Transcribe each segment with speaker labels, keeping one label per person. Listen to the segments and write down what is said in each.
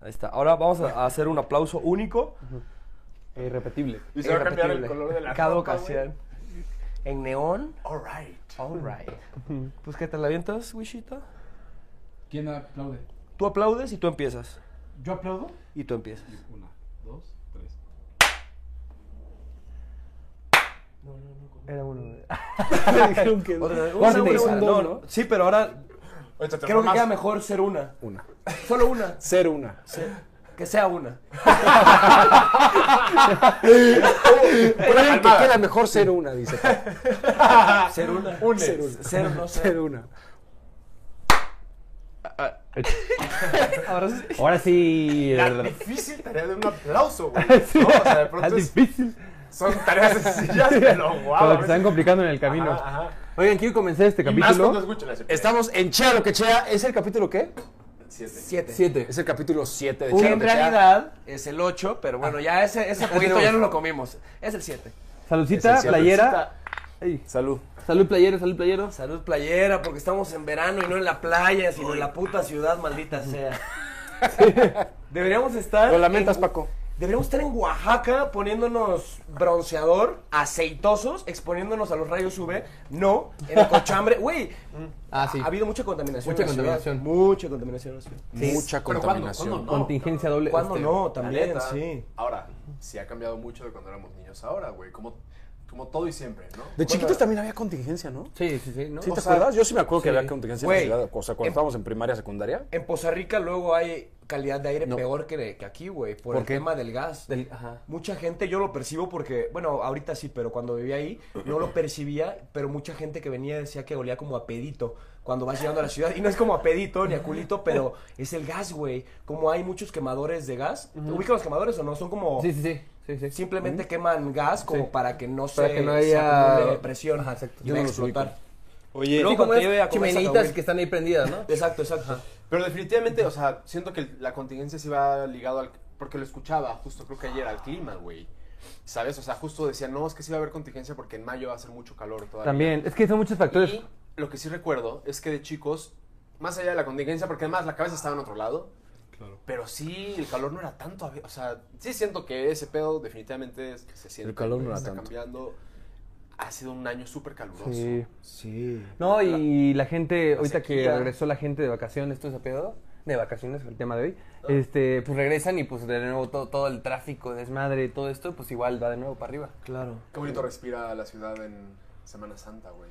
Speaker 1: Ahí está. Ahora vamos a hacer un aplauso único.
Speaker 2: E irrepetible.
Speaker 3: Y se va a cambiar el
Speaker 1: Irrepetible.
Speaker 3: color de la
Speaker 1: Cada
Speaker 3: ropa, güey.
Speaker 1: ocasión. En neón.
Speaker 3: All right.
Speaker 1: Alright. Pues que te la avientas, Wishita.
Speaker 4: ¿Quién aplaude?
Speaker 1: Tú aplaudes y tú empiezas.
Speaker 4: ¿Yo aplaudo?
Speaker 1: Y tú empiezas.
Speaker 4: Una, dos, tres.
Speaker 2: Era uno. de-
Speaker 1: Otra vez.
Speaker 2: Corte,
Speaker 1: Una, una, una.
Speaker 2: segundo,
Speaker 1: No, Sí, pero ahora
Speaker 3: Ahorita te
Speaker 1: creo que
Speaker 3: mamas.
Speaker 1: queda mejor ser una.
Speaker 5: Una.
Speaker 1: Solo una.
Speaker 5: Ser una.
Speaker 1: Se- Que sea una.
Speaker 5: Ponen que queda mejor ser una, dice.
Speaker 1: Ser una.
Speaker 5: Ser una.
Speaker 1: Ser no ser.
Speaker 5: Ser una.
Speaker 1: Ahora sí.
Speaker 2: Ahora sí.
Speaker 3: La Ah,
Speaker 2: el-
Speaker 3: difícil tarea de un aplauso, güey. No, o sea, de pronto
Speaker 2: Es
Speaker 3: es-
Speaker 2: difícil.
Speaker 3: son tareas sencillas, pero
Speaker 2: Con
Speaker 3: guau.
Speaker 2: lo que se van complicando en el camino.
Speaker 3: Ajá, ajá.
Speaker 2: Oigan, quiero comenzar este
Speaker 3: Y más cuando
Speaker 2: capítulo.
Speaker 3: escuchan ese.
Speaker 5: Estamos en Chea lo que Chea. ¿Es el capítulo qué?
Speaker 3: Siete.
Speaker 1: Siete.
Speaker 5: Siete. Es el capítulo 7 de Chea
Speaker 1: Que
Speaker 5: lo
Speaker 1: en
Speaker 5: que Chea.
Speaker 1: realidad es el 8, pero bueno,
Speaker 2: Ah.
Speaker 1: ya ese, ese poquito
Speaker 5: tenemos.
Speaker 1: ya no lo comimos. Es el 7.
Speaker 2: Saludcita,
Speaker 5: Esencial,
Speaker 2: playera. Ey,
Speaker 5: Salud.
Speaker 2: Salud, playero, salud, playero.
Speaker 1: Salud playera, porque estamos en verano y no en la playa, sino en la puta ciudad, maldita sea. Deberíamos estar.
Speaker 5: Lo lamentas,
Speaker 1: en-
Speaker 5: Paco.
Speaker 1: Deberíamos estar en Oaxaca poniéndonos bronceador, aceitosos, exponiéndonos a los rayos UV. No, en el cochambre. Güey,
Speaker 2: Ah, sí.
Speaker 1: ha habido mucha contaminación.
Speaker 2: Mucha
Speaker 1: en la ciudad,
Speaker 2: contaminación.
Speaker 1: Mucha contaminación. en la ciudad.
Speaker 5: Mucha contaminación.
Speaker 2: Contingencia doble.
Speaker 1: ¿Cuándo
Speaker 2: este,
Speaker 1: no?
Speaker 3: La
Speaker 1: También,
Speaker 3: neta,
Speaker 1: sí.
Speaker 3: Ahora, sí ha cambiado mucho de cuando éramos niños ahora, güey. Como, como todo y siempre, ¿no?
Speaker 5: De chiquitos también había contingencia, ¿no?
Speaker 2: Sí, sí, sí. ¿no?
Speaker 5: ¿Sí
Speaker 2: O
Speaker 5: te
Speaker 2: sea,
Speaker 5: acuerdas? Yo sí me acuerdo que
Speaker 2: Sí.
Speaker 5: había contingencia
Speaker 1: Güey,
Speaker 5: en la ciudad. O sea, cuando
Speaker 1: en-
Speaker 5: estábamos en primaria, secundaria.
Speaker 1: En Poza Rica luego hay calidad de aire
Speaker 5: No.
Speaker 1: peor que, que aquí, güey, por,
Speaker 5: ¿Por
Speaker 1: el
Speaker 5: qué?
Speaker 1: tema del gas.
Speaker 2: del- ajá.
Speaker 1: Mucha gente, yo lo percibo porque, bueno, ahorita sí, pero cuando vivía ahí no lo percibía, pero mucha gente que venía decía que olía como a pedito cuando vas llegando a la ciudad. Y no es como a pedito ni a culito, pero es el gas, güey. Como hay muchos quemadores de gas. ¿Ubican los quemadores o no? Son como...
Speaker 2: Sí, sí, sí. sí, sí.
Speaker 1: Simplemente queman gas como
Speaker 2: Sí.
Speaker 1: para que no
Speaker 2: Para
Speaker 1: se,
Speaker 2: que no
Speaker 1: se
Speaker 2: haya-
Speaker 1: acumule presión.
Speaker 2: Ajá, exacto.
Speaker 1: y
Speaker 5: Yo
Speaker 1: va a
Speaker 5: no los ubico.
Speaker 1: explotar.
Speaker 3: Oye,
Speaker 1: Luego
Speaker 2: Sí, como
Speaker 1: te
Speaker 2: esas
Speaker 1: lleve a comer
Speaker 2: chimenitas
Speaker 1: Zacahuil.
Speaker 2: que están ahí prendidas, ¿no?
Speaker 1: Exacto, exacto.
Speaker 3: Pero definitivamente, o sea, siento que la contingencia sí va ligado al... Porque lo escuchaba justo, creo que ayer, al clima, güey. ¿Sabes? O sea, justo decía, no, es que sí va a haber contingencia porque en mayo va a hacer mucho calor todavía.
Speaker 2: También. Es que son muchos factores.
Speaker 3: Y lo que sí recuerdo es que de chicos, más allá de la contingencia, porque además la cabeza estaba en otro lado, pero sí, el calor no era tanto. a ve- O sea, sí siento que ese pedo definitivamente es- se siente.
Speaker 5: El calor no
Speaker 3: güey,
Speaker 5: era
Speaker 3: está
Speaker 5: tanto.
Speaker 3: cambiando. Ha sido un año súper caluroso.
Speaker 2: Sí.
Speaker 1: Sí.
Speaker 2: No, y la gente, ahorita que
Speaker 3: sequía.
Speaker 2: regresó la gente de vacaciones, todo ese pedo, de vacaciones, el tema de hoy, este, pues regresan y pues de nuevo todo, todo el tráfico, desmadre, todo esto, pues igual va de nuevo para arriba.
Speaker 1: Claro.
Speaker 3: Qué bonito respira la ciudad en Semana Santa, güey.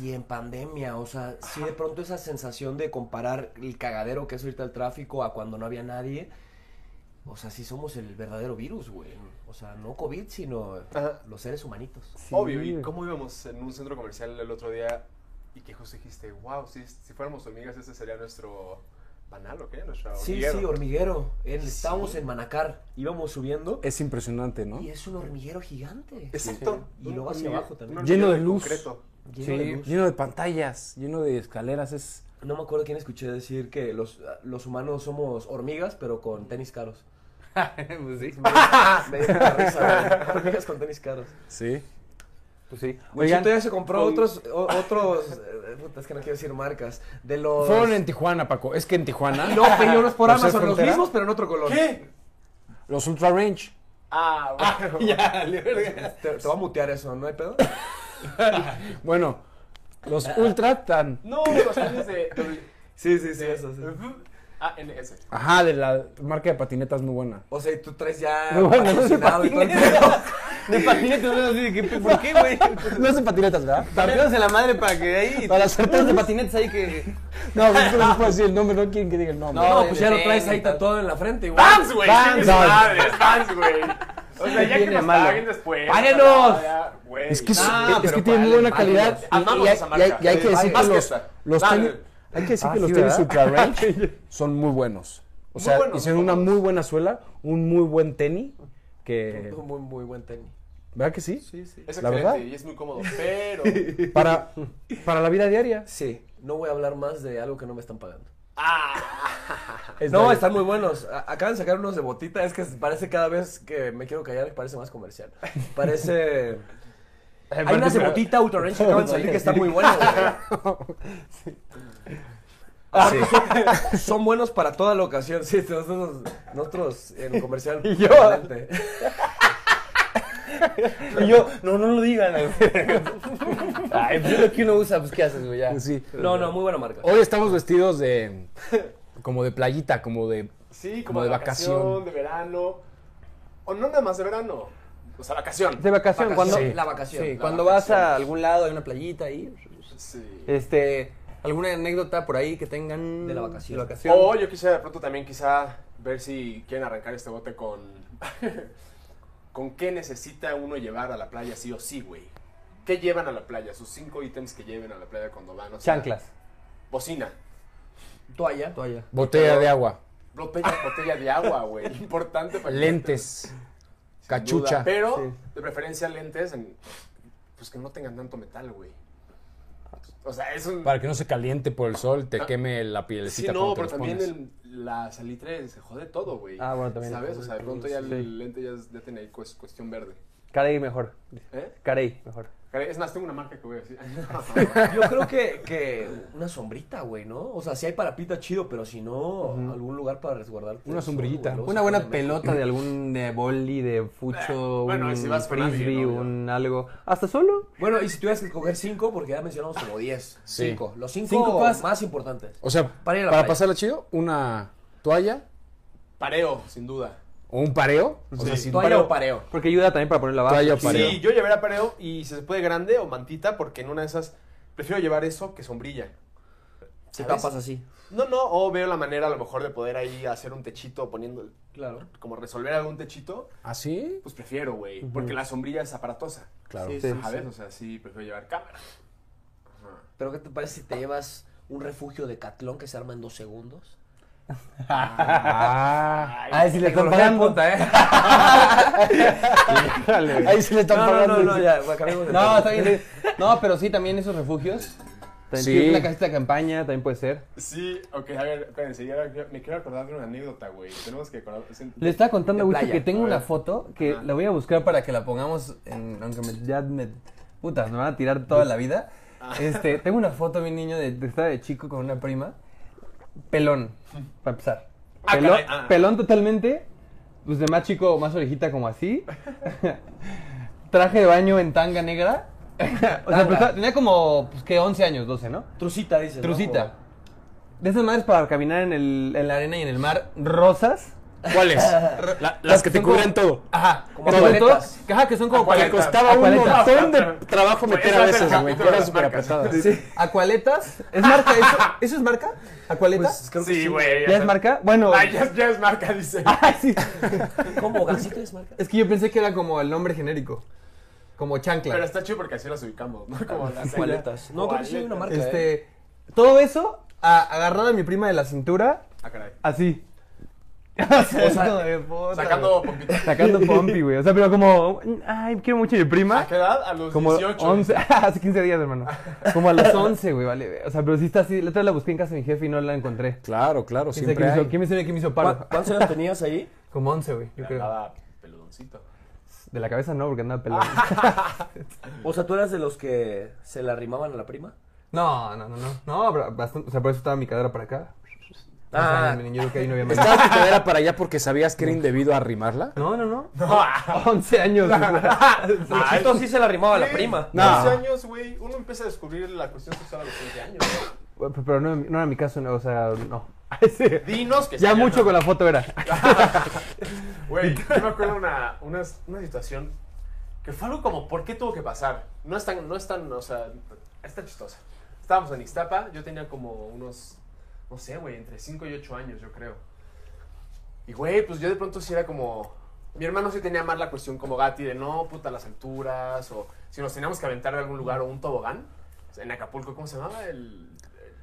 Speaker 1: Y en pandemia, o sea, sí de pronto esa sensación de comparar el cagadero que es ahorita el tráfico a cuando no había nadie. O sea, sí somos el verdadero virus, güey. O sea, no COVID, sino
Speaker 3: Ajá.
Speaker 1: los seres humanitos.
Speaker 3: Obvio, ¿y cómo íbamos en un centro comercial el otro día y que justo dijiste, wow, si, si fuéramos hormigas, este sería nuestro banal o qué? Nuestra
Speaker 1: Sí,
Speaker 3: hormiguero".
Speaker 1: sí, hormiguero. En- Estábamos en Manacar, íbamos subiendo
Speaker 5: Es impresionante, ¿no?
Speaker 1: y es un hormiguero gigante.
Speaker 3: Exacto.
Speaker 1: Y luego hacia abajo también.
Speaker 5: Lleno de luz.
Speaker 3: Concreto.
Speaker 1: Lleno
Speaker 2: Sí,
Speaker 1: de luz.
Speaker 5: Lleno de pantallas, lleno de escaleras. Es
Speaker 1: No me acuerdo quién escuché decir que los, los humanos somos hormigas, pero con tenis caros.
Speaker 2: pues sí.
Speaker 1: Me dio una risa, güey. Hormigas con tenis caros.
Speaker 5: Sí.
Speaker 2: Pues sí.
Speaker 1: Oigan,
Speaker 2: Oigan,
Speaker 1: ya se compró otros, o- otros, eh, puta, es que no quiero decir marcas, de los...
Speaker 5: Fueron en Tijuana, Paco. Es que en Tijuana.
Speaker 1: No, pedí unos por
Speaker 5: ¿Por ser
Speaker 1: Amazon, los
Speaker 5: frontera?
Speaker 1: mismos, pero en otro color.
Speaker 3: ¿Qué?
Speaker 5: Los Ultra Range.
Speaker 3: Ah, bueno.
Speaker 1: Te, te voy a mutear eso, ¿no hay pedo?
Speaker 5: Bueno, los Ultra tan.
Speaker 3: No, los tenis de.
Speaker 1: Sí, sí, sí, eso, sí.
Speaker 3: de- Ah, NS.
Speaker 5: Ajá, de la marca de patinetas muy buena.
Speaker 1: O sea, y tú traes ya
Speaker 5: No, bueno, no se
Speaker 1: patrocinado y todo el
Speaker 2: patineta.
Speaker 1: pedo.
Speaker 2: de patinetas, ¿no? Así de que, pues, ¿por qué, güey?
Speaker 5: No hacen patinetas, ¿verdad?
Speaker 2: Partiéndose la madre para que ahí.
Speaker 5: Para hacer
Speaker 2: todos de
Speaker 5: todo.
Speaker 2: patinetas ahí que.
Speaker 5: No, pues es que no se puede decir el nombre, no quieren que diga el nombre.
Speaker 1: No,
Speaker 2: de
Speaker 1: pues ya lo
Speaker 2: tenis,
Speaker 1: traes ahí
Speaker 2: tal.
Speaker 1: tatuado en la frente, güey.
Speaker 3: ¡Vans, güey!
Speaker 5: Vans,
Speaker 3: ¡Es
Speaker 5: Vans.
Speaker 3: madre! ¡Es Vans, güey! O sea, ya que
Speaker 2: tiene
Speaker 3: nos
Speaker 2: malo?
Speaker 3: paguen después.
Speaker 1: ¡Páguenos!
Speaker 3: ya, Güey.
Speaker 5: Es que, es-
Speaker 2: Ah,
Speaker 5: es,
Speaker 2: pero
Speaker 5: que tienen muy
Speaker 2: ¿cuál?
Speaker 5: buena calidad.
Speaker 2: Válidos.
Speaker 5: y-
Speaker 3: Amamos
Speaker 5: y, hay-
Speaker 3: esa
Speaker 5: y
Speaker 3: marca.
Speaker 5: hay, y hay que
Speaker 3: Sí,
Speaker 5: decir que
Speaker 3: más que
Speaker 5: los,
Speaker 3: esta.
Speaker 5: los
Speaker 3: Dale.
Speaker 5: tenis, hay que decir
Speaker 2: Ah,
Speaker 5: que los
Speaker 2: sí,
Speaker 5: tenis
Speaker 2: ¿verdad?
Speaker 5: Ultra Range son muy buenos. O sea,
Speaker 3: buenos,
Speaker 5: hicieron
Speaker 3: muy
Speaker 5: una
Speaker 3: buenos.
Speaker 5: muy buena suela, un muy buen tenis. Que,
Speaker 1: Muy, muy buen tenis.
Speaker 5: ¿Verdad que sí?
Speaker 3: Es
Speaker 5: La
Speaker 3: excelente
Speaker 5: verdad.
Speaker 3: y es muy cómodo, pero.
Speaker 5: Para, para la vida diaria.
Speaker 1: Sí, no voy a hablar más de algo que no me están pagando.
Speaker 5: Es
Speaker 1: No,
Speaker 5: la-
Speaker 1: están muy buenos. A- Acaban de sacar unos de botita. Es que parece cada vez que me quiero callar, parece más comercial. Parece. Hay unas de botita Ultra Range que acaban de salir que están muy buenas, güey. Porque son, Ah, son buenos para toda la ocasión. Sí, nosotros, nosotros en comercial.
Speaker 2: Y yo.
Speaker 1: permanente.
Speaker 2: Y yo, no, no lo digan. Ay, pues es lo que uno usa, pues ¿qué haces, güey? Ya.
Speaker 5: Sí.
Speaker 1: No, no, muy buena marca.
Speaker 5: Hoy estamos vestidos de. como de playita, como de.
Speaker 3: Sí, como,
Speaker 5: Como
Speaker 3: de
Speaker 5: de
Speaker 3: vacación,
Speaker 5: vacación.
Speaker 3: de verano. O no nada más de verano. O sea, vacación.
Speaker 2: De vacación, cuando,
Speaker 1: Sí, la vacación,
Speaker 2: sí,
Speaker 1: la
Speaker 2: cuando
Speaker 1: vacación.
Speaker 2: vas a algún lado, hay una playita ahí.
Speaker 5: Eh,
Speaker 3: Sí.
Speaker 2: Este, alguna anécdota por ahí que tengan
Speaker 1: De la vacación.
Speaker 2: de vacación.
Speaker 3: O yo quisiera de pronto también quizá ver si quieren arrancar este bote con... ¿Con qué necesita uno llevar a la playa sí o sí, güey? ¿Qué llevan a la playa? Sus cinco ítems que lleven a la playa cuando van. O sea,
Speaker 2: Chanclas.
Speaker 3: Bocina.
Speaker 1: Toalla.
Speaker 2: Toalla.
Speaker 5: Botella de agua,
Speaker 3: Botella, botella de agua, güey. Importante para que-
Speaker 5: lentes,
Speaker 3: Sin duda,
Speaker 5: cachucha.
Speaker 3: pero,
Speaker 2: Sí.
Speaker 3: de preferencia, lentes en- pues que no tengan tanto metal, güey. O sea, es un...
Speaker 5: Para que no se caliente por el sol, te queme la
Speaker 3: Sí,
Speaker 5: pielecita. cuando
Speaker 3: no,
Speaker 5: te
Speaker 3: pero
Speaker 5: los
Speaker 3: también
Speaker 5: pones.
Speaker 3: el- la salitre se jode todo, güey.
Speaker 2: Ah, bueno, también.
Speaker 3: ¿Sabes? O sea, de pronto ya el
Speaker 2: Sí.
Speaker 3: lente ya, es- ya tiene ahí cues- cuestión verde.
Speaker 2: Carey mejor.
Speaker 3: ¿Eh?
Speaker 2: Carey mejor.
Speaker 3: Caray, Es más, tengo una marca que voy a decir.
Speaker 1: Yo creo que, que una sombrita, güey, ¿no? O sea, si hay parapita, chido, pero si no, algún lugar para pues, resguardarte.
Speaker 5: Una
Speaker 1: del sol,
Speaker 5: sombrillita.
Speaker 1: güey, luego
Speaker 2: Una
Speaker 1: se
Speaker 2: buena
Speaker 1: pone meco.
Speaker 2: pelota de algún de boli, de fucho,
Speaker 3: Bueno,
Speaker 2: un
Speaker 3: si vas con alguien,
Speaker 2: frisbee,
Speaker 3: obvio.
Speaker 2: un algo. Hasta solo.
Speaker 1: Bueno, y si tuvieras que coger cinco, porque ya mencionamos como diez.
Speaker 5: Sí.
Speaker 1: Cinco. Los cinco,
Speaker 2: Cinco cosas-
Speaker 1: más importantes.
Speaker 5: O sea,
Speaker 1: Para ir a la
Speaker 5: para
Speaker 1: playa.
Speaker 5: pasarla chido, una toalla
Speaker 3: Pareo, sin duda.
Speaker 5: o un pareo. O sea, sin
Speaker 1: Toalla
Speaker 5: pareo.
Speaker 1: o pareo.
Speaker 2: Porque ayuda también para poner la barra.
Speaker 5: Toalla o
Speaker 2: Sí.
Speaker 5: pareo.
Speaker 3: Sí, yo llevaría pareo y si se puede grande o mantita, porque en una de esas prefiero llevar eso que sombrilla.
Speaker 1: Te
Speaker 3: ¿Sabes?
Speaker 1: tapas así.
Speaker 3: No, no, o veo la manera a lo mejor de poder ahí hacer un techito poniendo,
Speaker 1: Claro.
Speaker 3: como resolver algún techito,
Speaker 5: ¿Así?
Speaker 3: pues prefiero, güey, porque la sombrilla es aparatosa.
Speaker 5: Claro.
Speaker 1: Sí, sí,
Speaker 3: ¿Sabes?
Speaker 1: sí.
Speaker 3: O sea, sí, prefiero llevar cámara. Ajá.
Speaker 1: Pero ¿qué te parece si te llevas un refugio de catlón que se arma en dos segundos?
Speaker 5: Ah,
Speaker 2: Ah, si le están
Speaker 1: Tecnología
Speaker 2: pagando.
Speaker 1: punta, ¿eh?
Speaker 5: ahí sí le están
Speaker 1: No, no,
Speaker 5: pagando.
Speaker 1: no, no, ya, bueno, cambiemos de
Speaker 2: No,
Speaker 1: tema.
Speaker 2: está bien. No, pero sí, también esos refugios. También
Speaker 5: Sí.
Speaker 2: tiene Una casita de campaña también puede ser.
Speaker 3: Sí, ok, a ver, espérense, ya me quiero acordar de una anécdota, güey. Tenemos que acordar.
Speaker 2: Le estaba contando a
Speaker 1: De
Speaker 2: Wicho
Speaker 1: playa,
Speaker 2: que tengo
Speaker 3: a
Speaker 2: una
Speaker 3: ver.
Speaker 2: foto que
Speaker 3: Ajá.
Speaker 2: la voy a buscar para que la pongamos en. Aunque me, ya me. Putas, me van a tirar toda la vida.
Speaker 3: Ah.
Speaker 2: Este, tengo una foto de mi niño de, de estaba de chico con una prima. Pelón, para empezar.
Speaker 3: Ah,
Speaker 2: Pelón,
Speaker 3: caray, ah.
Speaker 2: pelón totalmente. Pues de más chico, más orejita como así. Traje de baño en tanga negra. o
Speaker 1: Tanga.
Speaker 2: sea, pues, estaba- tenía como, pues que 11 años, 12, ¿no?
Speaker 1: Trucita, dices. ¿no?
Speaker 2: Trucita. De esas madres para caminar en, el- en la arena y en el mar, rosas.
Speaker 5: ¿Cuáles? La- las que te
Speaker 2: son como-
Speaker 5: cubren todo.
Speaker 2: Ajá,
Speaker 1: Como
Speaker 2: todo,
Speaker 1: paletas.
Speaker 2: todo, que, ajá, que son como
Speaker 5: Que
Speaker 3: Acuaretas.
Speaker 2: paletas.
Speaker 5: costaba un
Speaker 2: Acuaretas.
Speaker 5: montón de trabajo meter
Speaker 3: Ese va
Speaker 5: a
Speaker 3: a ser el
Speaker 5: veces, güey.
Speaker 3: capítulo de
Speaker 5: Eran
Speaker 3: las
Speaker 5: súper
Speaker 3: marcas.
Speaker 5: apretadas.
Speaker 2: Acualetas. ¿Es marca eso? ¿Eso es marca? ¿Acualetas?
Speaker 1: Creo que
Speaker 3: Sí, güey.
Speaker 2: Pues, ¿Ya es marca? Bueno.
Speaker 3: Ay, ya, ya es marca, dice.
Speaker 2: Ay, sí.
Speaker 1: ¿Cómo? ¿Gancito es marca?
Speaker 2: Es que yo pensé que era como el nombre genérico. Como chancla.
Speaker 3: Pero está chido porque así las ubicamos, ¿no? Como las
Speaker 1: Paletas. No, creo que sí hay una marca. ¿eh?
Speaker 2: este, todo eso a, agarrado a mi prima de la cintura,
Speaker 3: Ah, caray.
Speaker 2: así. O sea,
Speaker 1: sea,
Speaker 2: de puta,
Speaker 3: Sacando
Speaker 2: güey.
Speaker 3: pompita.
Speaker 2: Sacando pompi, güey. O sea, pero como, ay, quiero mucho a mi prima.
Speaker 3: ¿A qué edad? A los
Speaker 2: Como
Speaker 3: 18.
Speaker 2: 11, hace 15 días, hermano. Como a los 11, güey, vale. O sea, pero sí está así. La otra vez la busqué en casa de mi jefe y no la encontré.
Speaker 5: Claro, claro,
Speaker 2: ¿Quién sabe
Speaker 5: siempre
Speaker 2: quién me
Speaker 5: hay.
Speaker 2: hizo- quién me sabe quién me hizo
Speaker 1: ¿Cuán-
Speaker 2: paro?
Speaker 1: ¿Cuántos años tenías ahí?
Speaker 2: Como 11, güey, yo creo.
Speaker 3: Nada, peludoncito.
Speaker 2: De la cabeza no, porque andaba pelado.
Speaker 1: O sea, ¿tú eras de los que se la arrimaban a la prima?
Speaker 2: No, no, no, no. No, pero bastante- o sea, por eso estaba mi cadera para acá. O
Speaker 1: Ah.
Speaker 2: sea, mi niño, yo creo que ahí no había más.
Speaker 5: ¿Estabas de cadera para allá porque sabías que era indebido arrimarla?
Speaker 2: No, no, no. 11 años.
Speaker 1: Luchito sí se la arrimaba a la prima.
Speaker 5: No.
Speaker 3: 12 años, güey. Uno empieza a descubrir la cuestión sexual a los 15 años.
Speaker 2: güey. Pero no, no era mi caso, no, o sea, no. Ay, sí.
Speaker 3: Dinos que sí,
Speaker 2: Ya mucho
Speaker 3: no.
Speaker 2: con la foto era.
Speaker 3: Güey, yo me acuerdo una, una, una situación que fue algo como, ¿por qué tuvo que pasar? No es tan, no es tan, o sea, está chistosa. Estábamos en Ixtapa, yo tenía como unos, no sé, güey, entre 5 y 8 años, yo creo. Y, güey, pues yo de pronto sí era como... Mi hermano sí tenía más la cuestión como Gati de, no, puta, las alturas, o si nos teníamos que aventar de algún lugar o un tobogán. O sea, En Acapulco, ¿cómo se llamaba? El,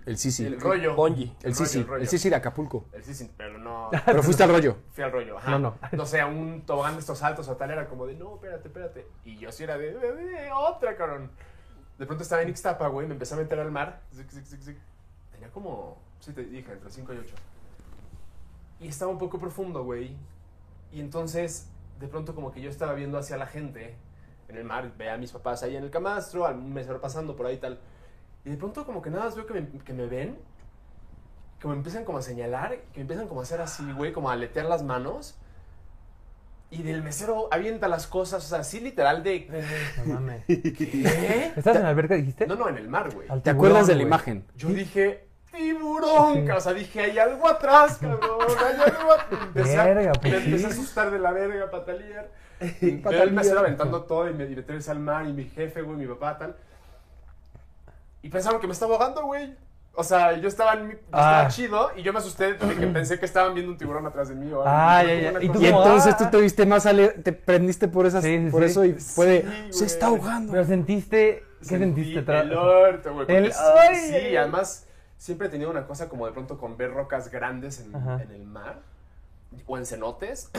Speaker 5: El Sisi.
Speaker 3: el rollo.
Speaker 1: Bungee.
Speaker 5: El
Speaker 3: rollo,
Speaker 5: Sisi.
Speaker 3: rollo.
Speaker 5: El Sisi de Acapulco.
Speaker 3: El Sisi, pero no...
Speaker 5: Pero fuiste al rollo.
Speaker 3: Fui al rollo, ajá.
Speaker 2: No, no.
Speaker 3: No sé, a un tobogán de estos altos o tal era como de, no, espérate, espérate. Y yo sí era de, "Eh, eh, otra, cabrón. De pronto estaba en Ixtapa, güey, me empecé a meter al mar. Zic, zic, zic, zic. Tenía como, sí te dije, entre 5 y 8. Y estaba un poco profundo, güey. Y entonces, de pronto como que yo estaba viendo hacia la gente en el mar, veía a mis papás ahí en el camastro, al mesero pasando por ahí y tal. Y de pronto como que nada más veo que me, que me ven que me empiezan como a señalar, que me empiezan como a hacer así, güey, como a aletear las manos. Y del mesero avienta las cosas, o sea, así literal de...
Speaker 2: No mames.
Speaker 3: ¿Qué?
Speaker 2: ¿Estás en la alberca, dijiste?
Speaker 3: No, no, en el mar, güey.
Speaker 2: Al
Speaker 5: ¿Te
Speaker 2: tiburón,
Speaker 5: acuerdas de la
Speaker 2: güey.
Speaker 5: imagen?
Speaker 3: Yo dije, tiburón, ca-". o sea, dije, hay algo atrás, cabrón, hay algo atrás. Empecé a-
Speaker 2: Verga, pues
Speaker 3: me
Speaker 2: sí.
Speaker 3: empecé a asustar de la verga, patalear. Y
Speaker 2: Patalear.
Speaker 3: veo el mesero aventando todo y me y meterse al mar y mi jefe, güey, mi papá, tal. Y pensaron que me estaba ahogando, güey. O sea, yo estaba, en mi- yo estaba
Speaker 2: Ah.
Speaker 3: chido y yo me asusté de que pensé que estaban viendo un tiburón atrás de mí. o algo,
Speaker 2: Ah, ya,
Speaker 3: una
Speaker 2: ya. ¿Y
Speaker 3: cosa
Speaker 2: tú
Speaker 5: Y
Speaker 3: así.
Speaker 2: como,
Speaker 5: entonces
Speaker 2: ah.
Speaker 5: tú te viste más ale- te prendiste por esas,
Speaker 2: Sí, sí,
Speaker 5: por
Speaker 2: sí.
Speaker 5: eso y fue de,
Speaker 3: Sí,
Speaker 5: se
Speaker 3: güey.
Speaker 5: está ahogando.
Speaker 2: Pero sentiste. ¿Qué sentiste
Speaker 3: Sentí
Speaker 2: atrás?
Speaker 3: El orto, güey. porque
Speaker 2: El-
Speaker 3: sí,
Speaker 2: ¡Ay!
Speaker 3: sí, y además siempre he tenido una cosa como de pronto con ver rocas grandes en,
Speaker 2: Ajá.
Speaker 3: en el mar o en cenotes.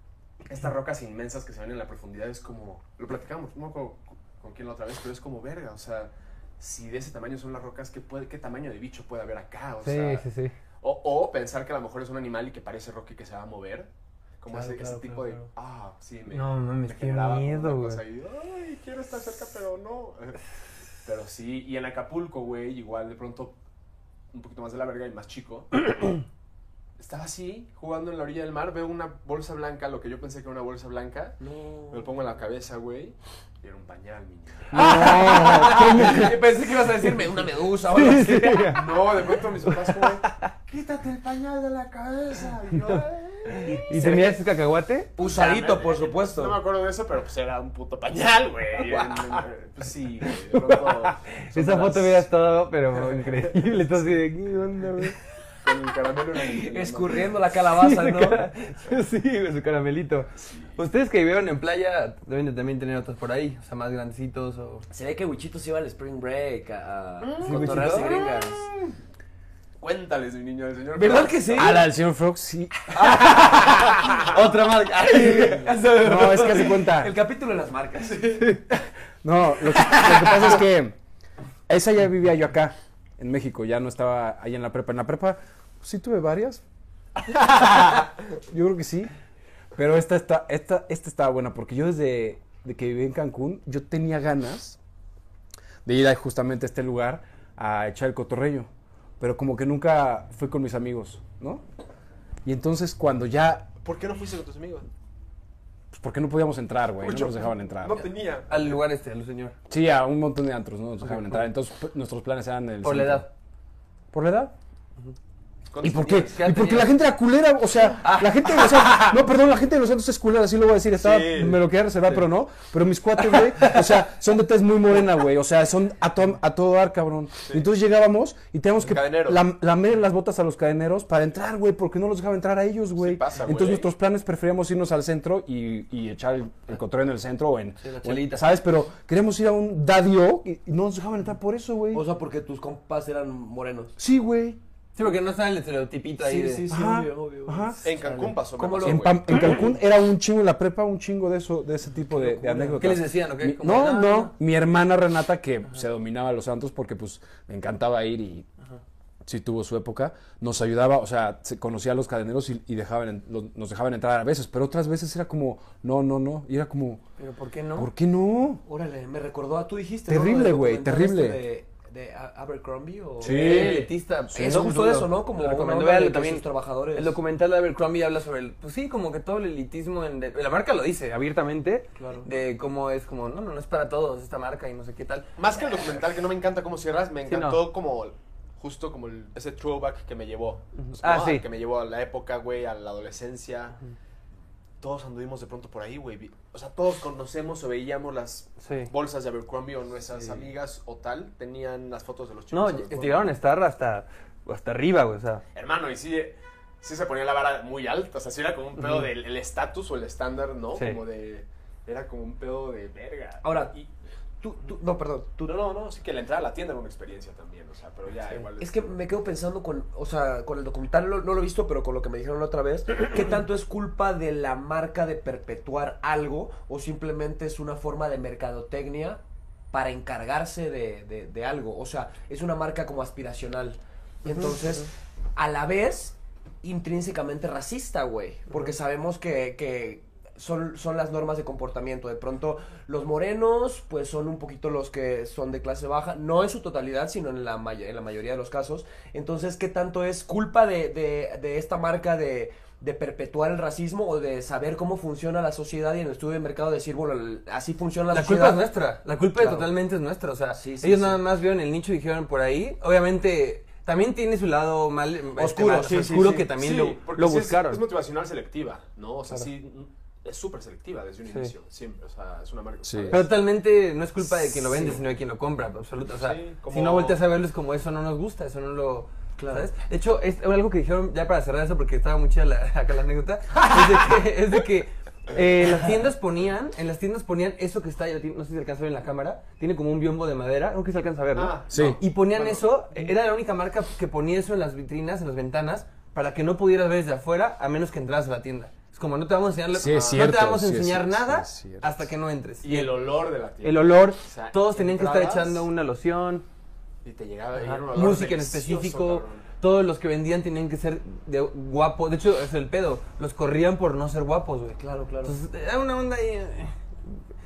Speaker 3: Estas rocas inmensas que se ven en la profundidad es como. Lo platicamos, no con, con quién la otra vez, pero es como verga. O sea, si de ese tamaño son las rocas, ¿qué, puede, qué tamaño de bicho puede haber acá? O
Speaker 2: Sí,
Speaker 3: sea,
Speaker 2: sí, sí.
Speaker 3: o, o pensar que a lo mejor es un animal y que parece roca y que se va a mover. Como
Speaker 2: Claro,
Speaker 3: ese, ese
Speaker 2: claro,
Speaker 3: tipo de.
Speaker 2: claro, claro.
Speaker 3: Ah, sí, me.
Speaker 2: No mames,
Speaker 3: me
Speaker 2: qué
Speaker 3: generaba como una
Speaker 2: miedo,
Speaker 3: cosa ahí, Ay, quiero estar cerca, pero no. Pero sí, y en Acapulco, güey, igual de pronto un poquito más de la verga y más chico. Estaba así, jugando en la orilla del mar, veo una bolsa blanca, lo que yo pensé que era una bolsa blanca. Me lo pongo en la cabeza, güey. Y era un pañal, niño. Pensé que ibas a decirme una medusa o algo así. Ah, No, de pronto mis papás, güey, quítate el pañal de la cabeza. Y yo, "Ay".
Speaker 2: ¿Y tenías ese cacahuate?
Speaker 1: Usadito, por
Speaker 3: No me
Speaker 1: supuesto.
Speaker 3: acuerdo de eso, pero pues era un puto pañal, güey. Pues sí, güey. de pronto son
Speaker 2: Esa
Speaker 3: las-
Speaker 2: foto hubiera estado, pero increíble. Estás así de, ¿qué onda, güey?
Speaker 3: Con el caramelo en el- en el-
Speaker 1: Escurriendo la calabaza,
Speaker 2: Su
Speaker 1: ¿no?
Speaker 2: cara- Sí, güey, su caramelito. Ustedes que vivieron en playa deben de también tener otros por ahí, o sea, más grandecitos o...
Speaker 1: Se ve que Wichito se iba al Spring Break a, a
Speaker 2: ¿Sí,
Speaker 1: cotorrearse
Speaker 2: Wichito?
Speaker 1: gringas.
Speaker 3: Cuéntales, mi niño del señor.
Speaker 1: ¿Verdad que sí?
Speaker 5: A Ah, la del señor Fox, sí.
Speaker 2: ¡Otra marca!
Speaker 5: No, es que hace
Speaker 2: Ah.
Speaker 5: cuenta.
Speaker 1: El capítulo de las marcas.
Speaker 5: No, lo que, lo que pasa es que esa ya vivía yo acá, en México, ya no estaba ahí en la prepa. En la prepa sí tuve varias. Yo creo que sí. Pero esta, está, esta, esta estaba buena porque yo desde de que viví en Cancún, yo tenía ganas de ir a justamente a este lugar a echar el cotorrello. Pero como que nunca fui con mis amigos, ¿no? Y entonces cuando ya...
Speaker 3: ¿Por qué no fuiste con tus amigos?
Speaker 5: Pues, ¿Por qué no podíamos entrar, güey? No
Speaker 3: Mucho.
Speaker 5: nos dejaban entrar.
Speaker 3: No tenía.
Speaker 2: Al lugar este, al señor.
Speaker 5: Sí, a un montón de antros, ¿no? Nos dejaban entrar. Entonces, p- nuestros planes eran el.
Speaker 2: Por la
Speaker 5: centro.
Speaker 2: edad.
Speaker 5: ¿Por la edad? ¿Y por qué?
Speaker 2: ¿Qué edad
Speaker 5: ¿Y porque
Speaker 2: tenías?
Speaker 5: la gente era culera? O sea,
Speaker 3: Ah.
Speaker 5: la gente de los antros- No, perdón, la gente de los antros es culera, así lo voy a decir. Estaba, Me lo quería reservar, pero no. Pero mis cuates, güey, o sea, son de tez muy morena, güey. O sea, son a, to- a todo dar, cabrón. Y Entonces llegábamos y teníamos que
Speaker 3: cadenero.
Speaker 5: lam- lamer las botas a los cadeneros para entrar, güey, porque no los dejaban entrar a ellos, güey.
Speaker 3: Sí pasa, güey.
Speaker 5: Entonces nuestros planes preferíamos irnos al centro y, y echar el, el cotorreo en el centro o en.
Speaker 2: la
Speaker 5: o en-
Speaker 2: chelita.
Speaker 5: ¿Sabes? Pero queríamos ir a un dadio y, y no nos dejaban entrar por eso, güey.
Speaker 1: O sea, porque tus compas eran morenos.
Speaker 5: Sí, güey.
Speaker 2: Sí, porque no está el estereotipito ahí de...
Speaker 5: Ajá,
Speaker 1: obvio.
Speaker 5: ajá.
Speaker 3: En Cancún pasó.
Speaker 1: ¿Cómo
Speaker 3: me
Speaker 1: lo-
Speaker 5: En,
Speaker 3: pasó,
Speaker 5: Pam- en Cancún era un chingo, en la prepa un chingo de eso, de ese tipo de, de anécdotas.
Speaker 2: ¿Qué les decían, o qué?
Speaker 5: Mi-
Speaker 2: Como,
Speaker 5: No,
Speaker 2: "Ah,
Speaker 5: no, mi hermana Renata que se dominaba a los santos porque pues me encantaba ir y sí tuvo su época, nos ayudaba, o sea, se conocía a los cadeneros y, y dejaban, en- los- nos dejaban entrar a veces, pero otras veces era como, no, no, no, y era como,
Speaker 1: ¿Pero por qué no?
Speaker 5: ¿por qué no?
Speaker 1: Órale, me recordó a tú dijiste.
Speaker 5: Terrible,
Speaker 1: Lo del
Speaker 5: güey,
Speaker 1: documental este
Speaker 5: terrible.
Speaker 1: de, de A- Abercrombie o.
Speaker 5: Sí.
Speaker 2: Eh, elitista.
Speaker 1: Sí, es justo eso, ¿no? Como
Speaker 2: Lo recomiendo.
Speaker 1: una onda
Speaker 2: Véanlo
Speaker 1: de que
Speaker 2: también.
Speaker 1: sus trabajadores-
Speaker 2: El documental de Abercrombie habla sobre el, pues sí, como que todo el elitismo en de- la marca lo dice abiertamente
Speaker 1: Claro.
Speaker 2: de cómo es como, no, no, no es para todos esta marca y no sé qué tal.
Speaker 3: güey. Más que el documental que no me encanta cómo cierras, me
Speaker 2: Sí, no.
Speaker 3: encantó como justo como el- ese throwback que me llevó. O
Speaker 2: Ah,
Speaker 3: ¿no?
Speaker 2: sí.
Speaker 3: Que me llevó a la época, güey, a la adolescencia. Todos anduvimos de pronto por ahí, güey. Vi- O sea, todos conocemos o veíamos las
Speaker 2: Sí.
Speaker 3: bolsas de Abercrombie o nuestras amigas o tal. Tenían las fotos de los chicos.
Speaker 2: No,
Speaker 3: de Abercrombie.
Speaker 2: llegaron a estar hasta hasta arriba, güey, o sea.
Speaker 3: Hermano, y sí, eh, sí se ponía la vara muy alta. O sea, sí era como un pedo del el estatus o el estándar, ¿no?
Speaker 2: Sí.
Speaker 3: Como de. Era como un pedo de verga.
Speaker 1: Ahora,
Speaker 3: Y-
Speaker 1: Tú, tú, no, perdón. Tú,
Speaker 3: no, no, no, sí que la entrada a la tienda era una experiencia también, o sea, pero ya igual.
Speaker 1: Es que me quedo pensando con, o sea, con el documental, no, no lo he visto, pero con lo que me dijeron la otra vez, ¿qué tanto es culpa de la marca de perpetuar algo o simplemente es una forma de mercadotecnia para encargarse de, de- de algo? O sea, es una marca como aspiracional. Entonces, a la vez, intrínsecamente racista, güey, porque sabemos que, que son, son las normas de comportamiento. De pronto, los morenos, pues son un poquito los que son de clase baja, no en su totalidad, sino en la, may- en la mayoría de los casos. Entonces, ¿qué tanto es culpa de, de- de esta marca de, de perpetuar el racismo o de saber cómo funciona la sociedad y en el estudio de mercado decir, bueno, el- así funciona la,
Speaker 2: La culpa
Speaker 1: sociedad?
Speaker 2: es nuestra, la culpa
Speaker 1: Claro.
Speaker 2: totalmente es nuestra, o sea,
Speaker 1: Sí, sí,
Speaker 2: ellos
Speaker 1: sí.
Speaker 2: nada más vieron el nicho y dijeron por ahí, obviamente también tiene su lado mal, este,
Speaker 1: Oscuro,
Speaker 2: mal- o sea,
Speaker 1: sí, sí,
Speaker 2: oscuro
Speaker 1: sí.
Speaker 2: que también
Speaker 3: Sí,
Speaker 2: lo,
Speaker 3: porque
Speaker 2: lo
Speaker 3: sí es-
Speaker 2: buscaron.
Speaker 3: Es, motivacional selectiva, ¿no? O sea,
Speaker 2: Claro.
Speaker 3: sí, mm, es súper selectiva desde un
Speaker 2: Sí.
Speaker 3: inicio, siempre. O sea, es una marca.
Speaker 5: Sí.
Speaker 3: ¿sabes?
Speaker 2: Pero totalmente no es culpa de quien lo vende,
Speaker 3: Sí.
Speaker 2: sino de quien lo compra, absoluto. O sea,
Speaker 3: Sí, como-
Speaker 2: si no volteas a verlos como eso no nos gusta, eso no lo...
Speaker 1: Claro.
Speaker 2: ¿sabes? De hecho, es algo que dijeron, ya para cerrar eso, porque estaba muy chida la, acá la anécdota, es de que, es de que, eh, las tiendas ponían, en las tiendas ponían eso que está, ahí, no sé si se alcanza a ver en la cámara, tiene como un biombo de madera, creo que se alcanza a ver, ¿no?
Speaker 3: Ah,
Speaker 5: Sí.
Speaker 3: no.
Speaker 2: Y ponían
Speaker 3: Bueno,
Speaker 2: eso, era la única marca que ponía eso en las vitrinas, en las ventanas, para que no pudieras ver desde afuera a menos que entras a la tienda. Es como no te vamos a enseñar,
Speaker 5: Sí, es
Speaker 2: no te
Speaker 5: cierto,
Speaker 2: vamos a
Speaker 5: sí, es
Speaker 2: enseñar
Speaker 5: cierto,
Speaker 2: nada
Speaker 5: sí, es cierto.
Speaker 2: hasta que no entres.
Speaker 3: Y el olor de la tienda.
Speaker 2: El olor,
Speaker 3: sea,
Speaker 2: todos tenían que estar
Speaker 3: entrabas-
Speaker 2: echando una loción,
Speaker 3: Y te llegaba y
Speaker 2: ajá,
Speaker 3: era un olor
Speaker 2: música en
Speaker 3: delicioso,
Speaker 2: específico.
Speaker 3: cabrón.
Speaker 2: Todos los que vendían tenían que ser de guapo. De hecho, es el pedo. Los corrían por no ser guapos, güey.
Speaker 1: Claro, claro.
Speaker 2: Entonces, era una onda ahí, eh,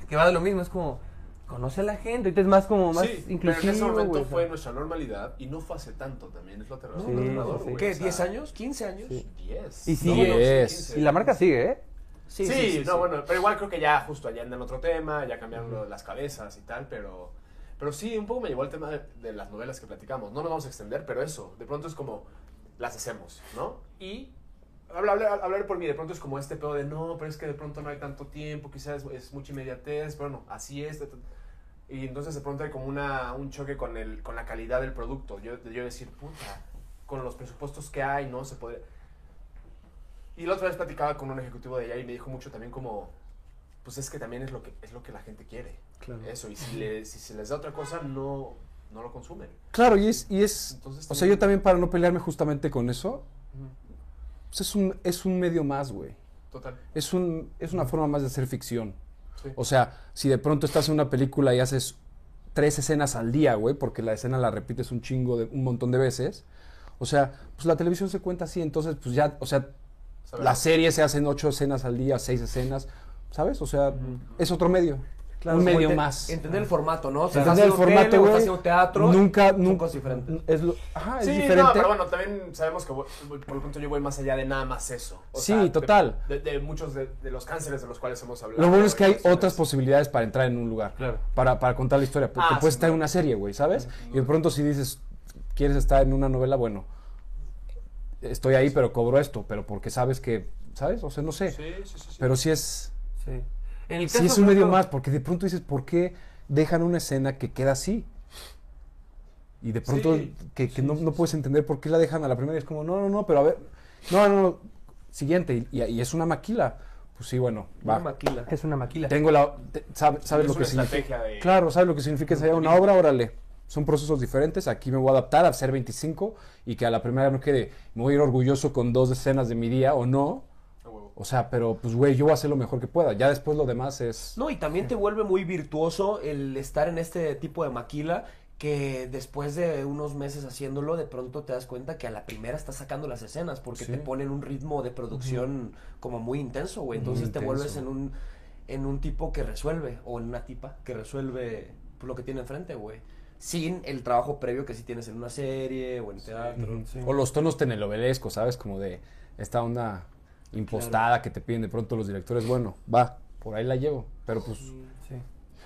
Speaker 2: que va de lo mismo. Es como, conoce a la gente. Ahorita es más como, más
Speaker 3: sí,
Speaker 2: inclusivo,
Speaker 3: pero en ese momento
Speaker 2: güey, o sea.
Speaker 3: fue nuestra normalidad y no fue hace tanto también, es lo aterrador.
Speaker 2: Sí,
Speaker 3: lo aterrador,
Speaker 2: sí, sí.
Speaker 3: güey,
Speaker 1: ¿Qué?
Speaker 3: o sea,
Speaker 1: ¿10 años? ¿15 años?
Speaker 3: 10.
Speaker 2: Y
Speaker 3: No,
Speaker 2: sigue.
Speaker 3: no, sí,
Speaker 5: Yes.
Speaker 3: 15.
Speaker 2: Y la marca sigue, ¿eh?
Speaker 3: Sí, no, bueno, pero igual creo que ya justo allá andan otro tema, ya cambiaron lo de las cabezas y tal, pero, pero sí, un poco me llevó al tema de, de las novelas que platicamos. No nos vamos a extender, pero eso, de pronto es como, las hacemos, ¿no? Y hablar, hablar, hablar por mí, de pronto es como este pedo de, no, pero es que de pronto no hay tanto tiempo, quizás es, es mucha inmediatez, pero no, así es. ta, ta, ta. Y entonces de pronto hay como una, un choque con, el, con la calidad del producto. Yo, yo decir, puta, con los presupuestos que hay, ¿no? Se podría... Y la otra vez platicaba con un ejecutivo de allá y me dijo mucho también como, pues es que también es lo que, es lo que la gente quiere. Eso, y si, le- si se les da otra cosa, no, no lo consumen.
Speaker 5: Claro, y es, y es,
Speaker 3: Entonces,
Speaker 5: o sea, yo también para no pelearme justamente con eso, pues es un, es un medio más, güey.
Speaker 3: Total.
Speaker 5: Es, un, es una forma más de hacer ficción.
Speaker 3: Sí.
Speaker 5: O sea, si de pronto estás en una película y haces tres escenas al día, güey, porque la escena la repites un chingo, de, un montón de veces, o sea, pues la televisión se cuenta así, entonces, pues ya, o sea,
Speaker 3: ¿Sabes?
Speaker 5: las series se hacen ocho escenas al día, seis escenas, ¿sabes? O sea, es otro medio. un
Speaker 1: como
Speaker 5: medio
Speaker 1: ente-
Speaker 5: más. Ah.
Speaker 1: Entender el formato, ¿no? O sea,
Speaker 5: Entender el
Speaker 1: estás haciendo tele
Speaker 5: formato,
Speaker 1: o
Speaker 5: güey.
Speaker 1: estás haciendo teatro.
Speaker 5: Nunca,
Speaker 1: son
Speaker 5: nunca.
Speaker 1: cosas diferentes.
Speaker 5: Es lo- ajá, es
Speaker 3: Sí,
Speaker 5: diferente.
Speaker 3: no, pero bueno, también sabemos que voy- voy- por lo pronto yo voy más allá de nada más eso. O
Speaker 5: Sí,
Speaker 3: sea, de-
Speaker 5: total.
Speaker 3: De, de muchos de, de los cánceres de los cuales hemos hablado.
Speaker 5: Lo bueno es que hay
Speaker 3: Entonces,
Speaker 5: otras posibilidades para entrar en un lugar.
Speaker 2: Claro.
Speaker 5: Para, para contar la historia. Porque
Speaker 3: Ah,
Speaker 5: puedes
Speaker 3: sí,
Speaker 5: estar en
Speaker 3: claro.
Speaker 5: una serie, güey, ¿sabes? Y de pronto si dices, quieres estar en una novela, bueno, estoy ahí, pero cobro esto. Pero porque sabes que, ¿sabes? O sea, no sé.
Speaker 3: Sí, sí, sí. sí.
Speaker 5: Pero sí es,
Speaker 2: Sí. En el
Speaker 5: sí
Speaker 2: caso,
Speaker 5: es un medio
Speaker 2: por
Speaker 5: más.
Speaker 2: ejemplo,
Speaker 5: Porque de pronto dices, ¿por qué dejan una escena que queda así? Y de pronto
Speaker 3: Sí,
Speaker 5: que, que no, no puedes entender por qué la dejan a la primera. Y es como, no, no, no, pero a ver. No, no, no. Siguiente. Y, y es una maquila. Pues sí, bueno, va.
Speaker 1: Una maquila.
Speaker 2: Es una maquila.
Speaker 5: Tengo la. te- sabe- ¿Sabes
Speaker 3: Es
Speaker 5: lo
Speaker 3: una
Speaker 5: que significa?
Speaker 3: estrategia de...
Speaker 5: Claro, ¿sabes lo que significa ensayar una obra? Órale. Son procesos diferentes. Aquí me voy a adaptar a ser 25 y que a la primera no quede. Me voy a ir orgulloso con dos escenas de mi día o no.
Speaker 3: A huevo.
Speaker 5: O sea, pero pues, güey, yo voy a hacer lo mejor que pueda. Ya después lo demás es.
Speaker 1: No, y también te vuelve muy virtuoso el estar en este tipo de maquila que después de unos meses haciéndolo, de pronto te das cuenta que a la primera estás sacando las escenas porque
Speaker 5: Sí.
Speaker 1: te ponen un ritmo de producción como muy intenso, güey.
Speaker 5: Muy
Speaker 1: Entonces te
Speaker 5: intenso.
Speaker 1: vuelves en un, en un tipo que resuelve o en una tipa que resuelve pues, lo que tiene enfrente, güey. Sin el trabajo previo que sí tienes en una serie o en teatro.
Speaker 5: O los tonos telenovelescos, ¿sabes? Como de esta onda impostada que te piden de pronto los directores. Bueno, va, por ahí la llevo. Pero pues.
Speaker 2: Sí.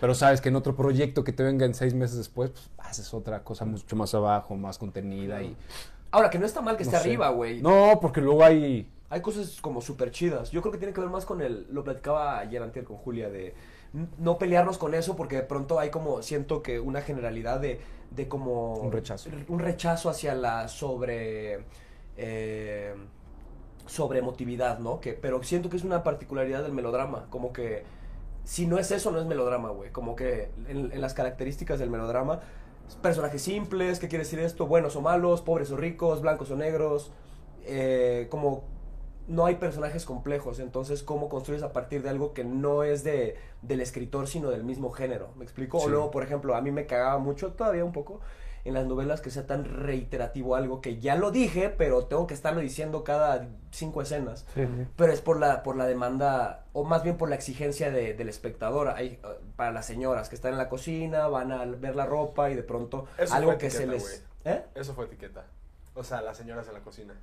Speaker 5: Pero sabes que en otro proyecto que te venga en seis meses después, pues haces otra cosa mucho más abajo, más contenida y.
Speaker 1: Ahora, que no está mal que esté
Speaker 5: no sé.
Speaker 1: arriba, güey.
Speaker 5: No, porque luego hay.
Speaker 1: Hay cosas como súper chidas. Yo creo que tiene que ver más con el. Lo platicaba ayer antier con Julia de n- no pelearnos con eso porque de pronto hay como. Siento que una generalidad de, de como.
Speaker 5: Un rechazo.
Speaker 1: r- Un rechazo hacia la sobre. eh, sobre emotividad, ¿no? Que, pero siento que es una particularidad del melodrama. Como que. Si no es eso, no es melodrama, güey. Como que en, en las características del melodrama. Personajes simples, ¿qué quiere decir esto? Buenos o malos, pobres o ricos, blancos o negros. eh, como no hay personajes complejos, entonces cómo construyes a partir de algo que no es de, del escritor, sino del mismo género, ¿me explico? O
Speaker 5: Sí.
Speaker 1: luego, por ejemplo, a mí me cagaba mucho, todavía un poco, en las novelas que sea tan reiterativo algo que ya lo dije, pero tengo que estarlo diciendo cada cinco escenas. Pero es por la, por la demanda, o más bien por la exigencia de- del espectador. Hay, eh, para las señoras que están en la cocina, van a ver la ropa y de pronto
Speaker 3: Eso
Speaker 1: algo
Speaker 3: fue
Speaker 1: que se
Speaker 3: etiqueta,
Speaker 1: les... ¿Eh?
Speaker 3: Eso fue etiqueta. O sea, las señoras en la cocina.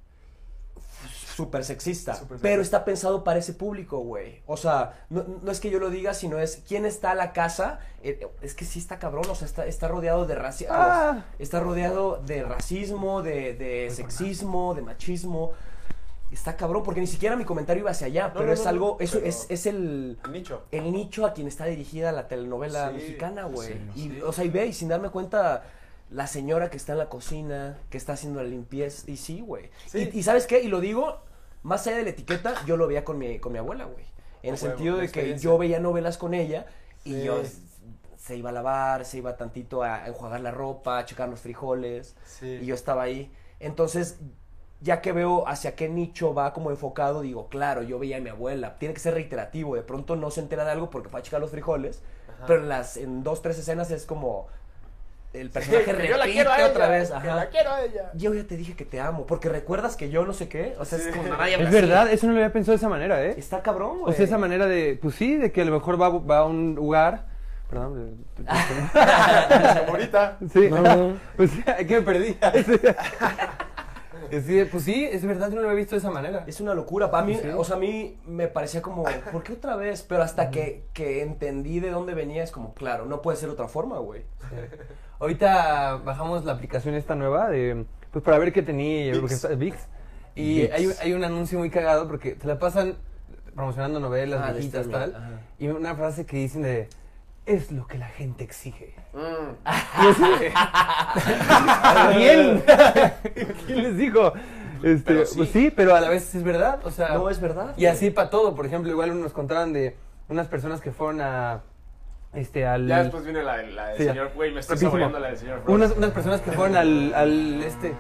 Speaker 1: Súper sexista.
Speaker 3: Súper sexista.
Speaker 1: pero está pensado para ese público, güey. O sea, no, no es que yo lo diga, sino es quién está a la casa. Eh, es que sí está cabrón, o sea, está, está rodeado de racismo.
Speaker 3: Ah.
Speaker 2: Ah,
Speaker 1: Está rodeado de racismo, de, de sexismo, de machismo. Está cabrón, porque ni siquiera mi comentario iba hacia allá, pero
Speaker 3: no,
Speaker 1: es
Speaker 3: no,
Speaker 1: algo,
Speaker 3: no,
Speaker 1: es,
Speaker 3: pero-
Speaker 1: es, es el,
Speaker 3: Nicho.
Speaker 1: el nicho a quien está dirigida la telenovela
Speaker 3: Sí,
Speaker 1: mexicana, güey.
Speaker 4: sí.
Speaker 1: y, o sea, y ve, y sin darme cuenta, la señora que está en la cocina, que está haciendo la limpieza, y sí, güey.
Speaker 3: Sí.
Speaker 1: Y, y ¿sabes qué? Y lo digo, más allá de la etiqueta, yo lo veía con mi, con mi abuela, güey. En
Speaker 3: A huevo,
Speaker 1: el sentido de
Speaker 3: la
Speaker 1: que
Speaker 3: experiencia.
Speaker 1: yo veía novelas con ella, y
Speaker 3: Sí.
Speaker 1: yo se iba a lavar, se iba tantito a enjuagar la ropa, a checar los frijoles,
Speaker 3: Sí.
Speaker 1: y yo estaba ahí. Entonces, ya que veo hacia qué nicho va como enfocado, digo, claro, yo veía a mi abuela, tiene que ser reiterativo, de pronto no se entera de algo porque fue a checar los frijoles,
Speaker 3: Ajá.
Speaker 1: pero en las en dos, tres escenas es como el personaje
Speaker 3: Que
Speaker 1: repite
Speaker 3: yo la quiero a ella,
Speaker 1: otra vez,
Speaker 3: que
Speaker 1: ajá.
Speaker 3: la quiero a ella.
Speaker 1: Yo ya te dije que te amo, porque recuerdas que yo no sé qué, o sea, es como nadie habla así.
Speaker 2: Es verdad, eso no lo había pensado de esa manera, ¿eh?
Speaker 1: Está cabrón,
Speaker 2: O
Speaker 1: güey.
Speaker 2: sea, esa manera de, pues sí, de que a lo mejor va, va a un lugar. Perdón. de-
Speaker 3: Ahorita.
Speaker 2: Sí, pues que me perdí. Sí, pues sí, es verdad, yo no lo había visto de esa manera.
Speaker 1: Es una locura. Para mí, o sea, a mí me parecía como, ¿por qué otra vez? Pero hasta que, que entendí de dónde venía, es como, claro, no puede ser otra forma, güey.
Speaker 2: Ahorita bajamos la aplicación esta nueva de, pues para ver qué tenía, porque está- VIX. Y
Speaker 5: VIX.
Speaker 2: hay, hay un anuncio muy cagado porque te la pasan promocionando novelas,
Speaker 1: Ah, de
Speaker 2: viejitas,
Speaker 1: streaming,
Speaker 2: tal.
Speaker 1: ajá.
Speaker 2: Y una frase que dicen de, es lo que la gente exige.
Speaker 3: Mm.
Speaker 2: Y así de, ¿a ¿Quién? ¿Quién les dijo? Este,
Speaker 3: Pero sí.
Speaker 2: Pues sí, pero a la vez es verdad, o sea...
Speaker 1: No, es verdad.
Speaker 2: Ah. Y así para todo, por ejemplo, igual nos contaban de unas personas que fueron a... Este, al...
Speaker 3: Ya después viene la, la del
Speaker 2: Sí, ya.
Speaker 3: señor. Güey, me estoy
Speaker 2: Rapidísimo.
Speaker 3: saboreando la del señor. Frost.
Speaker 2: Unas, unas personas que fueron al, al este.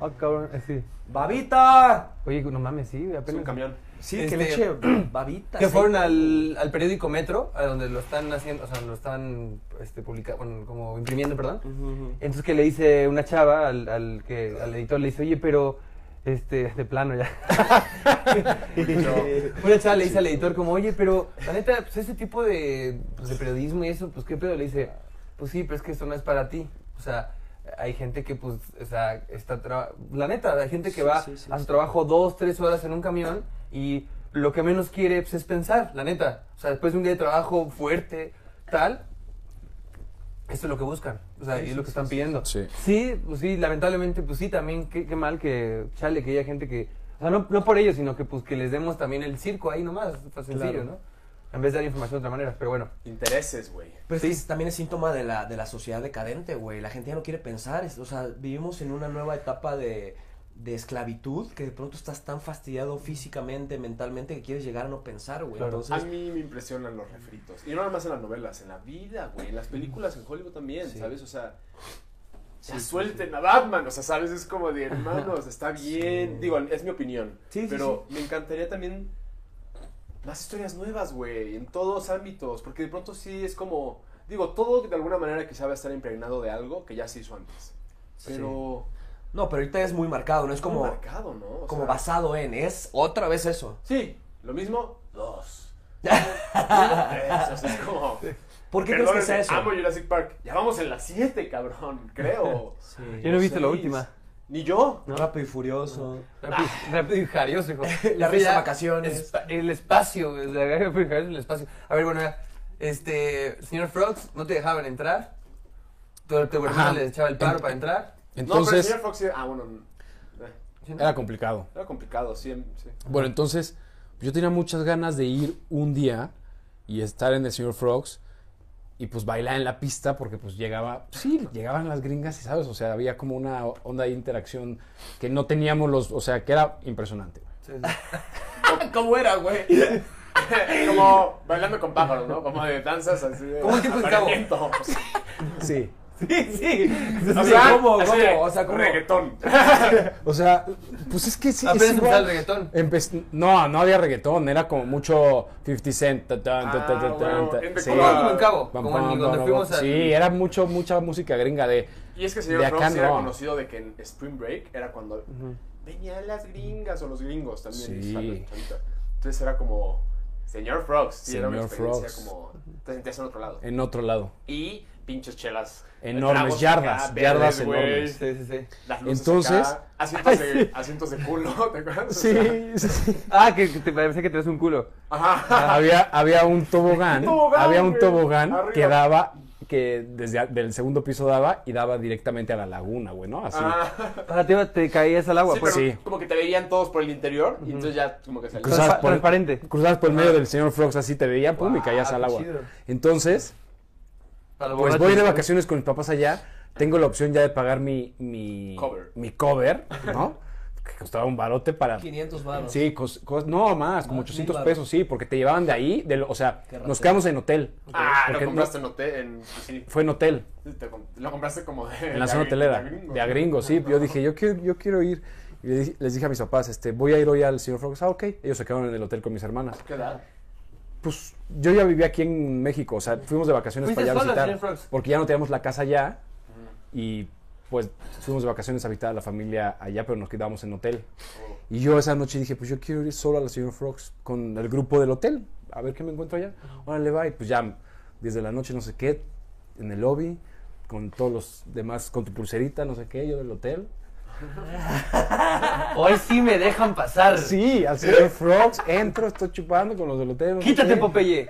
Speaker 2: Ah, cabrón, así.
Speaker 1: ¡Babita!
Speaker 2: Oye, no mames, sí,
Speaker 3: Es
Speaker 2: apenas.
Speaker 3: un camión.
Speaker 1: Sí,
Speaker 2: Este,
Speaker 1: que le eche babita.
Speaker 2: Que
Speaker 1: sí.
Speaker 2: fueron al, al periódico Metro, a donde lo están haciendo, o sea, lo están este, publicando, bueno, como imprimiendo, perdón.
Speaker 1: Ujú, ujú.
Speaker 2: Entonces que le dice una chava al, al que, al editor, le dice, oye, pero, este, de plano ya. una chava le dice al editor como, oye, pero, la neta, pues ese tipo de, pues, de periodismo y eso, pues qué pedo, le dice, pues sí, pero es que esto no es para ti. O sea, hay gente que, pues, o sea, está, tra- la neta, hay gente
Speaker 1: Sí,
Speaker 2: que va
Speaker 1: sí, sí,
Speaker 2: a su
Speaker 1: sí.
Speaker 2: trabajo dos, tres horas en un camión y lo que menos quiere, pues, es pensar, la neta. O sea, después de un día de trabajo fuerte, tal, esto es lo que buscan, o sea, y es lo que están pidiendo.
Speaker 5: sí.
Speaker 2: Sí, pues sí, lamentablemente, pues sí, también, qué, qué mal que, chale, que haya gente que, o sea, no, no por ellos, sino que pues que les demos también el circo ahí nomás, está sencillo,
Speaker 1: Claro.
Speaker 2: ¿no? En vez de dar información de otra manera, pero bueno.
Speaker 3: Intereses, güey.
Speaker 1: Pero es que también es síntoma de la, de la sociedad decadente, güey. La gente ya no quiere pensar. es- o sea, vivimos en una nueva etapa de, de esclavitud que de pronto estás tan fastidiado físicamente, mentalmente, que quieres llegar a no pensar, güey.
Speaker 2: Claro.
Speaker 1: Entonces,
Speaker 3: a mí me impresionan los refritos. Y no nada más en las novelas, en la vida, güey. En las películas, en Hollywood también, ¿sabes? O sea, ya suelten a Batman. O sea, ¿sabes? Es como de hermanos, está bien. Digo, es mi opinión.
Speaker 1: Sí, sí,
Speaker 3: pero me encantaría también más historias nuevas, güey. En todos ámbitos. Porque de pronto sí es como. Digo, todo de alguna manera quizá va a estar impregnado de algo que ya se hizo antes. Pero.
Speaker 1: no, pero ahorita es muy marcado, ¿no? Es como,
Speaker 3: muy marcado, ¿no? O
Speaker 1: como
Speaker 3: sea,
Speaker 1: basado en. Es otra vez eso.
Speaker 3: Sí, lo mismo, dos. Tres, o sea, es como.
Speaker 1: ¿Por qué crees que
Speaker 3: Perdónenme,
Speaker 1: sea eso?
Speaker 3: Amo Jurassic Park. Ya vamos en las 7, cabrón, creo.
Speaker 1: Sí.
Speaker 2: Yo no he visto la
Speaker 3: Seis.
Speaker 2: última.
Speaker 3: Ni yo.
Speaker 1: Rápido y furioso.
Speaker 2: Rápido, rápido y jarioso, hijo.
Speaker 1: Ah. La
Speaker 2: Eso
Speaker 1: risa
Speaker 2: ya-
Speaker 1: vacaciones.
Speaker 2: espa- el espacio, o sea, rápido y jarioso, el espacio. A ver, bueno, ya, este, señor Frogs, no te dejaban entrar, tu, tu hermano
Speaker 5: Ajá.
Speaker 2: le echaba el paro para entrar.
Speaker 3: no, pero el
Speaker 5: Entonces,
Speaker 3: señor Fox. sí- Ah, bueno. no. Eh,
Speaker 5: era complicado.
Speaker 3: Era complicado, sí. em, sí.
Speaker 5: Bueno, entonces, yo tenía muchas ganas de ir un día y estar en el señor Frogs y pues bailar en la pista porque pues llegaba, sí, llegaban las gringas y sabes, o sea, había como una onda de interacción que no teníamos los, o sea, que era impresionante.
Speaker 1: ¿Cómo era, güey?
Speaker 3: Como bailando con pájaros, ¿no? Como de danzas así de.
Speaker 2: Como un tipo de cabo.
Speaker 3: apareamiento.
Speaker 5: Sí.
Speaker 2: Sí, sí.
Speaker 1: O
Speaker 2: Sí.
Speaker 1: sea, ¿cómo,
Speaker 3: así
Speaker 1: cómo?
Speaker 3: de
Speaker 1: O sea, ¿cómo?
Speaker 3: Reggaetón.
Speaker 5: O sea, pues es que
Speaker 1: Ah,
Speaker 5: sí.
Speaker 2: Apenas
Speaker 5: es
Speaker 2: empezaba
Speaker 5: igual.
Speaker 2: el reggaetón.
Speaker 5: Empe- no, no había reggaetón, era como mucho 50 Cent. ta, ta, ta, ta, ta,
Speaker 3: Ah, bueno,
Speaker 5: ta,
Speaker 3: en The
Speaker 5: sí.
Speaker 2: Como
Speaker 3: Color.
Speaker 2: como en Cabo,
Speaker 5: Pam,
Speaker 2: como en
Speaker 5: pam,
Speaker 2: donde
Speaker 5: pam,
Speaker 2: fuimos
Speaker 5: pam.
Speaker 2: al-
Speaker 5: Sí, era mucho, mucha música gringa de.
Speaker 3: Y es que
Speaker 5: De
Speaker 3: señor
Speaker 5: acá
Speaker 3: Trump sí era
Speaker 5: no.
Speaker 3: conocido de que en Spring Break era cuando venían las gringas o los gringos también.
Speaker 5: Sí.
Speaker 3: salen ahorita. Entonces era como señor Frogs, sí, era una
Speaker 5: Señor
Speaker 3: experiencia
Speaker 5: Frogs.
Speaker 3: como te sentías en otro lado.
Speaker 5: En otro lado.
Speaker 3: Y pinches chelas
Speaker 5: Enormes,
Speaker 3: tragos
Speaker 5: yardas,
Speaker 3: acá,
Speaker 5: yardas
Speaker 3: güey,
Speaker 5: enormes.
Speaker 2: Sí, sí, sí.
Speaker 3: las luces
Speaker 5: Entonces-
Speaker 3: acá, asientos de, asientos de culo, ¿te acuerdas? O sea,
Speaker 5: Sí, sí.
Speaker 2: Ah, que, que te parecía que tenías un culo.
Speaker 3: Ajá.
Speaker 5: había, había un tobogán,
Speaker 3: Tobogán,
Speaker 5: había un
Speaker 3: güey.
Speaker 5: tobogán
Speaker 3: Arriba.
Speaker 5: que daba, que desde a- del segundo piso daba y daba directamente a la laguna, güey, ¿no? Así.
Speaker 3: Ah,
Speaker 2: Ah, te, iba- te caías al agua.
Speaker 3: sí,
Speaker 2: pues.
Speaker 3: pero
Speaker 5: sí.
Speaker 3: como que te veían todos por el interior y entonces ya como que
Speaker 5: Cruzaba-
Speaker 3: salías.
Speaker 2: Transpa-
Speaker 5: cruzabas por-
Speaker 2: transparente.
Speaker 5: Cruzabas por el medio del señor Frogs, así te veía, pum, y
Speaker 2: Guau,
Speaker 5: caías al
Speaker 2: qué
Speaker 5: agua.
Speaker 2: chido.
Speaker 5: Entonces,
Speaker 2: Para los
Speaker 5: pues
Speaker 2: borrachos.
Speaker 5: voy de vacaciones con mis papás allá, tengo la opción ya de pagar mi, mi
Speaker 3: Cover.
Speaker 5: mi cover, ¿no? que costaba un barote para
Speaker 6: 500 baros.
Speaker 5: Sí, cos- cos- no más, como
Speaker 6: Ah,
Speaker 5: 800
Speaker 6: mil
Speaker 5: pesos, sí, porque te llevaban de ahí, del- o sea,
Speaker 6: Qué
Speaker 5: nos
Speaker 6: ratero.
Speaker 5: quedamos en hotel.
Speaker 3: Ah, lo
Speaker 5: Porque no-
Speaker 3: compraste en hotel, en, sí,
Speaker 5: Fue en hotel,
Speaker 3: te com- lo compraste como de,
Speaker 5: en la zona hotelera, de a gringo, sí. Yo dije, yo quiero, yo quiero ir. Y les dije- les dije a mis papás, este, voy a ir hoy al señor Frogs. Ah, ok. Ellos se quedaron en el hotel con mis hermanas.
Speaker 3: ¿Qué edad?
Speaker 5: Pues yo ya vivía aquí en México, o sea, fuimos de vacaciones
Speaker 2: ¿Fuiste
Speaker 5: para allá a
Speaker 2: solo al
Speaker 5: visitar.
Speaker 2: señor Frogs?
Speaker 5: Porque ya no teníamos la casa allá y pues fuimos de vacaciones a visitar a la familia allá, pero nos quedábamos en hotel.
Speaker 2: Oh.
Speaker 5: Y yo esa noche dije, pues yo quiero ir solo al señor Frogs con el grupo del hotel, a ver qué me encuentro allá. Órale, va. Y pues ya, desde la noche, no sé qué, en el lobby, con todos los demás, con tu pulserita, no sé qué, yo del hotel.
Speaker 2: Hoy sí me dejan pasar.
Speaker 5: Sí, al señor Frogs, entro, estoy chupando con los del hotel. no sé
Speaker 2: Quítate,
Speaker 5: qué.
Speaker 2: Popeye.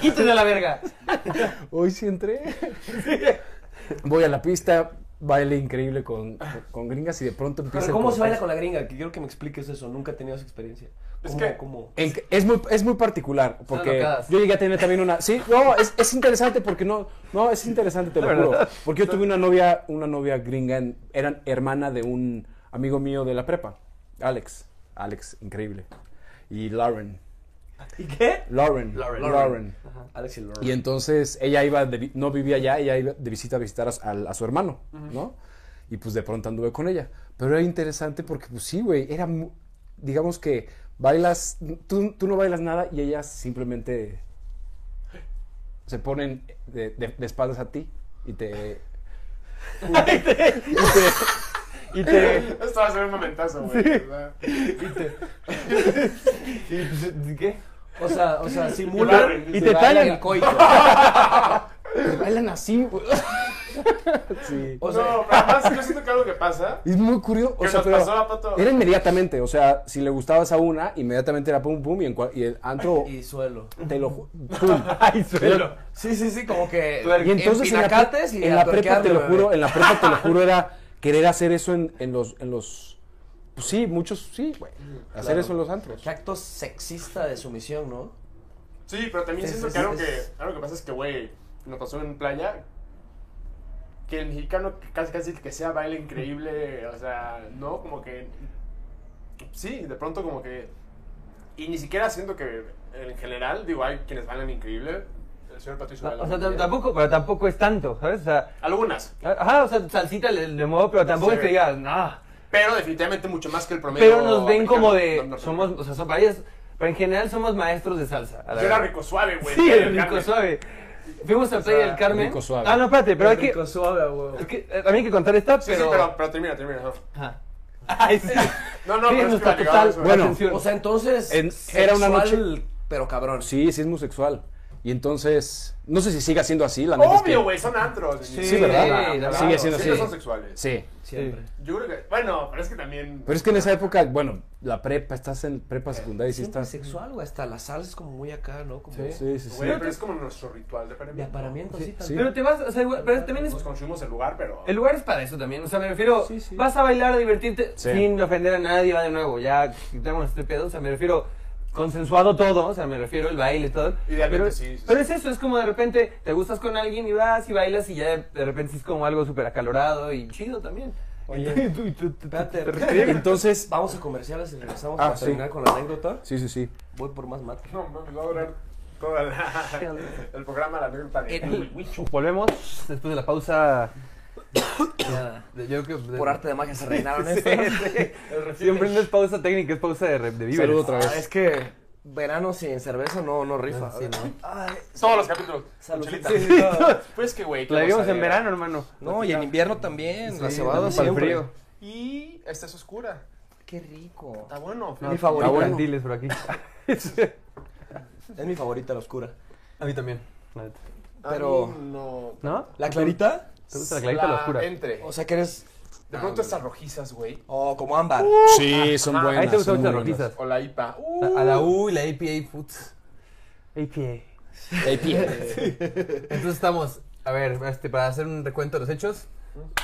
Speaker 2: Quítate a la verga.
Speaker 5: Hoy sí entré. Voy a la pista, baile increíble con, con gringas y de pronto empieza
Speaker 1: Pero
Speaker 5: el
Speaker 1: ¿cómo se baila
Speaker 5: cortejo.
Speaker 1: con la gringa? Que quiero que me expliques eso. Nunca he tenido esa experiencia.
Speaker 3: Es
Speaker 1: ¿Cómo,
Speaker 3: que-
Speaker 1: cómo?
Speaker 5: En- es, muy, es muy
Speaker 1: Ah,
Speaker 5: particular, porque
Speaker 2: alocadas.
Speaker 5: yo llegué a tener también una... Sí, no, es, es interesante porque no... No, es interesante, te lo juro. Porque yo tuve una novia, una novia gringa, en- era hermana de un amigo mío de la prepa, Alex. Alex, increíble. Y Lauren.
Speaker 1: ¿Y qué?
Speaker 5: Lauren.
Speaker 2: Lauren.
Speaker 5: Lauren.
Speaker 1: Alex y Lauren.
Speaker 5: Y entonces ella iba, de vi- no vivía allá, ella iba de visita a visitar a, su- al- a su hermano, ¿no? Y pues de pronto anduve con ella. Pero era interesante porque, pues sí, güey, era, mu- digamos que bailas, tú, tú no bailas nada y ellas simplemente se ponen de, de- de espaldas a ti y te... y te... y te-
Speaker 3: Esto va a ser un momentazo, güey. o sea.
Speaker 2: ¿Qué?
Speaker 1: O sea, o sea,
Speaker 3: Lauren,
Speaker 1: simulan
Speaker 3: dice,
Speaker 1: y te tallan
Speaker 5: "Bailan".
Speaker 1: el coito.
Speaker 5: te bailan así, güey. sí.
Speaker 1: O sea,
Speaker 3: No, pero además yo siento que algo que pasa.
Speaker 5: Es muy curioso. O
Speaker 3: Que
Speaker 5: sea,
Speaker 3: nos
Speaker 5: pero
Speaker 3: pasó a Pato.
Speaker 5: Era inmediatamente. O sea, si le gustabas a una, inmediatamente era pum pum y, en cua- y el antro.
Speaker 1: y suelo.
Speaker 5: Te lo ju- pum. Era-
Speaker 1: Sí, sí, sí, como que
Speaker 5: Y entonces en la, pre-
Speaker 1: pinacates y
Speaker 5: en
Speaker 1: a
Speaker 5: la prepa,
Speaker 1: tuerquearle,
Speaker 5: te lo
Speaker 1: bebé.
Speaker 5: juro, en la prepa te lo juro, era querer hacer eso en, en los. En los pues sí, muchos sí, güey. Hacer
Speaker 1: Claro.
Speaker 5: eso en los antros.
Speaker 1: Qué acto sexista de sumisión, ¿no?
Speaker 3: Sí, pero también
Speaker 1: Sí,
Speaker 3: siento
Speaker 1: sí, sí,
Speaker 3: que, algo
Speaker 1: sí.
Speaker 3: que algo que pasa es que, güey, nos pasó en playa. Que el mexicano que casi casi que sea baile increíble, o sea, no, como que. Sí, de pronto como que. Y ni siquiera siento que en general, digo, hay quienes bailan increíble. El señor Patricio baila
Speaker 2: O sea,
Speaker 3: muy
Speaker 2: tam-
Speaker 3: bien.
Speaker 2: tampoco, pero tampoco es tanto, ¿sabes? O sea,
Speaker 3: Algunas.
Speaker 2: ajá, o sea, salsita le, le muevo, pero tampoco
Speaker 3: Sí.
Speaker 2: es que digas, no.
Speaker 3: Pero definitivamente mucho más que el promedio.
Speaker 2: Pero nos ven como
Speaker 3: americano,
Speaker 2: de,
Speaker 3: norteamericano.
Speaker 2: somos, o sea, son varias, pero en general somos maestros de salsa. a la
Speaker 3: Yo era
Speaker 2: verdad.
Speaker 3: rico suave, güey.
Speaker 2: Sí,
Speaker 3: Era
Speaker 2: el rico
Speaker 3: carne.
Speaker 2: suave. Fuimos a Playa del Carmen.
Speaker 5: rico suave.
Speaker 2: Ah, no, espérate, pero hay que,
Speaker 6: Rico, suave, a huevo.
Speaker 2: es que, eh, también hay que contar esta,
Speaker 3: Sí,
Speaker 2: pero...
Speaker 3: sí, pero, pero termina, termina. ajá.
Speaker 2: Ajá. Ay, sí.
Speaker 3: No, no,
Speaker 2: Sí,
Speaker 3: pero es que
Speaker 2: nuestra
Speaker 3: iba ligado a
Speaker 2: total
Speaker 3: eso.
Speaker 5: Bueno,
Speaker 2: atención.
Speaker 1: O sea, entonces
Speaker 5: En- era una
Speaker 1: sexual, pero cabrón.
Speaker 5: Sí, sí es muy sexual. Y entonces. No sé si siga siendo así, la neta. es que-
Speaker 3: Obvio, güey, son antros.
Speaker 5: Sí, ¿verdad?
Speaker 2: Sí,
Speaker 3: Claro,
Speaker 5: Sigue siendo
Speaker 3: siempre
Speaker 5: así.
Speaker 3: son sexuales.
Speaker 5: Sí.
Speaker 1: Siempre.
Speaker 3: Yo creo que. Bueno, pero es que también.
Speaker 5: Pero es que en esa época, bueno, la prepa, estás en prepa secundaria y sí
Speaker 1: Siempre
Speaker 5: estás.
Speaker 1: sexual, güey. Hasta la salsa es como muy acá, ¿no? Como
Speaker 5: Sí, sí, sí.
Speaker 3: Güey, pero es como nuestro ritual de
Speaker 1: de
Speaker 3: apareamiento.
Speaker 1: aparamiento, sí,
Speaker 5: Sí.
Speaker 2: Pero te vas, o sea, igual- pero también es...
Speaker 3: Nos consumimos el lugar, pero.
Speaker 2: El lugar es para eso también, o sea, me refiero,
Speaker 5: Sí, sí.
Speaker 2: vas a bailar, a divertirte,
Speaker 5: Sí.
Speaker 2: sin ofender a nadie, va de nuevo, ya quitamos este pedo, o sea, me refiero, consensuado todo, o sea, me refiero el baile y todo.
Speaker 3: Idealmente,
Speaker 2: pero,
Speaker 3: sí, sí,
Speaker 2: Pero
Speaker 3: sí.
Speaker 2: es eso, es como de repente, te gustas con alguien y vas y bailas y ya de repente es como algo súper acalorado y chido también.
Speaker 1: Oye, espérate.
Speaker 5: Entonces.
Speaker 1: Vamos a comerciales y regresamos
Speaker 5: Ah,
Speaker 1: para
Speaker 5: sí.
Speaker 1: terminar con la anécdota.
Speaker 5: Sí, sí, sí.
Speaker 1: Voy por más mate.
Speaker 3: No, mames, va a durar Todo la- el programa La Anécdota de
Speaker 2: En- Volvemos después de la pausa. Ya, yo creo que
Speaker 1: Por arte de magia se rellenaron esto.
Speaker 2: siempre no es pausa técnica, es pausa de, re- de víveres.
Speaker 5: Saludo otra
Speaker 1: Ah,
Speaker 5: vez.
Speaker 1: es que verano sin cerveza no, no rifa. Ah,
Speaker 2: Sí, ¿no?
Speaker 3: Todos los capítulos.
Speaker 1: Salud.
Speaker 3: Chelita.
Speaker 1: Sí, sí, todo.
Speaker 3: Pues que, güey. ¿qué
Speaker 2: La vimos
Speaker 3: osadía.
Speaker 2: en verano, hermano.
Speaker 1: No, y en invierno también. la
Speaker 2: Sí,
Speaker 1: cebada
Speaker 2: también para el
Speaker 1: siempre.
Speaker 2: frío.
Speaker 3: Y esta es oscura.
Speaker 1: Qué rico.
Speaker 3: Está bueno.
Speaker 1: Mi favorita.
Speaker 2: Está bueno. Diles por aquí.
Speaker 1: Es mi favorita, la oscura.
Speaker 2: A mí también.
Speaker 3: A
Speaker 1: pero-
Speaker 3: mí No.
Speaker 2: ¿No?
Speaker 1: ¿La clarita?
Speaker 2: ¿Te gusta la clarita o la oscura?
Speaker 3: Entre.
Speaker 1: O sea que eres.
Speaker 3: De pronto estas rojizas, güey.
Speaker 1: Oh, como ámbar.
Speaker 5: Uh, Sí, son
Speaker 3: Ajá.
Speaker 5: buenas.
Speaker 2: Ahí te gustan
Speaker 5: son muy
Speaker 2: mucho las
Speaker 5: buenas.
Speaker 2: rojizas.
Speaker 3: O la IPA. Uh,
Speaker 2: A la U y la APA Foods. APA.
Speaker 5: Ey, pie.
Speaker 2: Entonces estamos, a ver, este, para hacer un recuento de los hechos.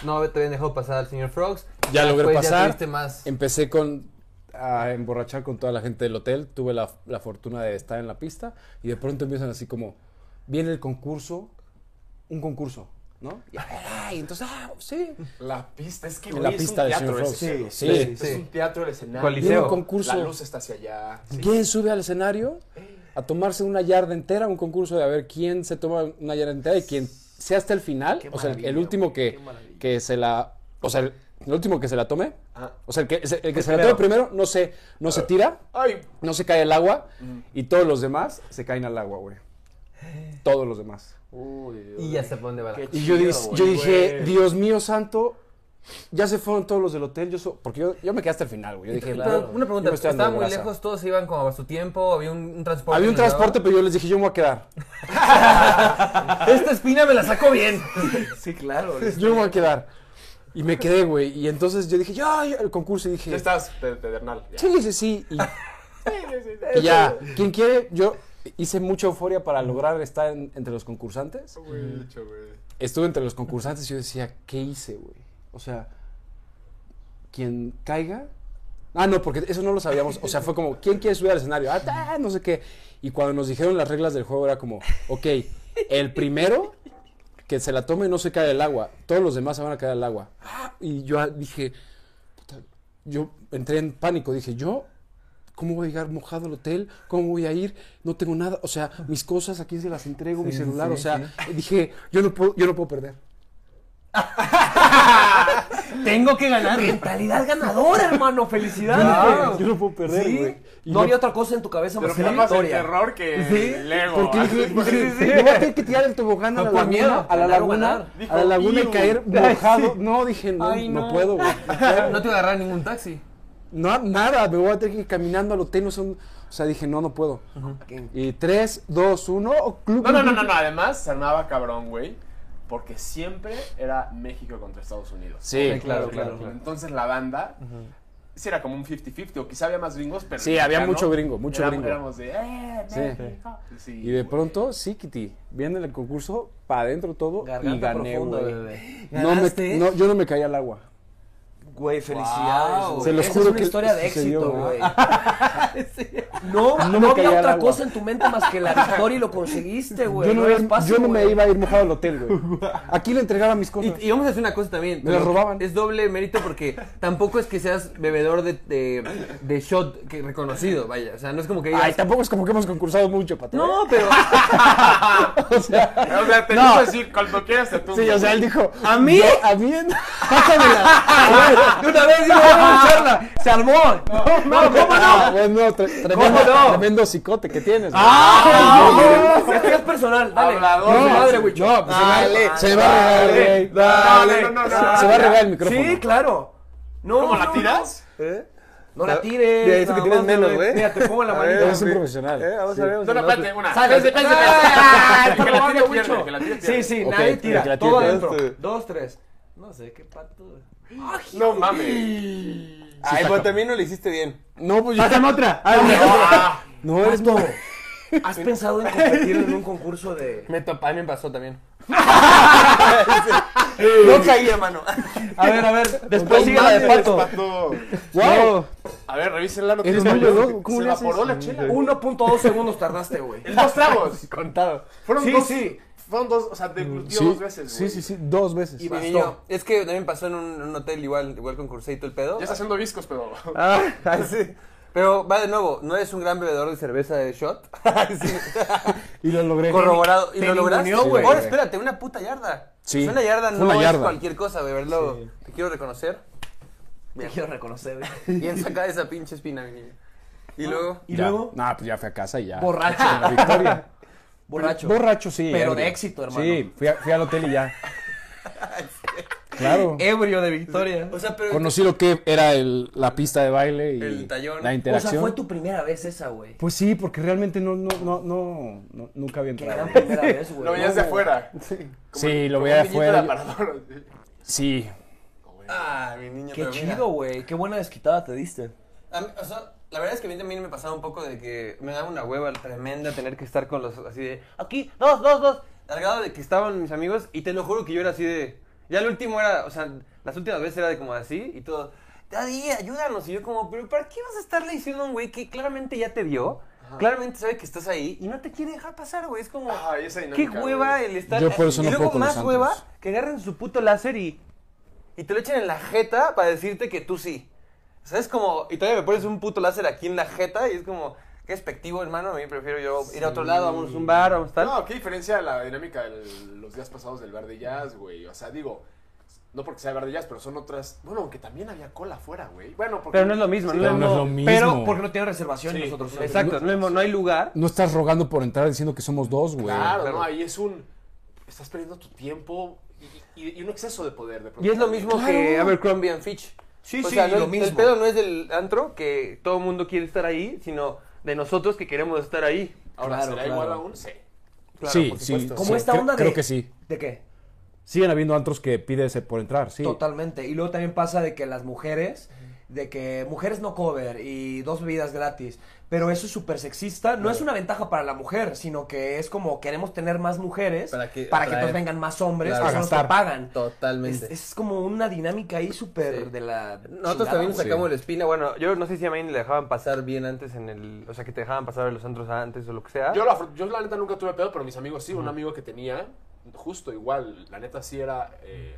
Speaker 2: No te habían dejado pasar al señor Frogs.
Speaker 5: Ya logré
Speaker 2: después Ya
Speaker 5: pasar.
Speaker 2: tuviste más.
Speaker 5: Empecé con a emborrachar con toda la gente del hotel. Tuve la, la fortuna de estar en la pista y de pronto empiezan así como viene el concurso, un concurso, ¿no? Y, ay, entonces ah, sí.
Speaker 3: la pista. Es que,
Speaker 5: En
Speaker 3: güey,
Speaker 5: la
Speaker 3: es
Speaker 5: pista
Speaker 3: un
Speaker 5: del
Speaker 3: teatro.
Speaker 5: señor
Speaker 3: ese
Speaker 5: Frogs.
Speaker 3: escenario.
Speaker 5: Sí,
Speaker 2: sí.
Speaker 3: Es un teatro, el escenario.
Speaker 2: Coliseo.
Speaker 5: Viene un
Speaker 3: La
Speaker 5: concurso.
Speaker 3: luz está hacia allá.
Speaker 5: ¿Quién sube al escenario a tomarse una yarda entera? Un concurso de a ver quién se toma una yarda entera y quién sea hasta el final. O sea, el- el último que, que se la. O sea, el, el último que se la tome.
Speaker 3: Ah.
Speaker 5: O sea, el que, el que se la tome primero no se, no se tira,
Speaker 3: Ay,
Speaker 5: no se cae al agua y todos los demás se caen al agua, güey. Todos los demás.
Speaker 2: Y ya sé por dónde va la
Speaker 1: Qué
Speaker 2: cosa.
Speaker 5: Y yo,
Speaker 1: Chido, Pues
Speaker 5: dis-
Speaker 1: güey.
Speaker 5: yo dije, Dios mío santo, ya se fueron todos los del hotel. Yo so- porque yo, yo me quedé hasta el final, güey. Yo dije,
Speaker 2: Pero
Speaker 5: "No,
Speaker 2: una
Speaker 5: yo
Speaker 2: pregunta,
Speaker 5: me estoy dando
Speaker 2: ¿estaban muy
Speaker 5: grasa".
Speaker 2: lejos? ¿Todos se iban como a su tiempo? ¿Había un, un transporte?
Speaker 5: Había un
Speaker 2: que les
Speaker 5: transporte, pero yo les dije, yo me voy a quedar.
Speaker 2: daba? Esta espina me la sacó bien.
Speaker 1: Sí, claro.
Speaker 5: Yo me voy a quedar. Y me quedé, güey. Y entonces yo dije, ya, ya, el concurso. Y
Speaker 3: ya
Speaker 5: dije,
Speaker 3: estás pe- pedernal. ya.
Speaker 5: sí, sí, sí. Y, y ya, quien quiere, yo hice mucha euforia para lograr estar en- entre los concursantes.
Speaker 3: Güey, hecho, güey.
Speaker 5: Estuve entre los concursantes y yo decía, ¿qué hice, güey? O sea, quien caiga. Ah, no, porque eso no lo sabíamos. O sea, fue como, ¿quién quiere subir al escenario? Ah, ta, no sé qué. Y cuando nos dijeron las reglas del juego era como, ok, el primero que se la tome no se cae el agua. Todos los demás se van a caer al agua. Ah, Y yo dije, puta, yo entré en pánico. Dije, ¿yo? ¿Cómo voy a llegar mojado al hotel? ¿Cómo voy a ir? No tengo nada. O sea, mis cosas, ¿a quién se las entrego? mi
Speaker 2: Sí,
Speaker 5: celular.
Speaker 2: sí,
Speaker 5: o sea, dije, yo no puedo, yo no puedo perder.
Speaker 2: Tengo que ganar.
Speaker 1: Mentalidad ganadora, hermano. Felicidades.
Speaker 2: Claro.
Speaker 5: Yo no puedo perder,
Speaker 1: Sí.
Speaker 5: güey. Y
Speaker 1: No
Speaker 5: yo-
Speaker 1: había otra cosa en tu cabeza
Speaker 3: Pero
Speaker 1: más
Speaker 3: que
Speaker 1: que la
Speaker 3: más el
Speaker 1: victoria.
Speaker 3: terror que
Speaker 2: Sí,
Speaker 3: el ego.
Speaker 5: Porque
Speaker 3: ¿ah?
Speaker 5: dije, dije, me voy a tener que tirar el tobogán a la
Speaker 2: Por
Speaker 5: laguna,
Speaker 2: miedo,
Speaker 5: a la
Speaker 1: ganar o
Speaker 5: laguna,
Speaker 1: ganar.
Speaker 5: a la
Speaker 3: Dijo,
Speaker 5: laguna y
Speaker 3: "Iu".
Speaker 5: caer mojado. No, dije, no,
Speaker 2: Ay,
Speaker 5: no
Speaker 2: no.
Speaker 5: puedo, güey. No puedo.
Speaker 2: No te iba a agarrar ningún taxi.
Speaker 5: No, nada, me voy a tener que ir caminando al hotel, no sé, un- o sea, dije, no, no puedo. Y 3, 2, 1, club.
Speaker 3: No, no, no, no, no. Además, se armaba cabrón, güey. Porque siempre era México contra Estados Unidos.
Speaker 5: Sí,
Speaker 2: claro, claro, claro.
Speaker 3: Entonces la banda, sí era como un 50-50, o quizá había más gringos, pero.
Speaker 5: Sí, había
Speaker 3: ya no.
Speaker 5: mucho gringo, mucho
Speaker 3: Era-
Speaker 5: gringo.
Speaker 3: Éramos de, ¡eh,
Speaker 5: Sí.
Speaker 3: México! Sí,
Speaker 5: Y de
Speaker 3: güey.
Speaker 5: pronto, sí, Kitty, viene el concurso, para adentro todo, y
Speaker 1: Garganta
Speaker 5: gané,
Speaker 1: profunda,
Speaker 5: güey.
Speaker 1: bebé.
Speaker 5: No, me-
Speaker 2: ¿Ganaste?
Speaker 5: no, yo no me caí al agua.
Speaker 1: Güey, felicidades.
Speaker 2: Wow.
Speaker 1: güey.
Speaker 5: Se los
Speaker 1: Esa
Speaker 5: juro
Speaker 1: es una
Speaker 5: que
Speaker 1: historia de
Speaker 5: sucedió,
Speaker 1: éxito,
Speaker 5: güey.
Speaker 1: güey. No,
Speaker 5: No
Speaker 1: no,
Speaker 5: me caía
Speaker 1: había
Speaker 5: al
Speaker 1: otra
Speaker 5: agua.
Speaker 1: cosa en tu mente más que la victoria y lo conseguiste, güey.
Speaker 5: yo no,
Speaker 1: había
Speaker 5: iba-
Speaker 1: espacio,
Speaker 5: yo no me
Speaker 1: güey.
Speaker 5: iba a ir mojado al hotel, güey. Aquí le entregaba mis cosas.
Speaker 2: Y, y vamos a hacer una cosa también.
Speaker 5: Me lo robaban.
Speaker 2: Es doble mérito porque tampoco es que seas bebedor de, de, de shot que reconocido, vaya. O sea, no es como que digas,
Speaker 5: Ay, tampoco es como que hemos concursado mucho, pato. ¿eh?
Speaker 2: No, pero.
Speaker 5: o sea,
Speaker 3: O sea, te
Speaker 5: No.
Speaker 3: quiso decir, cuando quieras te tumbo.
Speaker 5: sí, o sea, él
Speaker 3: pues, güey.
Speaker 5: dijo.
Speaker 2: ¿A mí?
Speaker 5: yo- A mí, en- pásamela.
Speaker 1: De una vez, digo, vamos a echarla. Se armó.
Speaker 5: ¿Cómo no? Ah, Bueno, tre- tremendo,
Speaker 1: no?
Speaker 5: tremendo cicote que tienes.
Speaker 1: Ah, no, Este es personal, dale.
Speaker 3: Hablador.
Speaker 1: No,
Speaker 3: Sí,
Speaker 1: madre,
Speaker 3: sí.
Speaker 1: güey.
Speaker 5: güey. No, pues se va-
Speaker 1: Dale,
Speaker 5: se va a regar,
Speaker 3: dale,
Speaker 5: güey.
Speaker 3: dale.
Speaker 5: Se-
Speaker 3: No, no, no,
Speaker 5: ¿eh? se,
Speaker 3: no,
Speaker 5: va a
Speaker 3: no.
Speaker 5: regar el micrófono.
Speaker 1: Sí, claro. No,
Speaker 3: ¿Cómo
Speaker 1: no,
Speaker 3: la
Speaker 1: no.
Speaker 3: tiras?
Speaker 6: ¿Eh?
Speaker 1: No la tires.
Speaker 6: Mira, eso que
Speaker 1: nada
Speaker 6: tienes
Speaker 1: más,
Speaker 6: menos, güey.
Speaker 1: Mira, te pongo la
Speaker 6: A
Speaker 1: manita.
Speaker 6: ver,
Speaker 5: Es un profesional.
Speaker 6: Eh, vamos a ver. vamos
Speaker 3: No,
Speaker 6: a
Speaker 3: no,
Speaker 6: ver.
Speaker 3: espérate, una.
Speaker 1: Sale,
Speaker 3: Pense, pense,
Speaker 1: sale.
Speaker 3: pense.
Speaker 1: Ah,
Speaker 3: Que la
Speaker 1: tomando
Speaker 3: tira,
Speaker 1: mucho.
Speaker 3: pierde, que la tira,
Speaker 1: Sí,
Speaker 3: pierde.
Speaker 1: sí,
Speaker 5: Ok,
Speaker 1: nadie
Speaker 5: que la
Speaker 1: tira.
Speaker 5: tire,
Speaker 1: Todo
Speaker 5: que la
Speaker 1: adentro.
Speaker 2: este.
Speaker 6: tire.
Speaker 1: Dos, tres. No sé, qué pato.
Speaker 3: No mames.
Speaker 6: Ay, pero también no lo hiciste bien.
Speaker 5: No, pues yo. Pásame otra.
Speaker 3: Ah,
Speaker 5: no, eres no.
Speaker 1: ¿Has pensado en competir en un concurso de...?
Speaker 2: Me to- a mí me pasó también.
Speaker 6: No caía, mano.
Speaker 2: A ver, a ver.
Speaker 1: Después sigue la de pato.
Speaker 6: Pato.
Speaker 5: Wow.
Speaker 3: A ver, revisen la
Speaker 5: Eres
Speaker 3: noticia.
Speaker 5: muy veloz. ¿Cómo
Speaker 3: Se
Speaker 5: le haces?
Speaker 3: evaporó la chela.
Speaker 1: 1.2 segundos tardaste, güey.
Speaker 3: En dos tragos.
Speaker 2: Contado.
Speaker 3: Fueron
Speaker 1: Sí,
Speaker 3: dos.
Speaker 1: sí.
Speaker 3: Fueron dos, o sea, deglutió
Speaker 5: Sí,
Speaker 3: dos veces,
Speaker 5: sí,
Speaker 3: güey.
Speaker 5: sí, sí, dos veces.
Speaker 1: Y
Speaker 2: Mi
Speaker 1: bastó.
Speaker 2: niño, es que también pasó en un, en un hotel igual, igual con Cursé y todo el pedo.
Speaker 3: Ya está haciendo discos, pero.
Speaker 6: Ah, ay, sí.
Speaker 2: Pero va de nuevo, no eres un gran bebedor de cerveza de shot. Sí.
Speaker 5: Y lo logré.
Speaker 2: Corroborado. Y
Speaker 1: Te
Speaker 2: lo lograste.
Speaker 1: ninguneó,
Speaker 5: güey.
Speaker 2: Ahora espérate, una puta yarda.
Speaker 5: Sí.
Speaker 2: Una yarda
Speaker 5: Fue
Speaker 2: no
Speaker 5: una yarda.
Speaker 2: es cualquier cosa, güey, ¿verdad? Te quiero reconocer.
Speaker 1: Te quiero reconocer. güey.
Speaker 2: Bien sacada esa pinche espina, mi niño. Y luego.
Speaker 1: Y
Speaker 5: Ya.
Speaker 1: luego,
Speaker 5: Nah, pues ya fui a casa y ya.
Speaker 1: borracho.
Speaker 5: La victoria.
Speaker 1: borracho.
Speaker 5: Borracho, sí.
Speaker 1: Pero
Speaker 5: ebrio.
Speaker 1: de éxito, hermano.
Speaker 5: Sí, fui, a- fui al hotel y ya. Claro.
Speaker 1: Ebrio de victoria.
Speaker 2: O sea, pero.
Speaker 5: Conocí lo que era el- la pista de baile y
Speaker 2: El tallón.
Speaker 5: la
Speaker 1: O sea,
Speaker 5: interacción.
Speaker 1: fue tu primera vez esa, güey.
Speaker 5: Pues sí, porque realmente no, no, no, no, no- nunca había
Speaker 1: Qué
Speaker 5: entrado.
Speaker 1: gran primera vez, güey.
Speaker 3: Lo veías de afuera.
Speaker 5: Sí, lo
Speaker 3: Como
Speaker 5: veía
Speaker 3: un niñito de
Speaker 5: afuera.
Speaker 3: aparador, así.
Speaker 5: Sí.
Speaker 2: Ah, mi niño,
Speaker 1: Qué
Speaker 2: pero mira.
Speaker 1: chido, güey. Qué buena desquitada te diste.
Speaker 2: A mí, o sea, la verdad es que a mí también me pasaba un poco de que me daba una hueva tremenda tener que estar con los así de aquí, dos, dos, dos. Al grado de que estaban mis amigos y te lo juro que yo era así de. Ya el último era, o sea, las últimas veces era de como así y todo. Daddy, ayúdanos. Y yo como, pero ¿para qué vas a estarle diciendo a un güey que claramente ya te vio? Claramente sabe que estás ahí y no te quiere dejar pasar, güey. Es como,
Speaker 3: Ay, esa
Speaker 2: qué
Speaker 3: dinámica,
Speaker 2: hueva
Speaker 3: güey.
Speaker 2: el estar.
Speaker 5: Yo por eso
Speaker 2: y
Speaker 5: no
Speaker 2: luego
Speaker 5: puedo con los
Speaker 2: más
Speaker 5: santos.
Speaker 2: hueva que agarren su puto láser y y te lo echan en la jeta para decirte que tú sí. O sea, es como, y todavía me pones un puto láser aquí en la jeta y es como, qué despectivo, hermano. A mí prefiero yo ir a otro lado, vamos a un bar, vamos a tal.
Speaker 3: No, qué diferencia la dinámica de los días pasados del bar de jazz, güey. O sea, digo, no porque sea bar de jazz, pero son otras. Bueno, aunque también había cola afuera, güey. Bueno, porque.
Speaker 2: Pero no es lo mismo, no,
Speaker 5: Pero no es lo mismo.
Speaker 1: Pero porque no tiene reservación y nosotros. no.
Speaker 2: Exacto, no, hay- no hay lugar.
Speaker 5: No estás rogando por entrar diciendo que somos dos, güey.
Speaker 3: Claro,
Speaker 2: Claro.
Speaker 3: no, ahí es un. Estás perdiendo tu tiempo y, y- y un exceso de poder de pronto.
Speaker 2: Y es lo mismo que Abercrombie and Fitch.
Speaker 1: Sí,
Speaker 2: o
Speaker 1: sí,
Speaker 2: sea, no-
Speaker 1: lo
Speaker 2: El
Speaker 1: mismo.
Speaker 2: pedo no es del antro que todo el mundo quiere estar ahí, sino de nosotros que queremos estar ahí.
Speaker 3: Ahora,
Speaker 1: Claro,
Speaker 3: ¿será
Speaker 1: claro.
Speaker 3: igual aún? Sí.
Speaker 2: Claro,
Speaker 5: sí,
Speaker 2: por
Speaker 5: sí.
Speaker 2: supuesto.
Speaker 1: Como
Speaker 5: sí,
Speaker 1: esta
Speaker 5: cre-
Speaker 1: onda de.
Speaker 5: Creo que sí.
Speaker 1: ¿De qué?
Speaker 5: Siguen habiendo antros que pides por entrar, sí.
Speaker 1: Totalmente. Y luego también pasa de que las mujeres, de que mujeres no cover y dos bebidas gratis. Pero eso es súper sexista. No es una ventaja para la mujer, sino que es como queremos tener más mujeres
Speaker 7: Para que
Speaker 1: nos
Speaker 7: atraer.
Speaker 1: vengan más hombres
Speaker 7: Claro.
Speaker 1: que son los que
Speaker 5: Gastar.
Speaker 1: pagan.
Speaker 2: pues,
Speaker 1: Es,
Speaker 7: Totalmente.
Speaker 1: es como una dinámica ahí súper
Speaker 2: Sí.
Speaker 1: de la.
Speaker 2: Nosotros
Speaker 1: chingada,
Speaker 2: también
Speaker 1: güey.
Speaker 2: nos sacamos la espina. Bueno, yo no sé si a Maine le dejaban pasar bien antes en el. O sea, que te dejaban pasar a los antros antes o lo que sea.
Speaker 3: Yo, la, fr- yo la neta nunca tuve pedo, pero mis amigos sí. Un amigo que tenía, justo igual, la neta sí era eh,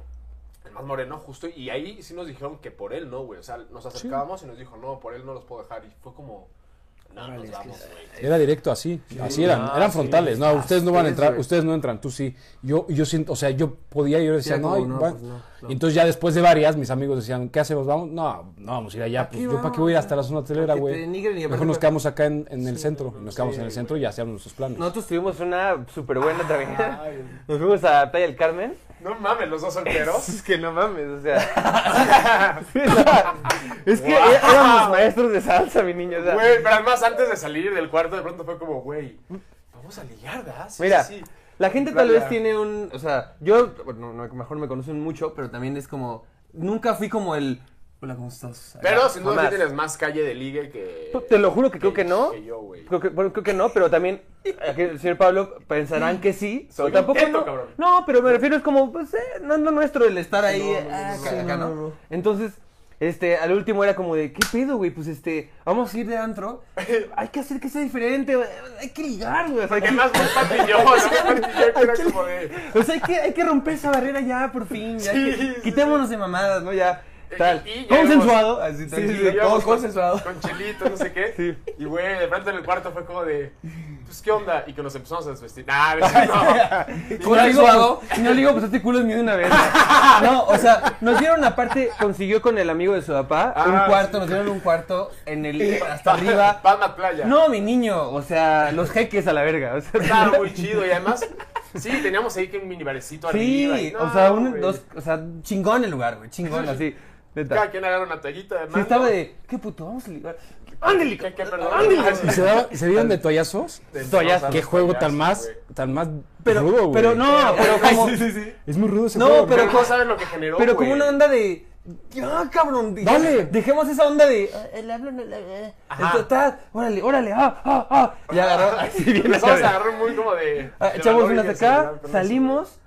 Speaker 3: el más moreno, justo. Y ahí sí nos dijeron que por él no, güey. O sea, nos acercábamos y nos dijo, no, por él no los puedo dejar. Y fue como, no, nos vamos, güey.
Speaker 5: Era directo así, así eran, eran frontales, no, ustedes no van a entrar,
Speaker 2: güey.
Speaker 5: ustedes no entran, tú sí. Yo, yo siento, o sea, yo podía, yo decía,
Speaker 8: era
Speaker 5: no,
Speaker 8: como,
Speaker 5: ahí
Speaker 8: no,
Speaker 5: va".
Speaker 8: pues no, no.
Speaker 5: Y Entonces ya después de varias, mis amigos decían, ¿qué hacemos? Vamos, no, no vamos a ir allá, pues yo para qué voy a ir hasta la zona hotelera,
Speaker 2: Que te
Speaker 5: güey.
Speaker 2: denigren y
Speaker 5: Mejor
Speaker 2: aparte-
Speaker 5: nos quedamos acá en, en el centro, nos quedamos en el centro y hacíamos nuestros planes.
Speaker 2: Nosotros tuvimos una súper
Speaker 3: Ah,
Speaker 2: buena también. Nos fuimos a Playa del Carmen.
Speaker 3: No mames, los dos solteros.
Speaker 2: Es que no mames, o sea. Sí, o sea, es que é- éramos maestros de salsa, mi niño. o sea.
Speaker 3: Güey, pero además antes de salir del cuarto, de pronto fue como, güey, vamos a ligar, ¿verdad? Sí,
Speaker 2: Mm. Mira,
Speaker 3: sí.
Speaker 2: la gente tal
Speaker 3: Playa.
Speaker 2: vez tiene un. O sea, yo, bueno, no- mejor me conocen mucho, pero también es como. Nunca fui como el. Hola, ¿cómo estás?
Speaker 3: Pero
Speaker 2: Acá,
Speaker 3: sin duda
Speaker 2: jamás.
Speaker 3: sí tienes más calle de ligue que.
Speaker 2: Pues, Te lo juro que creo que no.
Speaker 3: yo, güey.
Speaker 2: Creo que, bueno, creo que no, pero también aquí el señor Pablo pensarán que sí.
Speaker 3: Soy
Speaker 2: pero tampoco
Speaker 3: intento,
Speaker 2: no,
Speaker 3: cabrón.
Speaker 2: no, pero me refiero es como, pues, eh, no es lo nuestro el estar ahí.
Speaker 1: no, no,
Speaker 2: ah,
Speaker 1: no,
Speaker 2: acá,
Speaker 1: no,
Speaker 2: acá,
Speaker 1: no,
Speaker 2: ¿no?
Speaker 1: no.
Speaker 2: Entonces, este, al último era como de, ¿qué pedo, güey? Pues, este, vamos a ir de antro. Hay que hacer que sea diferente, güey, hay que ligar, güey. o sea, hay que-
Speaker 3: Además, muy patilloso, muy patilloso, era como de.
Speaker 2: o sea, hay que, hay que romper esa barrera ya, por fin. ya,
Speaker 3: Sí,
Speaker 2: que-
Speaker 3: sí, sí.
Speaker 2: quitémonos de mamadas, ¿no? Ya, tal.
Speaker 3: Y- y llegamos-
Speaker 2: Consensuado. Así,
Speaker 3: Sí, sí,
Speaker 2: tranquilo.
Speaker 3: sí, todo
Speaker 1: consensuado.
Speaker 3: Con chelitos, no sé qué. Y güey, de pronto en el cuarto fue como de. Pues qué onda. Y que nos empezamos a desvestir. Nah, no, no.
Speaker 2: Y no le digo, pues, y no le digo, pues este culo es mío de una vez. No, o sea, nos dieron aparte, consiguió con el amigo de su papá
Speaker 3: Ah,
Speaker 2: un cuarto,
Speaker 3: sí.
Speaker 2: nos dieron un cuarto en el hasta arriba.
Speaker 3: Palma Playa.
Speaker 2: No, mi niño, o sea, los jeques a la verga. O sea,
Speaker 3: Estaba muy chido. Y además, sí, teníamos ahí que un mini barecito arriba.
Speaker 2: sí,
Speaker 3: y-
Speaker 2: o sea,
Speaker 3: no,
Speaker 2: un,
Speaker 3: güey.
Speaker 2: dos, o sea, chingón el lugar, güey, chingón, así.
Speaker 3: Cada
Speaker 2: Neta.
Speaker 3: quien agarra una toallita de
Speaker 2: Sí,
Speaker 3: mano.
Speaker 2: estaba de, qué puto, vamos a ligar.
Speaker 3: Ándale, que, que perdón. Ah, sí.
Speaker 5: ¿Y se, daba- se dieron de toallazos?
Speaker 2: Toallazos.
Speaker 5: ¿Qué juego tan más, tan más rudo, güey?
Speaker 2: Pero no, pero como,
Speaker 5: Es muy rudo ese
Speaker 2: No,
Speaker 5: juego.
Speaker 3: Pero,
Speaker 2: Pero
Speaker 3: no
Speaker 2: co-
Speaker 3: sabes lo que generó.
Speaker 2: pero como
Speaker 3: güey.
Speaker 2: una onda de, ya, cabrón, dije-
Speaker 5: Dale.
Speaker 2: dejemos esa onda de, "Ah, el habla, no la- eh". Entonces, ta, órale, órale, ah, ah, ah. Y agarró, así bien la
Speaker 3: Empezamos a
Speaker 2: cabeza.
Speaker 3: agarrar muy como de.
Speaker 2: Ah,
Speaker 3: de
Speaker 2: Echamos
Speaker 3: valor y
Speaker 2: unas
Speaker 3: de
Speaker 2: acá,
Speaker 3: celebrar con
Speaker 2: salimos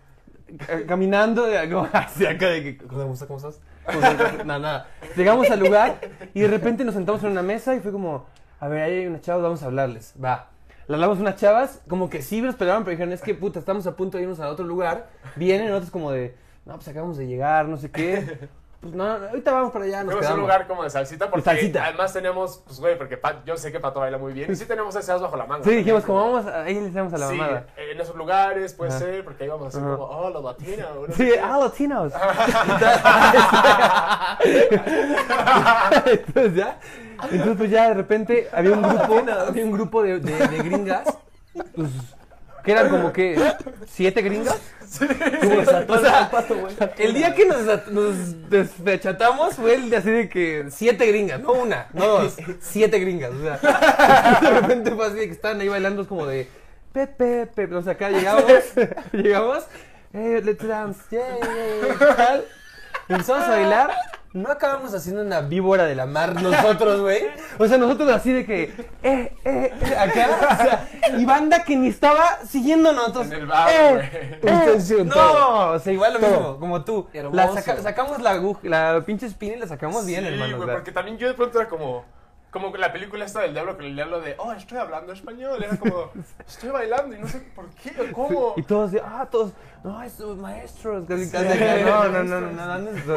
Speaker 2: eh, caminando de, como hacia acá de que, ¿cómo estás? ¿Cómo estás? ¿Cómo estás? Nada, nada. Llegamos al lugar y de repente nos sentamos en una mesa y fue como, a ver, ahí hay unas chavas, vamos a hablarles. Va. Le hablamos a unas chavas, como que sí lo esperaban, pero dijeron, es que puta, estamos a punto de irnos a otro lugar. Vienen otros como de, no, pues acabamos de llegar, no sé qué. pues no, no, ahorita vamos para allá, nos
Speaker 3: Fuimos a un
Speaker 2: quedamos.
Speaker 3: lugar como de salsita porque
Speaker 2: salsita.
Speaker 3: además teníamos, pues güey, porque Pat- yo sé que Pato baila muy bien y sí teníamos ese as bajo la manga.
Speaker 2: Sí, dijimos,
Speaker 3: También,
Speaker 2: como vamos, a- ahí le hacemos a la
Speaker 3: Sí,
Speaker 2: mamada.
Speaker 3: en esos lugares puede ser, porque ahí vamos a como, oh, los latinos. no sé
Speaker 2: Sí,
Speaker 3: qué.
Speaker 2: ah, latinos. Entonces ya, entonces pues ya de repente había un grupo, había un grupo de, de- de gringas, pues, que eran como que siete gringas. O sea, el día que nos, desat- nos desfechatamos fue el de así de que siete gringas, no una, no dos, siete gringas. O sea, de repente fue así de que estaban ahí bailando es como de Pepe, Pepe. O sea, acá llegamos, llegamos, eh, let's dance, yeah, yeah, yeah, tal. Empezamos a bailar. No acabamos haciendo una víbora de la mar nosotros, güey. O sea, nosotros así de que, eh, eh, eh, acá. O sea, y banda que ni estaba siguiendo nosotros.
Speaker 3: En el bar,
Speaker 2: eh,
Speaker 3: güey.
Speaker 2: eh,
Speaker 5: Ustedes hicieron
Speaker 2: no,
Speaker 5: todo.
Speaker 2: o sea, igual lo
Speaker 5: Todo.
Speaker 2: mismo, como tú.
Speaker 6: Hermoso.
Speaker 2: La saca- sacamos la aguja, la pinche espina y la sacamos bien,
Speaker 3: sí,
Speaker 2: hermano. o
Speaker 3: güey,
Speaker 2: sea.
Speaker 3: porque también yo de pronto era como, como que la película esta del diablo, que el diablo de, oh, estoy hablando español, era como, estoy bailando y no sé por qué o cómo.
Speaker 2: Y todos, de, ah, todos, no, estos maestros. casi, casi acá, no, no, no, no, no, no, no,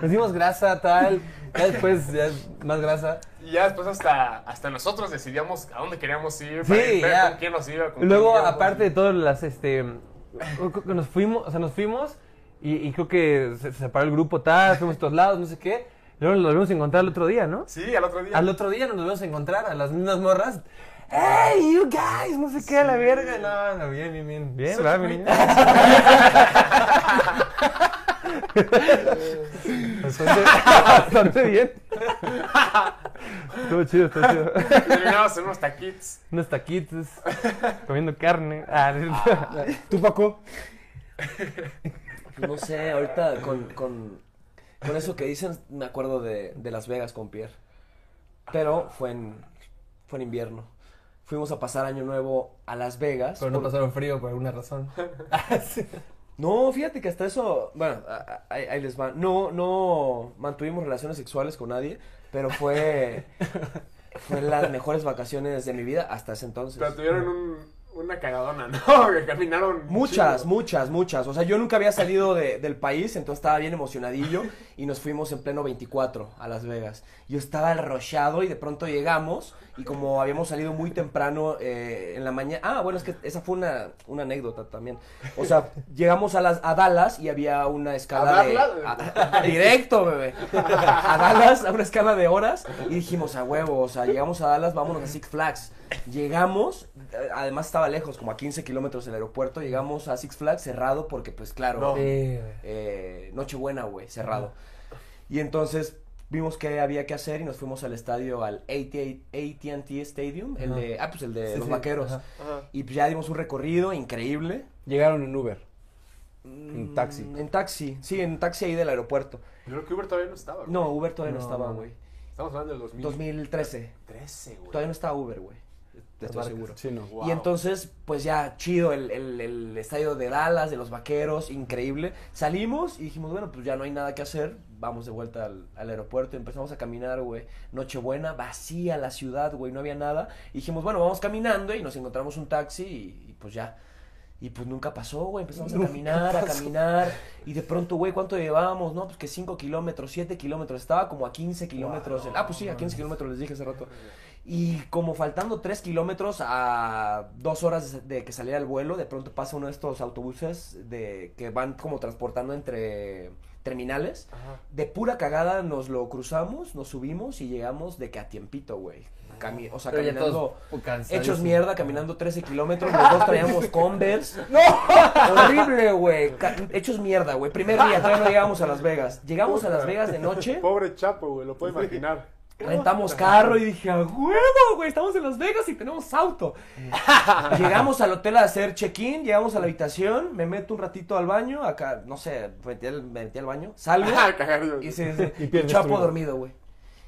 Speaker 2: Nos dimos grasa, tal. Ya después, ya es más grasa.
Speaker 3: Y ya después hasta, hasta nosotros decidíamos a dónde queríamos ir,
Speaker 2: Sí,
Speaker 3: para ver
Speaker 2: ya.
Speaker 3: con quién nos iba. con
Speaker 2: Luego,
Speaker 3: quién íbamos.
Speaker 2: aparte de todas las, este, creo que nos fuimos, o sea, nos fuimos y, y creo que se se separó el grupo, tal, fuimos a todos lados, no sé qué. Luego nos volvimos a encontrar el otro día, ¿no?
Speaker 3: Sí, al otro día.
Speaker 2: Al otro día nos volvemos a encontrar a las mismas morras. ¡Hey, you guys! No sé qué, a la verga. No, no, bien, bien, bien. Bien,
Speaker 3: Such
Speaker 2: ¿verdad, mi
Speaker 3: great
Speaker 2: niña? Bastante, bastante bien. Estuvo chido, estuvo chido.
Speaker 3: Terminamos en unos taquitos.
Speaker 2: Unos taquitos, comiendo carne. Ah, no es cierto.
Speaker 5: ¿Tú, Paco?
Speaker 1: No sé, ahorita con, con, con eso que dicen, me acuerdo de, de Las Vegas con Pierre. Pero fue en, fue en invierno. Fuimos a pasar Año Nuevo a Las Vegas.
Speaker 2: Pero no
Speaker 1: por-
Speaker 2: pasaron frío por alguna razón.
Speaker 1: No, fíjate que hasta eso, bueno, a- a- ahí, ahí les va. No, no mantuvimos relaciones sexuales con nadie, pero fue, fue las mejores vacaciones de mi vida hasta ese entonces.
Speaker 3: Pero tuvieron un- una cagadona, ¿no? Que caminaron.
Speaker 1: Muchas,
Speaker 3: chingo.
Speaker 1: muchas, muchas. O sea, yo nunca había salido de- del país, entonces estaba bien emocionadillo y nos fuimos en pleno 24 a Las Vegas. Yo estaba arrollado y de pronto llegamos y como habíamos salido muy temprano eh, en la mañana... Ah, bueno, es que esa fue una, una anécdota también. O sea, llegamos a, las, a Dallas y había una escala de...
Speaker 3: Dallas?
Speaker 1: a- a- directo, bebé. A Dallas, a una escala de horas y dijimos, a huevo, o sea, llegamos a Dallas, vámonos a Six Flags. Llegamos, eh, además estaba lejos, como a 15 kilómetros del aeropuerto, llegamos a Six Flags cerrado porque, pues claro,
Speaker 3: No.
Speaker 2: Sí, güey.
Speaker 1: eh, Nochebuena, güey, cerrado. Y entonces vimos qué había que hacer y nos fuimos al estadio, al AT&T AT&T Stadium, el
Speaker 2: Ajá.
Speaker 1: de, ah, pues el de
Speaker 2: Sí,
Speaker 1: los
Speaker 2: sí,
Speaker 1: vaqueros.
Speaker 2: ajá.
Speaker 3: Ajá.
Speaker 1: Y pues ya dimos un recorrido increíble.
Speaker 5: Llegaron en Uber. En taxi.
Speaker 1: Mm, En taxi, sí, en taxi ahí del aeropuerto.
Speaker 3: Yo creo que Uber todavía no estaba. güey.
Speaker 1: No, Uber todavía no,
Speaker 2: No,
Speaker 1: estaba,
Speaker 2: no.
Speaker 1: güey.
Speaker 3: Estamos hablando del 2013,
Speaker 1: 2013.
Speaker 3: güey.
Speaker 1: Todavía no estaba Uber, güey. Te estoy seguro.
Speaker 5: Sí, no.
Speaker 3: Wow.
Speaker 1: Y entonces, pues ya, chido, el, el- el estadio de Dallas, de los vaqueros, increíble. Salimos y dijimos, bueno, pues ya no hay nada que hacer, vamos de vuelta al, al aeropuerto. Empezamos a caminar, güey. Nochebuena, vacía la ciudad, güey, no había nada. Y dijimos, bueno, vamos caminando y nos encontramos un taxi y, y pues ya. Y pues nunca pasó, güey. Empezamos a caminar, a caminar. Y de pronto, güey, ¿cuánto llevábamos? No, pues que 5 kilómetros, 7 kilómetros. Estaba como a 15 kilómetros. el- ah, pues sí, a 15 kilómetros les dije hace rato. Y como faltando 3 kilómetros a 2 horas de que saliera el vuelo, de pronto pasa uno de estos autobuses de que van como transportando entre terminales.
Speaker 3: Ajá.
Speaker 1: De pura cagada nos lo cruzamos, nos subimos y llegamos de que a tiempito, güey. Cami- o sea,
Speaker 2: Pero ya
Speaker 1: caminando...
Speaker 2: todos cansadísimos.
Speaker 1: Hechos mierda, caminando 13 kilómetros, los dos traíamos Converse. ¡No! Horrible, güey. Ca- Hechos mierda, güey. Primer día, todavía no llegamos a Las Vegas. Llegamos a Las Vegas de noche,
Speaker 3: Pobre Chapo, güey, lo puedo imaginar.
Speaker 1: rentamos carro y dije, ¡a huevo, güey! Estamos en Las Vegas y tenemos auto. Llegamos al hotel a hacer check-in, llegamos a la habitación, me meto un ratito al baño, acá, no sé, me metí al, me metí al baño, salgo
Speaker 3: Ah, cagar yo.
Speaker 1: y se, se-
Speaker 5: Y Pierre
Speaker 1: y Chapo
Speaker 5: destruido.
Speaker 1: dormido, güey.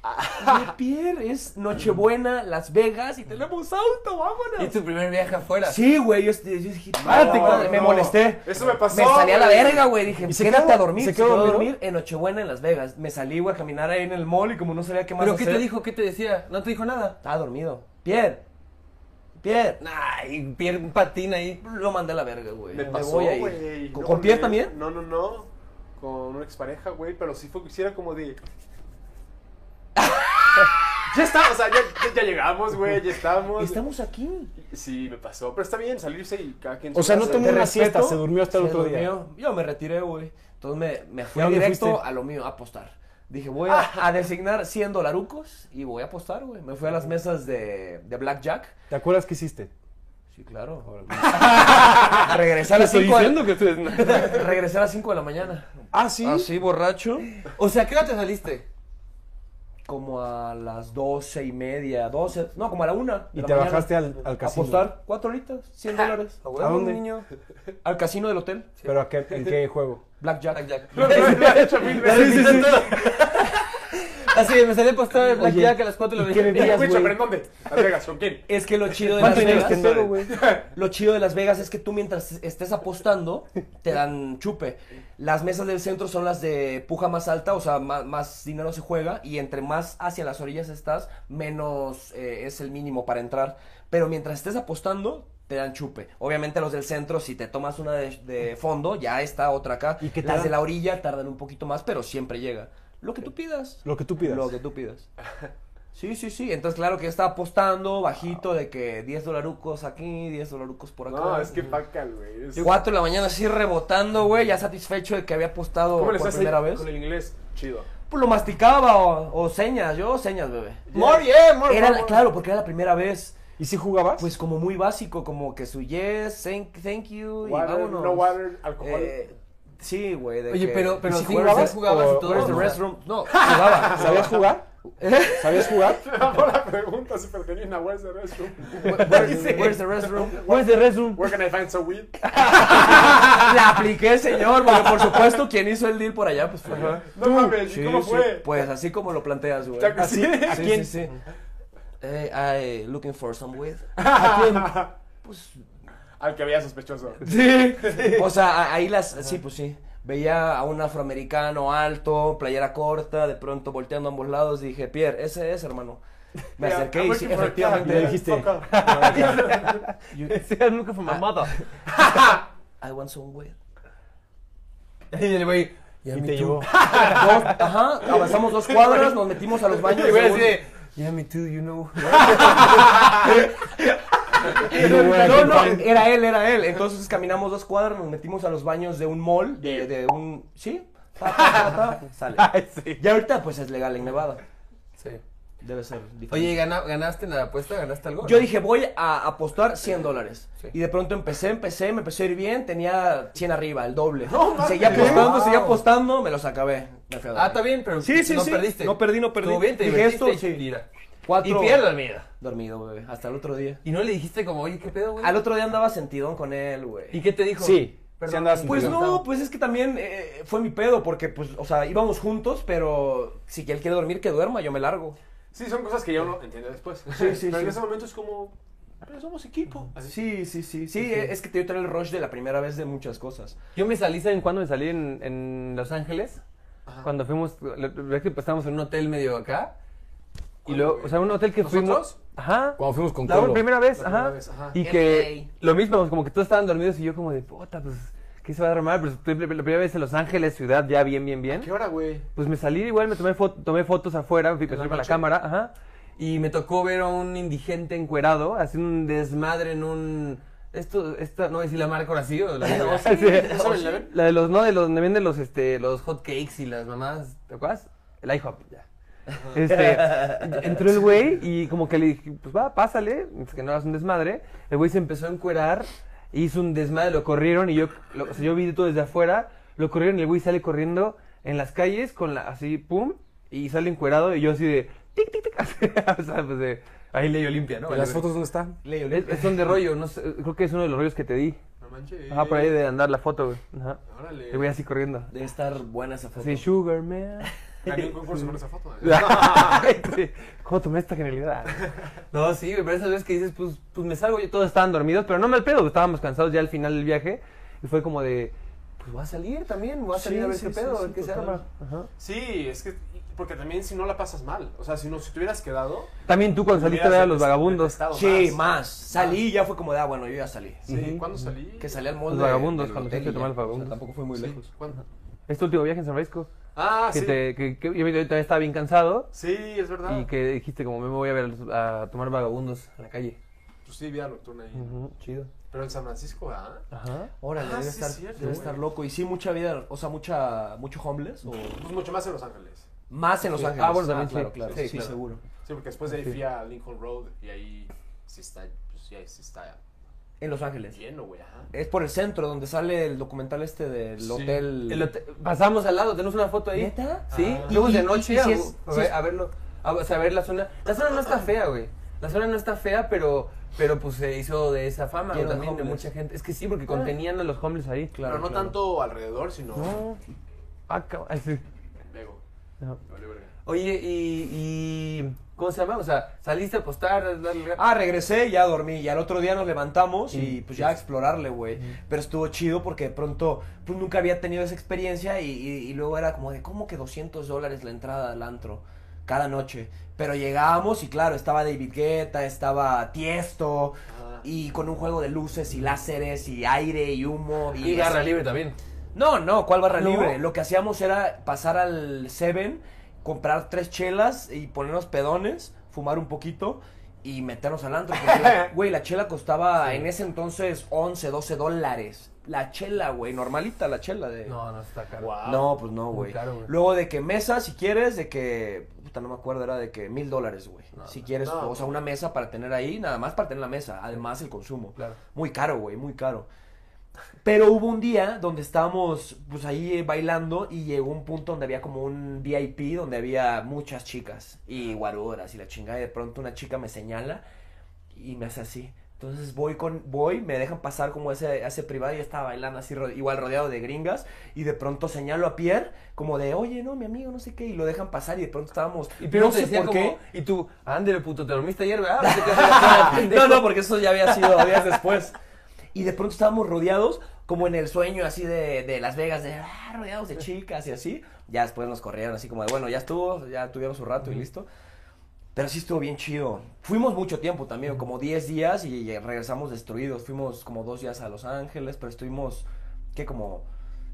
Speaker 1: Y Pierre es Nochebuena, Las Vegas y tenemos auto, vámonos.
Speaker 2: Y tu primer viaje afuera.
Speaker 1: Sí, güey, yo, yo dije,
Speaker 3: Párate,
Speaker 1: no,
Speaker 3: cabrón.
Speaker 1: Este me molesté.
Speaker 3: Eso me pasó.
Speaker 1: Me salí a la
Speaker 3: güey.
Speaker 1: verga, güey. Dije,
Speaker 5: ¿Y se
Speaker 1: quédate
Speaker 5: quedó-
Speaker 1: a dormir.
Speaker 5: se
Speaker 1: Se
Speaker 5: quedó
Speaker 1: quedó a
Speaker 5: dormido?
Speaker 1: dormir en Nochebuena en Las Vegas. Me salí, güey, a caminar ahí en el mall y como no sabía qué más
Speaker 2: ¿Pero qué te
Speaker 1: hacer,
Speaker 2: dijo? ¿Qué te decía? ¿No te dijo nada?
Speaker 1: Estaba dormido. Pierre, Pierre.
Speaker 2: Ay, pierde un patín ahí.
Speaker 1: Lo mandé a la verga, güey.
Speaker 3: Me pasó,
Speaker 1: voy ahí.
Speaker 3: güey.
Speaker 1: ¿Con,
Speaker 3: No,
Speaker 1: con Pierre
Speaker 3: me-
Speaker 1: también?
Speaker 3: No, no, no. con una expareja, güey, pero si fue, si era como de... ya estamos, o sea, ya, ya- ya llegamos, güey, ya estamos.
Speaker 1: Estamos aquí.
Speaker 3: Sí, me pasó, pero está bien salirse y cada quien...
Speaker 5: O sea, no
Speaker 3: te
Speaker 5: tomó una siesta,
Speaker 1: respeto,
Speaker 5: se durmió hasta el
Speaker 1: se
Speaker 5: otro día.
Speaker 1: durmió. Yo me retiré, güey. Entonces me, me fui
Speaker 5: ¿Y a dónde
Speaker 1: directo
Speaker 5: fuiste?
Speaker 1: a lo mío, a apostar. Dije, voy a, a designar 100 dolarucos y voy a apostar, güey. Me fui a las mesas de, de Blackjack.
Speaker 5: ¿Te acuerdas qué hiciste?
Speaker 1: Sí, claro. Regresé a las
Speaker 6: Estoy
Speaker 1: 5
Speaker 6: diciendo que ustedes no.
Speaker 1: Regresé a las 5 de la mañana.
Speaker 5: Ah, sí.
Speaker 6: Así, borracho.
Speaker 2: O sea, ¿qué hora te saliste?
Speaker 1: Como a las 12 y media, 12, no, como a la 1.
Speaker 5: Y te bajaste al, al casino.
Speaker 1: Apostar 4 horitas, 100 dólares.
Speaker 5: ¿A dónde?
Speaker 1: Al casino del hotel,
Speaker 5: ¿Pero a qué- en qué juego?
Speaker 1: Blackjack.
Speaker 2: Así, me salí a apostar el blackjack
Speaker 5: Oye,
Speaker 2: a las 4 de la
Speaker 5: ¿y qué
Speaker 2: mañana.
Speaker 5: bebías,
Speaker 3: Escucha,
Speaker 5: güey?
Speaker 3: pero ¿en dónde? Las Vegas, ¿con quién?
Speaker 1: Es que lo chido de Las
Speaker 5: ¿Cuánto dinero
Speaker 1: Vegas,
Speaker 5: es pedo, güey?
Speaker 1: lo chido de Las Vegas es que tú mientras estés apostando te dan chupe. Las mesas del centro son las de puja más alta, o sea, más, más dinero se juega y entre más hacia las orillas estás, menos eh, es el mínimo para entrar. Pero mientras estés apostando te dan chupe. Obviamente los del centro, si te tomas una de, de fondo, ya está otra acá.
Speaker 5: ¿Y qué te
Speaker 1: las
Speaker 5: dan?
Speaker 1: de la orilla tardan un poquito más, pero siempre llega. Lo que tú pidas.
Speaker 5: Lo que tú pidas.
Speaker 1: Lo que tú pidas. Sí, sí, sí. Entonces, claro que yo estaba apostando bajito de que 10 dolarucos aquí, 10 dolarucos por acá.
Speaker 3: No, es que pacal, güey. es-
Speaker 1: 4 de la mañana así rebotando, güey, ya satisfecho de que había apostado
Speaker 3: ¿Cómo les
Speaker 1: por
Speaker 3: hace
Speaker 1: primera vez.
Speaker 3: con el inglés? Chido.
Speaker 1: Pues lo masticaba o, o señas, yo señas, bebé.
Speaker 6: More, yeah, more.
Speaker 1: Era,
Speaker 6: more,
Speaker 1: la-
Speaker 6: more.
Speaker 1: claro, porque era la primera vez,
Speaker 5: ¿Y si jugabas?
Speaker 1: pues como muy básico, como que su yes, thank, thank you, y
Speaker 3: Water,
Speaker 1: vámonos.
Speaker 3: no water, alcohol.
Speaker 1: Eh, sí, güey. de
Speaker 2: Oye,
Speaker 1: que-
Speaker 2: pero, pero
Speaker 1: ¿Y
Speaker 2: si
Speaker 1: si jugabas,
Speaker 2: jugabas, jugabas
Speaker 5: o-
Speaker 2: y todo.
Speaker 1: where's the
Speaker 2: o sea,
Speaker 1: restroom? No, jugaba.
Speaker 5: ¿Sabías jugar? ¿Sabías jugar?
Speaker 3: Ahora la pregunta súper genuina, where's the restroom?
Speaker 1: Where's the- where's the restroom?
Speaker 5: Pues de restroom.
Speaker 3: Where can I find some weed?
Speaker 1: La apliqué, señor, porque por supuesto quien hizo el deal por allá, pues fue. yo.
Speaker 3: No mames,
Speaker 1: Sí,
Speaker 3: ¿cómo
Speaker 1: sí,
Speaker 3: fue?
Speaker 1: Pues así como lo planteas, güey.
Speaker 3: Ya que sí.
Speaker 1: Sí, sí, sí. Eh, I looking for some weed.
Speaker 3: Pues, Al que había sospechoso.
Speaker 1: O sea, a- ahí las, sí, pues sí. Veía a un afroamericano alto, playera corta, de pronto volteando a ambos lados, dije, Pierre, ese es, hermano. Me
Speaker 3: Yeah,
Speaker 1: acerqué
Speaker 3: I'm
Speaker 1: y sí,
Speaker 3: working for a
Speaker 1: efectivamente.
Speaker 3: cat.
Speaker 5: le dijiste,
Speaker 3: Fuck off.
Speaker 1: You-
Speaker 2: Seas nunca fumamada.
Speaker 1: I want some weed.
Speaker 2: Y el güey.
Speaker 5: Y te llevó.
Speaker 1: Dos- ajá, avanzamos dos cuadras, nos metimos a los baños.
Speaker 2: Y güey así
Speaker 1: según-
Speaker 2: de. Yeah, me too, you know.
Speaker 1: No, no, era él, era él. Entonces caminamos dos cuadras, nos metimos a los baños de un mall, de, de un... ¿Sí? Ta, ta, ta, ta, sale. Y ahorita pues es legal en Nevada.
Speaker 2: Sí.
Speaker 1: Debe ser diferente.
Speaker 2: Oye, ¿y gana- ¿ganaste en la apuesta? ¿Ganaste algo?
Speaker 1: Yo
Speaker 2: no?
Speaker 1: dije, voy a apostar 100 dólares.
Speaker 2: Sí.
Speaker 1: Y de pronto empecé, empecé, me empezó a ir bien, tenía 100 arriba, el doble. seguía apostando, seguía apostando, me los acabé. Me fui a
Speaker 2: Ah,
Speaker 1: dormir.
Speaker 2: está bien, pero
Speaker 1: Sí, sí,
Speaker 2: no
Speaker 1: sí.
Speaker 2: perdiste.
Speaker 1: No perdí, no perdí.
Speaker 2: Estuvo bien, te
Speaker 1: Dije,
Speaker 2: divertiste
Speaker 1: esto,
Speaker 2: y
Speaker 1: sí.
Speaker 2: tira.
Speaker 1: Cuatro-
Speaker 2: Y pierdas, mira.
Speaker 1: Dormido, bebé, hasta el otro día.
Speaker 2: Y no le dijiste como, oye, ¿qué pedo, güey?
Speaker 1: Al otro día andaba sentidón con él, güey.
Speaker 2: ¿Y qué te dijo?
Speaker 5: Sí,
Speaker 2: Perdón,
Speaker 5: sí andabas
Speaker 1: Pues
Speaker 5: Pero-
Speaker 1: no, pues es que también eh, fue mi pedo, porque, pues, o sea, íbamos juntos, pero si él quiere dormir, que duerma, yo me largo.
Speaker 3: Sí, son cosas que ya uno entiende después.
Speaker 1: sí,
Speaker 3: Pero
Speaker 1: sí.
Speaker 3: en ese momento es como, pero somos equipo. Así.
Speaker 1: Sí, sí, sí. Sí, es que te dio el rush de la primera vez de muchas cosas.
Speaker 2: Yo me salí, ¿saben cuándo me salí? En, en Los Ángeles. Cuando fuimos, la verdad que pues, estábamos en un hotel medio acá. Y luego, o sea, un hotel que fuimos. Ajá.
Speaker 5: Cuando fuimos con
Speaker 2: La
Speaker 5: Colo.
Speaker 2: primera vez,
Speaker 3: La
Speaker 2: ajá.
Speaker 3: primera vez, ajá.
Speaker 2: Y
Speaker 1: LA.
Speaker 2: que lo mismo, como que todos estaban dormidos y yo como de, puta, pues, ¿qué se va a armar? Pero estoy la primera vez en Los Ángeles, ciudad ya bien, bien, bien.
Speaker 3: ¿Qué hora, güey?
Speaker 2: Pues me salí igual, me tomé, fo- tomé fotos afuera, fui me
Speaker 3: la
Speaker 2: subí para la
Speaker 3: noche?
Speaker 2: cámara, ajá. Y me tocó ver a un indigente encuerado, haciendo un desmadre en un... Esto, esta, no, es si la marca ahora sí, o la,
Speaker 3: ¿7-Eleven?
Speaker 2: la de los, no, de los, donde venden los, este, los hot cakes y las mamás, ¿te acuerdas? El IHOP, ya. Este, entró el güey y como que le dije, pues va, pásale, es que no hagas un desmadre. El güey se empezó a encuerar, hizo un desmadre, lo corrieron y yo, lo- o sea, yo vi todo desde afuera, lo corrieron y el güey sale corriendo en las calles con la, así, pum, y sale encuerado y yo así de, tic, tic, tic, así, o sea, pues de, ahí ley Olimpia, ¿no?
Speaker 5: ¿Y las fotos dónde están?
Speaker 1: Leo,
Speaker 2: Es, es donde rollo, no sé, creo que es uno de los rollos que te di.
Speaker 3: No manches.
Speaker 2: Ajá, por ahí de andar la foto, güey. Ajá.
Speaker 3: Órale.
Speaker 2: El güey así corriendo.
Speaker 1: Debe estar buena esa foto.
Speaker 2: Sí, Sugar Man.
Speaker 3: Gané un concurso con esa foto. ¿eh?
Speaker 2: Ah. Sí, ¿Cómo tomé esta genialidad? No, sí, güey, pero esas veces que dices, pues, pues me salgo, yo todos estaban dormidos, pero no me al pedo, güey, estábamos cansados ya al final del viaje. Y fue como de, pues voy a salir también, voy a salir
Speaker 1: Sí,
Speaker 2: a ver
Speaker 1: sí,
Speaker 2: qué
Speaker 1: sí,
Speaker 2: pedo, a ver
Speaker 1: sí,
Speaker 2: qué se
Speaker 1: total.
Speaker 2: arma. Ajá.
Speaker 3: Sí, es que, porque también si no la pasas mal. O sea, si no, si te hubieras quedado...
Speaker 2: También tú cuando saliste a ver a los vagabundos.
Speaker 1: Sí,
Speaker 3: Sí,
Speaker 1: más. Salí y ya fue como de, ah, bueno, yo ya salí.
Speaker 3: Sí, ¿cuándo salí?
Speaker 1: Que salí al mall
Speaker 2: Los
Speaker 1: de-
Speaker 2: vagabundos,
Speaker 1: del
Speaker 2: cuando
Speaker 1: hotel
Speaker 2: fuiste a
Speaker 1: y
Speaker 2: tomar
Speaker 1: ya.
Speaker 2: los
Speaker 1: O
Speaker 2: vagabundos.
Speaker 1: sea, tampoco fue muy
Speaker 3: Sí,
Speaker 1: lejos.
Speaker 3: ¿Cuándo?
Speaker 2: Este último viaje en San Francisco.
Speaker 3: Ah,
Speaker 2: que
Speaker 3: sí. Ah.
Speaker 2: te, que, que yo también estaba bien cansado
Speaker 3: Sí, es verdad.
Speaker 2: y que dijiste como me voy a ver a tomar vagabundos a la calle.
Speaker 3: Pues sí, vida nocturna ahí.
Speaker 2: Chido.
Speaker 3: Pero en San Francisco, ¿ah?
Speaker 2: Ajá.
Speaker 1: Órale,
Speaker 3: Ah,
Speaker 1: debe,
Speaker 3: sí,
Speaker 1: estar,
Speaker 3: es cierto,
Speaker 1: debe
Speaker 3: güey.
Speaker 1: estar loco. Y sí, mucha vida, o sea, mucha, mucho homeless o
Speaker 3: Pues mucho más en Los Ángeles.
Speaker 1: más en Los
Speaker 2: Sí.
Speaker 1: Ángeles.
Speaker 2: Ah, bueno, también sí.
Speaker 1: claro, claro.
Speaker 2: Sí,
Speaker 1: Sí,
Speaker 2: claro.
Speaker 1: seguro.
Speaker 3: Sí, porque después de ahí fui a Lincoln Road y ahí sí está, pues sí, ahí sí está
Speaker 1: En Los Ángeles.
Speaker 3: lleno, güey,
Speaker 2: Eh,
Speaker 3: ajá.
Speaker 1: Es por el centro donde sale el documental este del
Speaker 3: Sí.
Speaker 1: hotel.
Speaker 2: El hotel- pasamos al lado, tenemos una foto ahí.
Speaker 1: ¿Neta?
Speaker 2: Sí,
Speaker 3: Ah.
Speaker 2: luego
Speaker 1: ¿Y-
Speaker 2: de
Speaker 1: y-
Speaker 2: noche
Speaker 1: y
Speaker 2: a,
Speaker 1: si es-
Speaker 2: a
Speaker 1: si
Speaker 2: ver,
Speaker 1: es-
Speaker 2: a verlo, a, o sea, a ver la zona. La zona no está fea, güey. La zona no está fea, pero pero pues se hizo de esa fama
Speaker 1: Lleno de
Speaker 2: también de
Speaker 1: homeless. Ah.
Speaker 2: mucha gente. Es que sí, porque contenían a los homeless ahí.
Speaker 3: Pero no tanto alrededor, sino
Speaker 2: No. Ah, cab- ah, sí.
Speaker 3: luego.
Speaker 2: Ajá.
Speaker 3: Me valió verga.
Speaker 2: Oye, y, y- ¿Cómo se llama? O sea, saliste a apostar, a darle-
Speaker 1: Ah, regresé, ya dormí. Y al otro día nos levantamos
Speaker 2: Mm.
Speaker 1: y pues ya a explorarle, güey. Pero estuvo chido porque de pronto pues, nunca había tenido esa experiencia y, y- y luego era como de, ¿cómo que 200 dólares la entrada al antro? Cada noche. Pero llegábamos y claro, estaba David Guetta, estaba Tiesto
Speaker 3: Ah.
Speaker 1: y con un juego de luces y láseres y aire y humo.
Speaker 2: y garra libre también.
Speaker 1: No, no, ¿cuál barra
Speaker 2: ¿No?
Speaker 1: libre? Lo que hacíamos era pasar al Seven, comprar tres chelas y ponernos pedones, fumar un poquito y meternos al antro. porque, la- Güey, la chela costaba en ese entonces 11, 12 dólares. La chela, güey, normalita la chela de...
Speaker 2: No, no está caro.
Speaker 3: Guau.
Speaker 1: No, pues no,
Speaker 2: Muy
Speaker 1: güey.
Speaker 2: caro, güey.
Speaker 1: Luego de que mesa, si quieres, de que... Puta, no me acuerdo, era de que mil dólares, güey. si quieres,
Speaker 3: no.
Speaker 1: o sea, una mesa para tener ahí, nada más para tener la mesa, además el consumo.
Speaker 2: Claro.
Speaker 1: Muy caro, güey, muy caro. Pero hubo un día donde estábamos, pues ahí eh, bailando y llegó un punto donde había como un VIP, donde había muchas chicas y guaruras y la chingada. Y de pronto una chica me señala y me hace así. Entonces voy con, voy, me dejan pasar como ese, ese privado y yo estaba bailando así, ro- igual rodeado de gringas. Y de pronto señalo a Pierre como de, oye, no, mi amigo, no sé qué. Y lo dejan pasar y de pronto estábamos,
Speaker 2: Y pero
Speaker 1: no
Speaker 2: te
Speaker 1: sé
Speaker 2: decía
Speaker 1: por qué.
Speaker 2: como, y tú, ándale puto, te dormiste ayer, ¿verdad? Ah, pues, No sé qué hacer,
Speaker 1: No, no, porque eso ya había sido días después. Y de pronto estábamos rodeados, como en el sueño así de, de Las Vegas, de ah, rodeados de chicas y así. Ya después nos corrieron así como de, bueno, ya estuvo, ya tuvimos su rato y listo. Pero sí estuvo bien chido. Fuimos mucho tiempo también, como 10 días y regresamos destruidos. Fuimos como dos días a Los Ángeles, pero estuvimos, ¿qué? Como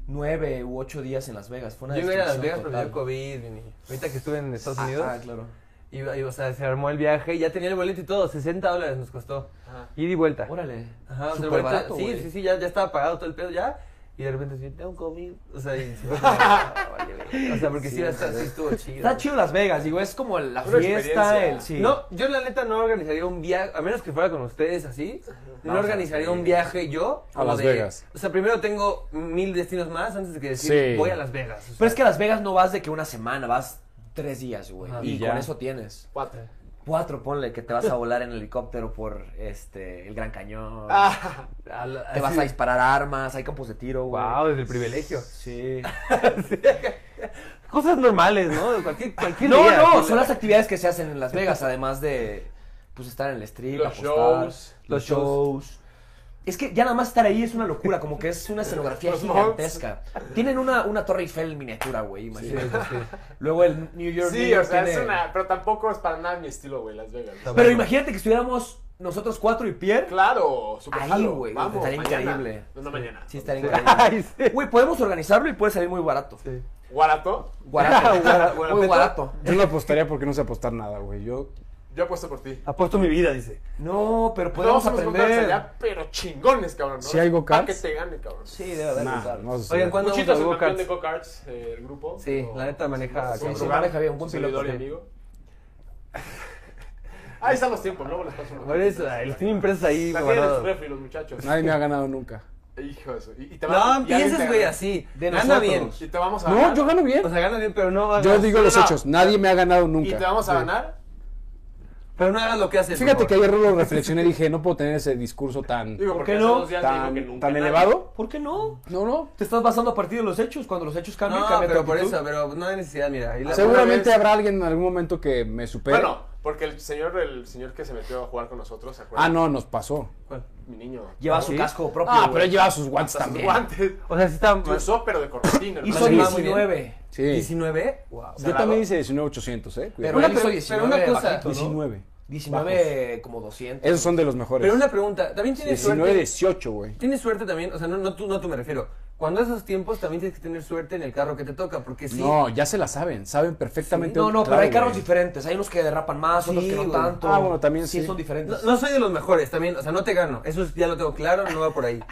Speaker 1: nueve u ocho días en Las Vegas. Fue una
Speaker 2: Yo iba a ir a Las Vegas,
Speaker 1: destrucción
Speaker 2: pero me dio
Speaker 1: total.
Speaker 2: COVID, mi niño. Ahorita que estuve en Estados Unidos,
Speaker 1: Ah, ah, claro.
Speaker 2: iba- iba- o sea, se armó el viaje, ya tenía el boleto y todo, 60 dólares nos costó.
Speaker 3: Ajá.
Speaker 2: Ida y vuelta.
Speaker 1: Órale.
Speaker 2: Ajá, o sea,
Speaker 1: Súper
Speaker 2: ahorita-
Speaker 1: barato,
Speaker 2: Sí,
Speaker 1: güey.
Speaker 2: sí, sí, ya, ya estaba pagado todo el pedo ya. Y de repente así, tengo COVID. O sea, y se fue como, "Ah, vale, güey". o sea, porque sí,
Speaker 1: Sí,
Speaker 2: hasta,
Speaker 1: sí.
Speaker 2: sí estuvo chido.
Speaker 1: Está chido Las Vegas, digo, es como la
Speaker 3: Una
Speaker 1: fiesta,
Speaker 3: experiencia.
Speaker 1: el sí.
Speaker 2: No, yo la neta no organizaría un viaje, a menos que fuera con ustedes así, no,
Speaker 1: No,
Speaker 2: organizaría un viaje yo.
Speaker 5: A
Speaker 2: como
Speaker 5: Las
Speaker 2: de-
Speaker 5: Vegas.
Speaker 2: O sea, primero tengo mil destinos más antes de que decir
Speaker 5: Sí.
Speaker 2: voy a Las Vegas. o sea.
Speaker 1: Pero es que a Las Vegas no vas de que una semana, vas tres días, güey.
Speaker 2: Ah,
Speaker 1: y
Speaker 5: y ya.
Speaker 1: con eso tienes.
Speaker 3: Cuatro.
Speaker 1: Cuatro, ponle, que te vas a volar en helicóptero por este el Gran Cañón.
Speaker 3: Ah,
Speaker 2: A la-
Speaker 1: te vas
Speaker 2: así-
Speaker 1: a disparar armas, hay campos de tiro, güey.
Speaker 2: Wow, desde el privilegio.
Speaker 1: Sí.
Speaker 2: Cosas normales, ¿no? De Cualquier, cualquier
Speaker 1: No,
Speaker 2: día.
Speaker 1: no,
Speaker 2: Cualquier-
Speaker 1: son las actividades que se hacen en Las Vegas, además de pues estar en el strip,
Speaker 3: Los
Speaker 1: apostar,
Speaker 3: shows.
Speaker 1: los shows. Es que ya nada más estar ahí es una locura, como que es una escenografía
Speaker 3: Los
Speaker 1: gigantesca. Tienen una, una Torre Eiffel en miniatura, güey,
Speaker 2: Sí,
Speaker 1: imagínate.
Speaker 2: sí, sí.
Speaker 1: Luego el New York New
Speaker 3: sí, o
Speaker 1: York
Speaker 3: sea, es
Speaker 1: tiene-
Speaker 3: una. Pero tampoco es para nada mi estilo, güey, Las Vegas.
Speaker 1: Pero imagínate que estuviéramos nosotros cuatro y Pierre.
Speaker 3: Claro, super
Speaker 1: Ahí,
Speaker 3: jalo.
Speaker 1: güey,
Speaker 3: Vamos,
Speaker 1: estaría
Speaker 3: mañana.
Speaker 1: increíble.
Speaker 3: No, no, mañana.
Speaker 1: Sí, estaría increíble. Güey, podemos organizarlo y puede salir muy barato.
Speaker 3: Guarato,
Speaker 1: Guarato.
Speaker 2: Guara-
Speaker 1: muy
Speaker 2: guarapeta.
Speaker 1: barato.
Speaker 5: Yo no apostaría porque no sé apostar nada, güey. Yo
Speaker 3: yo apuesto por ti.
Speaker 2: Apuesto mi vida, dice.
Speaker 1: No, pero podemos
Speaker 3: Todos somos
Speaker 1: aprender.
Speaker 3: go-karts allá, pero chingones, cabrón. ¿no?
Speaker 5: Si hay go-karts.
Speaker 3: Pa' que te gane, cabrón.
Speaker 1: Sí, debe haber.
Speaker 5: nah,
Speaker 1: lugar.
Speaker 5: no sé.
Speaker 2: Oigan, ¿cuándo
Speaker 3: Muchito es el
Speaker 2: vamos a
Speaker 3: campeón de
Speaker 2: go-karts?
Speaker 3: go-karts, eh, el grupo.
Speaker 2: Sí, la neta maneja
Speaker 1: Sí,
Speaker 2: cabrón.
Speaker 1: sí, Ah, maneja bien, buen
Speaker 3: Su
Speaker 1: piloto,
Speaker 3: servidor y
Speaker 1: sí.
Speaker 3: amigo. Ahí están los tiempos, luego les paso uno.
Speaker 2: Por eso, ay, los tienen impresos ahí,
Speaker 3: La tienen en su
Speaker 2: guardados.
Speaker 3: refri, los muchachos.
Speaker 5: Nadie me ha ganado nunca.
Speaker 3: Hijo de eso. Y, y te
Speaker 2: No,
Speaker 3: va- y alguien
Speaker 2: empieces,
Speaker 3: te
Speaker 2: güey,
Speaker 3: gana.
Speaker 2: así.
Speaker 1: De
Speaker 2: Gana
Speaker 1: nosotros.
Speaker 2: bien.
Speaker 3: Y te vamos a
Speaker 5: No,
Speaker 3: ganar.
Speaker 5: yo gano bien.
Speaker 2: O sea, gana bien, pero no hagas...
Speaker 5: Yo digo los
Speaker 3: no.
Speaker 5: hechos. Nadie me ha ganado
Speaker 3: Y te
Speaker 5: nunca.
Speaker 3: vamos a ganar.
Speaker 2: Pero no hagas lo que haces,
Speaker 5: Fíjate
Speaker 2: por
Speaker 5: que
Speaker 2: favor.
Speaker 5: ayer lo reflexioné y dije, no puedo tener ese discurso tan,
Speaker 3: Digo,
Speaker 1: ¿Por
Speaker 3: porque
Speaker 1: qué
Speaker 3: hace
Speaker 1: no?
Speaker 3: dos días dijo que
Speaker 5: tan,
Speaker 3: nunca
Speaker 5: tan
Speaker 3: nadie.
Speaker 5: elevado.
Speaker 1: ¿Por qué no?
Speaker 5: No, no.
Speaker 1: Te estás basando a partir de los hechos. Cuando los hechos cambian,
Speaker 2: No,
Speaker 1: cambia tu
Speaker 2: pero por
Speaker 1: actitud.
Speaker 2: eso, pero no hay necesidad, mira. ahí la-
Speaker 5: Seguramente
Speaker 3: vez-
Speaker 5: habrá alguien en algún momento que me supere.
Speaker 3: Bueno, porque el señor, el señor que se metió a jugar con nosotros, ¿se acuerdan?
Speaker 5: ah, no, nos pasó.
Speaker 3: Mi niño.
Speaker 1: Lleva
Speaker 2: ¿Ah,
Speaker 1: su
Speaker 2: sí?
Speaker 1: casco propio.
Speaker 5: Ah, pero
Speaker 1: güey.
Speaker 5: él llevaba sus guantes
Speaker 3: Hasta sus
Speaker 5: también.
Speaker 3: guantes.
Speaker 2: O sea, sí está...
Speaker 3: Te usó, pero de cortina. ¿no?
Speaker 1: Hizo
Speaker 2: Sí, va muy bien.
Speaker 1: 19.
Speaker 5: Sí.
Speaker 2: 19, wow.
Speaker 5: Yo también hice 19800, ¿eh?
Speaker 1: Pero
Speaker 5: Cuidado.
Speaker 2: Una
Speaker 1: él hizo
Speaker 2: pre-
Speaker 1: 19.
Speaker 2: pero una cosa-
Speaker 1: bajito, ¿no?
Speaker 5: 19.
Speaker 1: 19 como 200.
Speaker 5: Esos son de los mejores.
Speaker 2: Pero una pregunta, también tienes
Speaker 5: 19,
Speaker 2: suerte...
Speaker 5: 18, güey.
Speaker 2: Tienes suerte también, o sea, no, no, tú, no tú me refiero.
Speaker 6: Cuando esos tiempos también tienes que tener suerte en el carro que te toca, porque sí.
Speaker 5: No, ya se la saben, saben perfectamente.
Speaker 1: No, no, pero hay
Speaker 5: Claro,
Speaker 1: carros
Speaker 5: güey.
Speaker 1: diferentes. Hay unos que derrapan más, otros
Speaker 6: Sí,
Speaker 1: que no
Speaker 6: güey.
Speaker 1: tanto.
Speaker 5: Ah, bueno, también sí.
Speaker 1: son diferentes.
Speaker 6: No, no soy de los mejores también, o sea, no te gano, eso es- ya lo tengo claro, no va por ahí.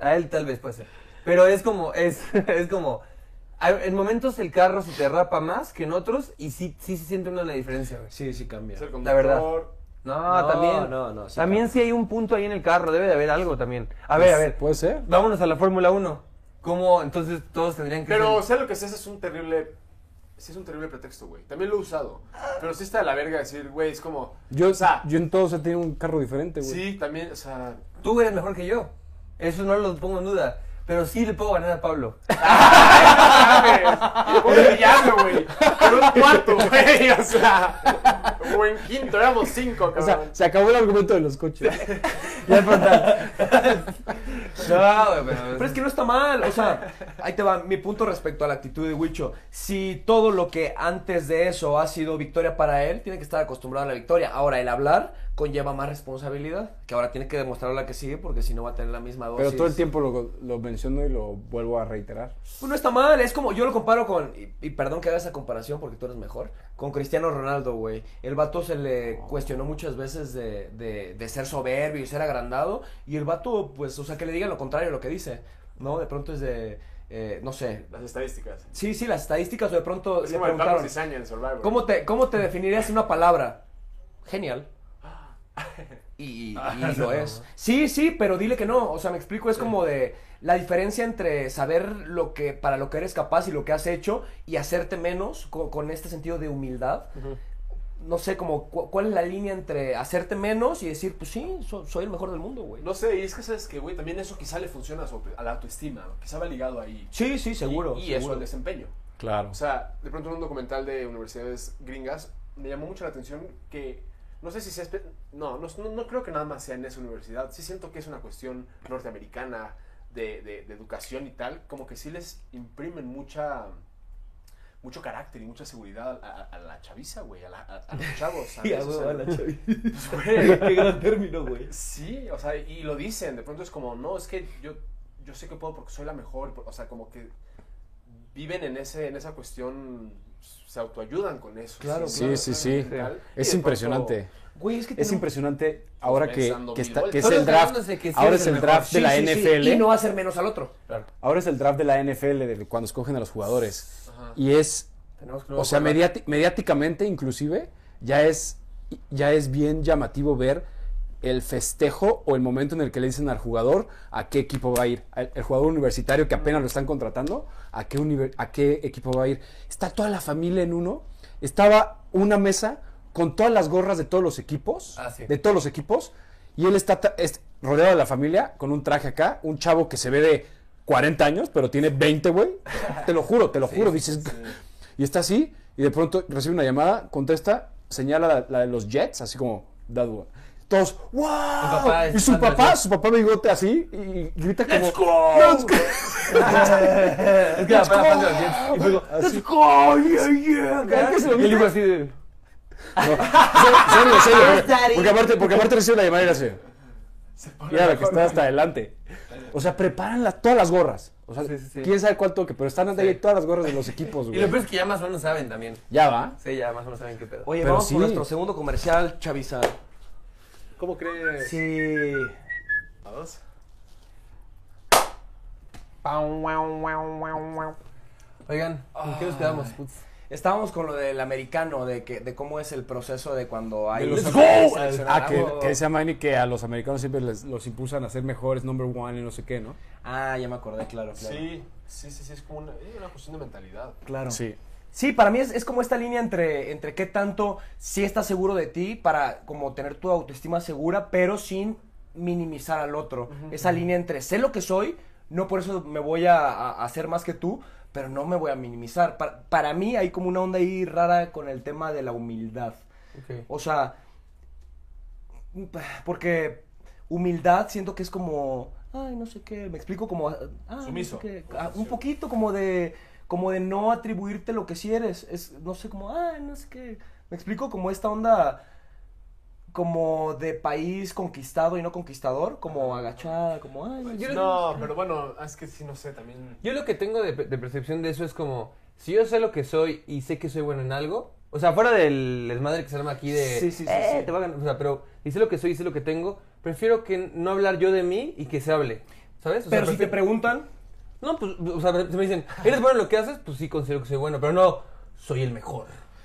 Speaker 6: A él tal vez puede ser. Pero es como, es, es como, a- en momentos el carro se te rapa más que en otros y sí, sí se siente uno la diferencia, güey.
Speaker 1: Sí, sí cambia.
Speaker 3: Es el
Speaker 6: La verdad.
Speaker 3: conductor.
Speaker 6: No,
Speaker 1: No,
Speaker 6: también.
Speaker 1: no, no, sí,
Speaker 6: también
Speaker 1: claro. Pues,
Speaker 6: sí hay un punto ahí en el carro, debe de haber algo también. A ver, a ver.
Speaker 5: Puede ser.
Speaker 6: Vámonos a la Fórmula 1. ¿Cómo entonces todos tendrían que
Speaker 3: Pero
Speaker 6: ser-
Speaker 3: sea lo que sea, ese es un terrible. Sí, es un terrible pretexto, güey. También lo he usado. Pero sí está de la verga decir, güey, es como.
Speaker 5: Yo,
Speaker 3: o sea,
Speaker 5: yo en todos he tenido un carro diferente, güey.
Speaker 3: sí, también, o sea.
Speaker 6: Tú eres mejor que yo. Eso no lo pongo en duda. Pero sí le puedo ganar a Pablo.
Speaker 3: ¡Mames! Un villano, güey. Por un cuarto, güey. O sea. O en quinto, éramos cinco,
Speaker 5: O
Speaker 3: cabrón.
Speaker 5: sea, se acabó el argumento de los coches.
Speaker 6: Ya frontal. no, güey, pero.
Speaker 1: Pero es que no está mal, o sea, ahí te va mi punto respecto a la actitud de Huicho. Si todo lo que antes de eso ha sido victoria para él, tiene que estar acostumbrado a la victoria. Ahora, el hablar conlleva más responsabilidad, que ahora tiene que demostrar la que sigue, porque si no va a tener la misma dosis.
Speaker 5: Pero todo el tiempo lo, lo menciono y lo vuelvo a reiterar.
Speaker 1: Pues no está mal, es como, yo lo comparo con, y, y perdón que haga esa comparación porque tú eres mejor, con Cristiano Ronaldo, güey. El vato se le cuestionó muchas veces de, de, de ser soberbio y ser agrandado, y el vato, pues, o sea, que le digan lo contrario a lo que dice, ¿no? De pronto es de, eh, no sé,
Speaker 3: Las estadísticas.
Speaker 1: Sí, sí, las estadísticas o de pronto
Speaker 3: Es
Speaker 1: le
Speaker 3: como el Pablo
Speaker 1: preguntaron,
Speaker 3: Cizaña en Survivor.
Speaker 1: ¿cómo te, ¿cómo te definirías en una palabra? Genial. Y, y-
Speaker 3: Ah,
Speaker 1: y lo es. Sí, sí, pero dile que no. O sea, me explico, es como de la diferencia entre saber lo que, para lo que eres capaz y lo que has hecho y hacerte menos co- con, este sentido de humildad. No sé, como, cu- ¿cuál es la línea entre hacerte menos y decir, pues sí, so- soy el mejor del mundo, güey?
Speaker 3: No sé, y es que sabes que, güey, también eso quizá le funciona a, su- a la autoestima. ¿no? Quizá va ligado ahí.
Speaker 1: Sí, sí, seguro.
Speaker 3: Y, y eso
Speaker 1: seguro.
Speaker 3: al desempeño.
Speaker 5: Claro.
Speaker 3: O sea, de pronto en un documental de universidades gringas me llamó mucho la atención que no sé si se no, no, no- no creo que nada más sea en esa universidad. Sí siento que es una cuestión norteamericana de, de- de educación y tal, como que sí les imprimen mucha mucho carácter y mucha seguridad a, a- a la chaviza, güey, a, la- a- a los chavos, ¿sabes?
Speaker 1: Ya,
Speaker 3: O
Speaker 1: güey,
Speaker 3: sea,
Speaker 1: vale, chavi.
Speaker 3: güey,
Speaker 1: Qué gran término, güey.
Speaker 3: Sí, o sea, y lo dicen, de pronto es como, no, es que yo, yo sé que puedo porque soy la mejor, o sea, como que viven en, ese, en esa cuestión, se autoayudan con eso.
Speaker 1: Claro,
Speaker 5: Sí,
Speaker 1: claro,
Speaker 5: sí, sí. Es impresionante.
Speaker 1: Güey, es que
Speaker 5: Es
Speaker 1: tenemos-
Speaker 5: impresionante ahora que,
Speaker 3: Pensando
Speaker 5: que
Speaker 3: mil
Speaker 5: está- que es
Speaker 6: Solo
Speaker 5: el draft.
Speaker 6: quedándose que sí
Speaker 5: Ahora
Speaker 6: eres
Speaker 5: es
Speaker 6: el
Speaker 5: el
Speaker 6: mejor.
Speaker 5: draft de la
Speaker 1: Sí, sí, sí.
Speaker 5: NFL.
Speaker 1: Y no hacer menos al otro.
Speaker 5: Ahora es el draft de la NFL de cuando escogen a los jugadores. Y es,
Speaker 1: Tenemos que-
Speaker 5: o sea, mediati- mediáticamente inclusive, ya es, ya es bien llamativo ver el festejo o el momento en el que le dicen al jugador a qué equipo va a ir. Al- El, jugador universitario que apenas lo están contratando, a qué, univer- a qué equipo va a ir. Está toda la familia en uno. Estaba una mesa con todas las gorras de todos los equipos.
Speaker 6: Ah, sí.
Speaker 5: De todos los equipos. Y él está ta- es rodeado de la familia con un traje acá, un chavo que se ve de 40 años, pero tiene 20, güey. Te lo juro, te lo juro. Dices, y está así, y de pronto recibe una llamada, contesta, señala la, la de los Jets, así como, that one. Todos, ¡wow!
Speaker 6: papá es
Speaker 5: y su
Speaker 6: fan de los
Speaker 5: papá,
Speaker 6: Jets.
Speaker 5: su papá bigote así, y, y grita como,
Speaker 6: ¡Let's go!
Speaker 5: "Let's go".
Speaker 6: Es que la pena fan de los Jets. Y luego,
Speaker 5: Así.
Speaker 6: ¿qué es lo que digo así de.
Speaker 5: Serio, serio,
Speaker 6: Yes,
Speaker 5: porque-
Speaker 6: daddy.
Speaker 5: porque aparte, porque aparte recibe la llamada y le hace, y ahora que está hasta adelante. O sea, preparan las- todas las gorras. O sea,
Speaker 6: Sí, sí, sí.
Speaker 5: quién sabe cuál toque, pero están ahí todas las gorras de los equipos,
Speaker 6: Y
Speaker 5: güey.
Speaker 6: lo peor es que ya más o menos saben también.
Speaker 5: Ya va.
Speaker 6: Sí, ya más o menos saben qué pedo.
Speaker 1: Oye,
Speaker 5: Pero
Speaker 1: vamos
Speaker 5: sí.
Speaker 1: por nuestro segundo comercial, Chavisa.
Speaker 3: ¿Cómo crees?
Speaker 1: Sí.
Speaker 3: A dos.
Speaker 6: Oigan, ¿con qué nos quedamos? putz?
Speaker 1: Estábamos con lo del americano, de que de cómo es el proceso de cuando hay...
Speaker 5: los-
Speaker 1: Let's
Speaker 5: ¡Let's
Speaker 1: go!
Speaker 5: Ah, que,
Speaker 1: Seleccionado.
Speaker 5: que decía Manny que a los americanos siempre les- los impulsan a ser mejores, number one y no sé qué, ¿no?
Speaker 1: Ah, ya me acordé, claro, claro.
Speaker 3: Sí, sí, sí, sí, es como una, es una cuestión de mentalidad.
Speaker 1: Claro.
Speaker 5: Sí.
Speaker 1: Sí, para mí es, es como esta línea entre, entre qué tanto sí estás seguro de ti para como tener tu autoestima segura, pero sin minimizar al otro. Esa línea entre sé lo que soy, no por eso me voy a, a- a hacer más que tú, pero no me voy a minimizar. Para, para mí hay como una onda ahí rara con el tema de la humildad. O sea, porque humildad siento que es como, ay, no sé qué, me explico como, ah, no sé
Speaker 3: Sumiso.
Speaker 1: qué, ah, un poquito como de, como de no atribuirte lo que sí eres, es, no sé, como, ah, no sé qué, me explico como esta onda como de país conquistado y no conquistador, como agachada, como ay, no sé.
Speaker 3: No, pero bueno, es que sí, no sé, también.
Speaker 2: Yo lo que tengo de, de percepción de eso es como, si yo sé lo que soy y sé que soy bueno en algo, o sea, fuera del desmadre que se arma aquí de,
Speaker 1: Sí, sí, sí,
Speaker 2: "Eh,
Speaker 1: sí.
Speaker 2: te va a ganar", o sea, pero y sé lo que soy y sé lo que tengo, prefiero que no hablar yo de mí y que se hable, ¿sabes? O sea,
Speaker 1: Pero si te
Speaker 2: prefiero-
Speaker 1: preguntan,
Speaker 2: No, pues, o sea, si me dicen, ¿eres bueno en lo que haces? Pues sí considero que soy bueno, pero no, soy el mejor,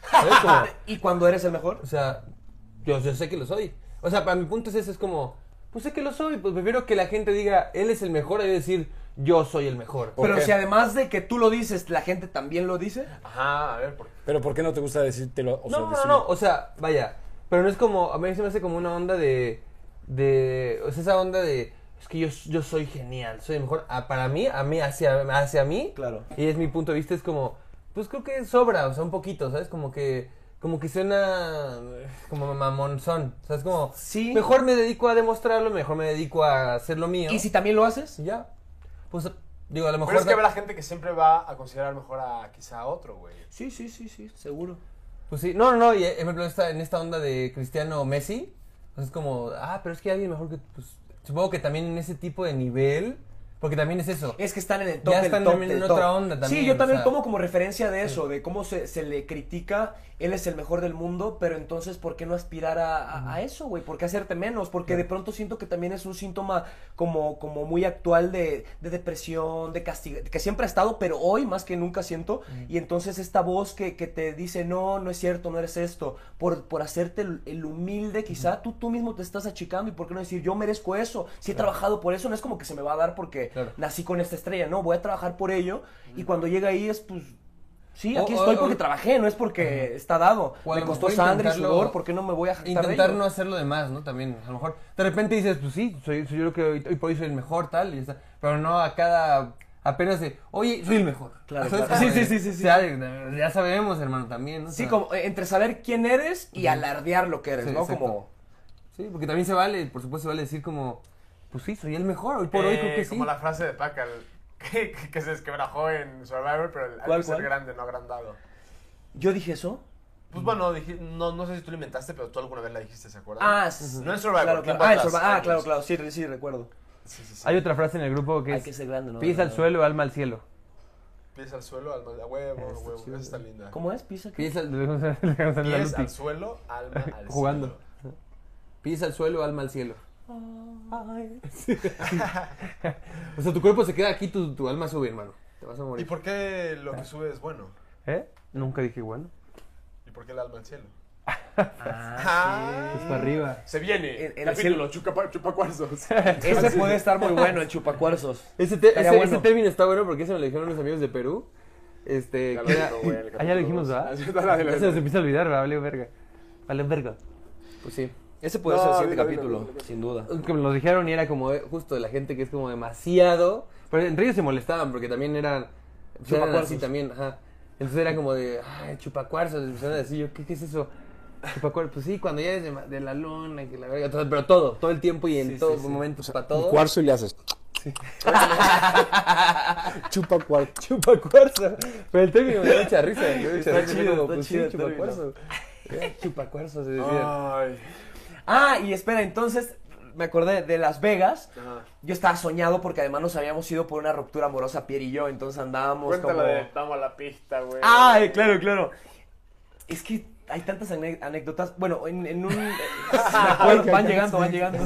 Speaker 2: ¿sabes? Como,
Speaker 1: ¿y cuando eres el mejor?
Speaker 2: o sea, yo, yo sé que lo soy. O sea, para mi punto es ese, es como, pues sé que lo soy, pues prefiero que la gente diga, él es el mejor, a yo decir, yo soy el mejor.
Speaker 1: Pero
Speaker 5: qué?
Speaker 1: si además de que tú lo dices, la gente también lo dice.
Speaker 3: Ajá, a ver, ¿por qué?
Speaker 5: Pero ¿por qué no te gusta decírtelo? O sea,
Speaker 2: no, no,
Speaker 5: decirlo?
Speaker 2: no, o sea, vaya, pero no es como, a mí se me hace como una onda de, de, o sea, esa onda de, es que yo, yo soy genial, soy el mejor, ah, para mí, a mí, hacia, hacia mí,
Speaker 1: Claro.
Speaker 2: y es mi punto de vista, es como, pues creo que sobra, o sea, un poquito, ¿sabes? Como que, como que suena eh, como mamonzón, o sea, es como,
Speaker 1: Sí.
Speaker 2: mejor me dedico a demostrarlo, mejor me dedico a hacer lo mío,
Speaker 1: Y si también lo haces,
Speaker 2: y ya, pues, digo, a lo mejor...
Speaker 3: Pero es que habrá gente que siempre va a considerar mejor a quizá a otro, güey.
Speaker 1: sí, sí, sí, sí, seguro.
Speaker 2: Pues sí, no, no, no, y eh, por ejemplo esta- en esta onda de Cristiano o Messi, pues es como, ah, pero es que hay alguien mejor que, pues, supongo que también en ese tipo de nivel, porque también es eso.
Speaker 1: Es que están en el top
Speaker 2: Ya
Speaker 1: del
Speaker 2: están
Speaker 1: top
Speaker 2: también
Speaker 1: del
Speaker 2: en
Speaker 1: top.
Speaker 2: otra onda también,
Speaker 1: Sí, yo
Speaker 2: o
Speaker 1: también
Speaker 2: sea.
Speaker 1: tomo como referencia de eso, de cómo se, se le critica, él es el mejor del mundo, pero entonces, ¿por qué no aspirar a, a- a eso, güey? ¿Por qué hacerte menos? Porque de pronto siento que también es un síntoma como, como muy actual de, de depresión, de castigo, que siempre ha estado, pero hoy más que nunca siento, y entonces esta voz que, que te dice, no, no es cierto, no eres esto, por, por hacerte el, el humilde quizá, tú, tú mismo te estás achicando, y por qué no decir, yo merezco eso, si he trabajado por eso, no es como que se me va a dar porque
Speaker 2: Claro.
Speaker 1: nací con esta estrella, no, voy a trabajar por ello. Y cuando llega ahí es pues, sí, aquí
Speaker 2: O- o-
Speaker 1: estoy porque
Speaker 2: o-
Speaker 1: trabajé, no es porque está dado.
Speaker 2: O a
Speaker 1: Me
Speaker 2: lo
Speaker 1: costó
Speaker 2: mejor
Speaker 1: sangre y
Speaker 2: intentarlo-
Speaker 1: sudor, ¿por qué no me voy a jactar de
Speaker 2: Intentar
Speaker 1: ello?
Speaker 2: no hacerlo de más, ¿no? También, a lo mejor, de repente dices, pues sí, soy, soy yo creo que hoy, hoy por hoy soy el mejor, tal, y ya está, pero no a cada, apenas de, oye, soy el mejor.
Speaker 1: Claro,
Speaker 2: ¿Sabes?
Speaker 1: claro.
Speaker 2: Como
Speaker 1: Sí,
Speaker 2: de,
Speaker 1: sí, sí, sí, sí.
Speaker 2: o sea, ya sabemos, hermano, también, ¿no? O
Speaker 1: Sí,
Speaker 2: sea,
Speaker 1: como eh, entre saber quién eres y alardear lo que eres,
Speaker 2: Sí,
Speaker 1: ¿no?
Speaker 2: exacto.
Speaker 1: Como
Speaker 2: Sí, porque también se vale, por supuesto, se vale decir como, pues sí, soy el mejor, hoy por hoy
Speaker 3: Eh,
Speaker 2: creo que sí.
Speaker 3: Como la frase de Pacal, que, que- que se desquebrajó en Survivor, pero el,
Speaker 1: ¿Cuál,
Speaker 3: al ser
Speaker 1: cuál?
Speaker 3: grande, no agrandado.
Speaker 1: yo dije eso.
Speaker 3: Pues
Speaker 1: Mm.
Speaker 3: bueno, dije- no, no sé si tú lo inventaste, pero tú alguna vez la dijiste, ¿se acuerdan?
Speaker 1: Ah, sí.
Speaker 3: No en Survivor,
Speaker 1: Claro, claro.
Speaker 3: tiempo
Speaker 1: Ah, en
Speaker 3: atrás,
Speaker 1: Survivor. Ah,
Speaker 3: años.
Speaker 1: claro, claro, sí, re- sí, recuerdo.
Speaker 3: Sí, sí, sí.
Speaker 2: Hay otra frase en el grupo que
Speaker 1: Hay
Speaker 2: es,
Speaker 1: que ser grande, ¿no?
Speaker 2: pies al suelo, alma al cielo.
Speaker 3: Pies al suelo, alma a huevo, a huevo. Esa está linda.
Speaker 1: Este, ¿Cómo es? ¿Pisa? qué?
Speaker 2: Pies al, dejamos hablar a
Speaker 3: Pies
Speaker 2: Lupi.
Speaker 3: al suelo, alma al cielo.
Speaker 2: Jugando. Pies al suelo, alma al cielo. o sea, tu cuerpo se queda aquí, tu, tu alma sube, hermano. Te vas a
Speaker 3: ¿Y
Speaker 2: morir.
Speaker 3: por qué lo que sube es bueno?
Speaker 2: ¿Eh? Nunca dije bueno.
Speaker 3: ¿Y por qué el alma al cielo? Ah,
Speaker 1: Ah,
Speaker 9: Es para arriba.
Speaker 3: Se viene.
Speaker 1: En- en el cielo.
Speaker 3: chupa, cuarzos.
Speaker 1: Ese puede estar muy bueno, el chupacuarzos.
Speaker 2: Ese, te-
Speaker 1: Estaría
Speaker 2: ese-
Speaker 1: bueno.
Speaker 2: ese término está bueno porque ese me lo dijeron unos amigos de Perú. Este, que era- Ah, ya lo dijimos, ¿verdad? Ya se nos empieza a olvidar, ¿verdad? Vale, verga. Vale, verga. Pues sí.
Speaker 1: Ese puede ser
Speaker 3: No,
Speaker 1: el siguiente
Speaker 3: dilo, dilo,
Speaker 1: capítulo,
Speaker 3: dilo, dilo.
Speaker 1: sin duda.
Speaker 2: que me los dijeron y era como eh, justo de la gente que es como demasiado. Pero entre ellos se molestaban porque también eran. pues, eran
Speaker 1: Chupacuarzos.
Speaker 2: así también, ajá. Entonces era como de, ay, chupacuarzos. y Empezaron a decir, yo, ¿qué, qué es eso? Chupacuarzos. Pues sí, cuando ya es de, ma- de la luna, y que la verga. todo- pero todo, todo el tiempo y en
Speaker 1: Sí,
Speaker 2: todo
Speaker 1: sí, sí.
Speaker 2: momento, para
Speaker 5: Un
Speaker 2: todo.
Speaker 5: cuarzo y le haces. Chupa cuarzo.
Speaker 2: Chupacuarzo. Pero el término me da mucha risa. Me da mucha
Speaker 1: Está
Speaker 2: risa,
Speaker 1: chido,
Speaker 2: como,
Speaker 1: está
Speaker 2: pues sí,
Speaker 1: chido el término.
Speaker 2: chupacuarzos. Eh, Chupacuarzos, se decía.
Speaker 3: Ay.
Speaker 1: Ah, y espera, entonces me acordé de Las Vegas.
Speaker 3: Ajá.
Speaker 1: Yo estaba soñado porque además nos habíamos ido por una ruptura amorosa Pierre y yo, entonces andábamos
Speaker 3: Cuéntala
Speaker 1: Pues como...
Speaker 3: de vamos a la pista, güey.
Speaker 1: Ay, claro, claro. Es que hay tantas ane- anécdotas. Bueno, en, en un... eh, me acuerdo, van llegando, van llegando.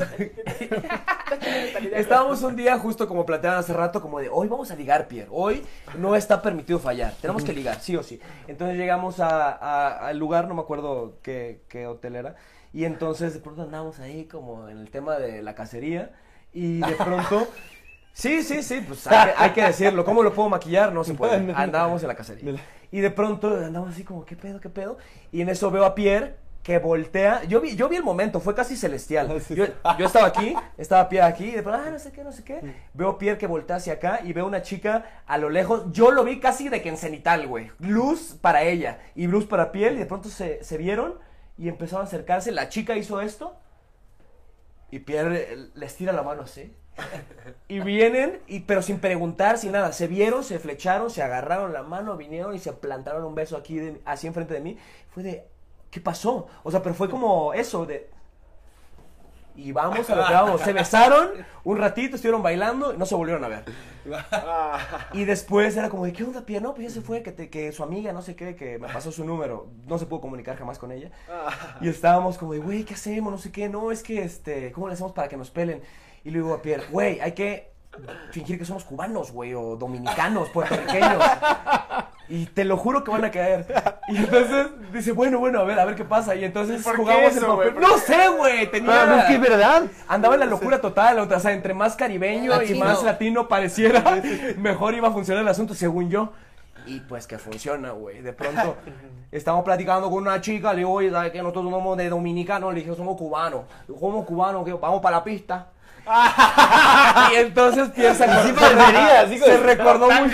Speaker 1: Estábamos un día justo como planteaban hace rato, como de hoy vamos a ligar, Pierre. Hoy no está permitido fallar. Tenemos que ligar, sí o sí. Entonces llegamos a- a- al lugar, no me acuerdo qué, qué hotel era. Y entonces de pronto andamos ahí como en el tema de la cacería. Y de pronto... Sí, sí, sí, pues hay que, hay que decirlo. ¿Cómo lo puedo maquillar? No se puede. Andábamos en la cacería. Y de pronto andamos así como, ¿qué pedo, qué pedo? Y en eso veo a Pierre que voltea. Yo vi, yo vi el momento, fue casi celestial. Yo, yo estaba aquí, estaba Pierre aquí, y de pronto, ah, no sé qué, no sé qué. Veo a Pierre que voltea hacia acá y veo una chica a lo lejos. Yo lo vi casi de que en cenital, güey. Luz para ella y luz para Pierre. Y de pronto se, se vieron y empezaron a acercarse. La chica hizo esto y Pierre eh, les tira la mano así. Y vienen, y, pero sin preguntar, sin nada. Se vieron, se flecharon, se agarraron la mano, vinieron y se plantaron un beso aquí, de- así enfrente de mí. Fue de, ¿qué pasó? O sea, pero fue como eso, de, y vamos a lo que vamos. Se besaron un ratito, estuvieron bailando y no se volvieron a ver.
Speaker 3: Ah.
Speaker 1: Y después era como, de, ¿qué onda, Pia? No, pues ya se fue, que, te- que su amiga, no sé qué, que me pasó su número. No se pudo comunicar jamás con ella.
Speaker 3: Ah.
Speaker 1: Y estábamos como de, güey, ¿qué hacemos? No sé qué, no, es que, este, ¿cómo le hacemos para que nos pelen? Y le digo a Pierre, güey, hay que fingir que somos cubanos, güey, o dominicanos, puertorriqueños. Y te lo juro que van a caer. Y entonces dice, bueno, bueno, a ver, a ver qué pasa. Y entonces
Speaker 3: ¿Por qué
Speaker 1: jugamos
Speaker 3: eso,
Speaker 1: el papel.
Speaker 3: güey?
Speaker 1: No sé, güey, tenía...
Speaker 5: Pero Ah, es que es verdad.
Speaker 1: Andaba en la locura total, o sea, entre más caribeño y
Speaker 6: Latino.
Speaker 1: más latino pareciera, mejor iba a funcionar el asunto, según yo. Y pues que funciona, güey. De pronto, estamos platicando con una chica, le digo, oye, ¿sabes que nosotros somos de dominicanos? Le dije, somos cubanos. Somos cubanos, que vamos para la pista. y entonces piensa que se recordó muy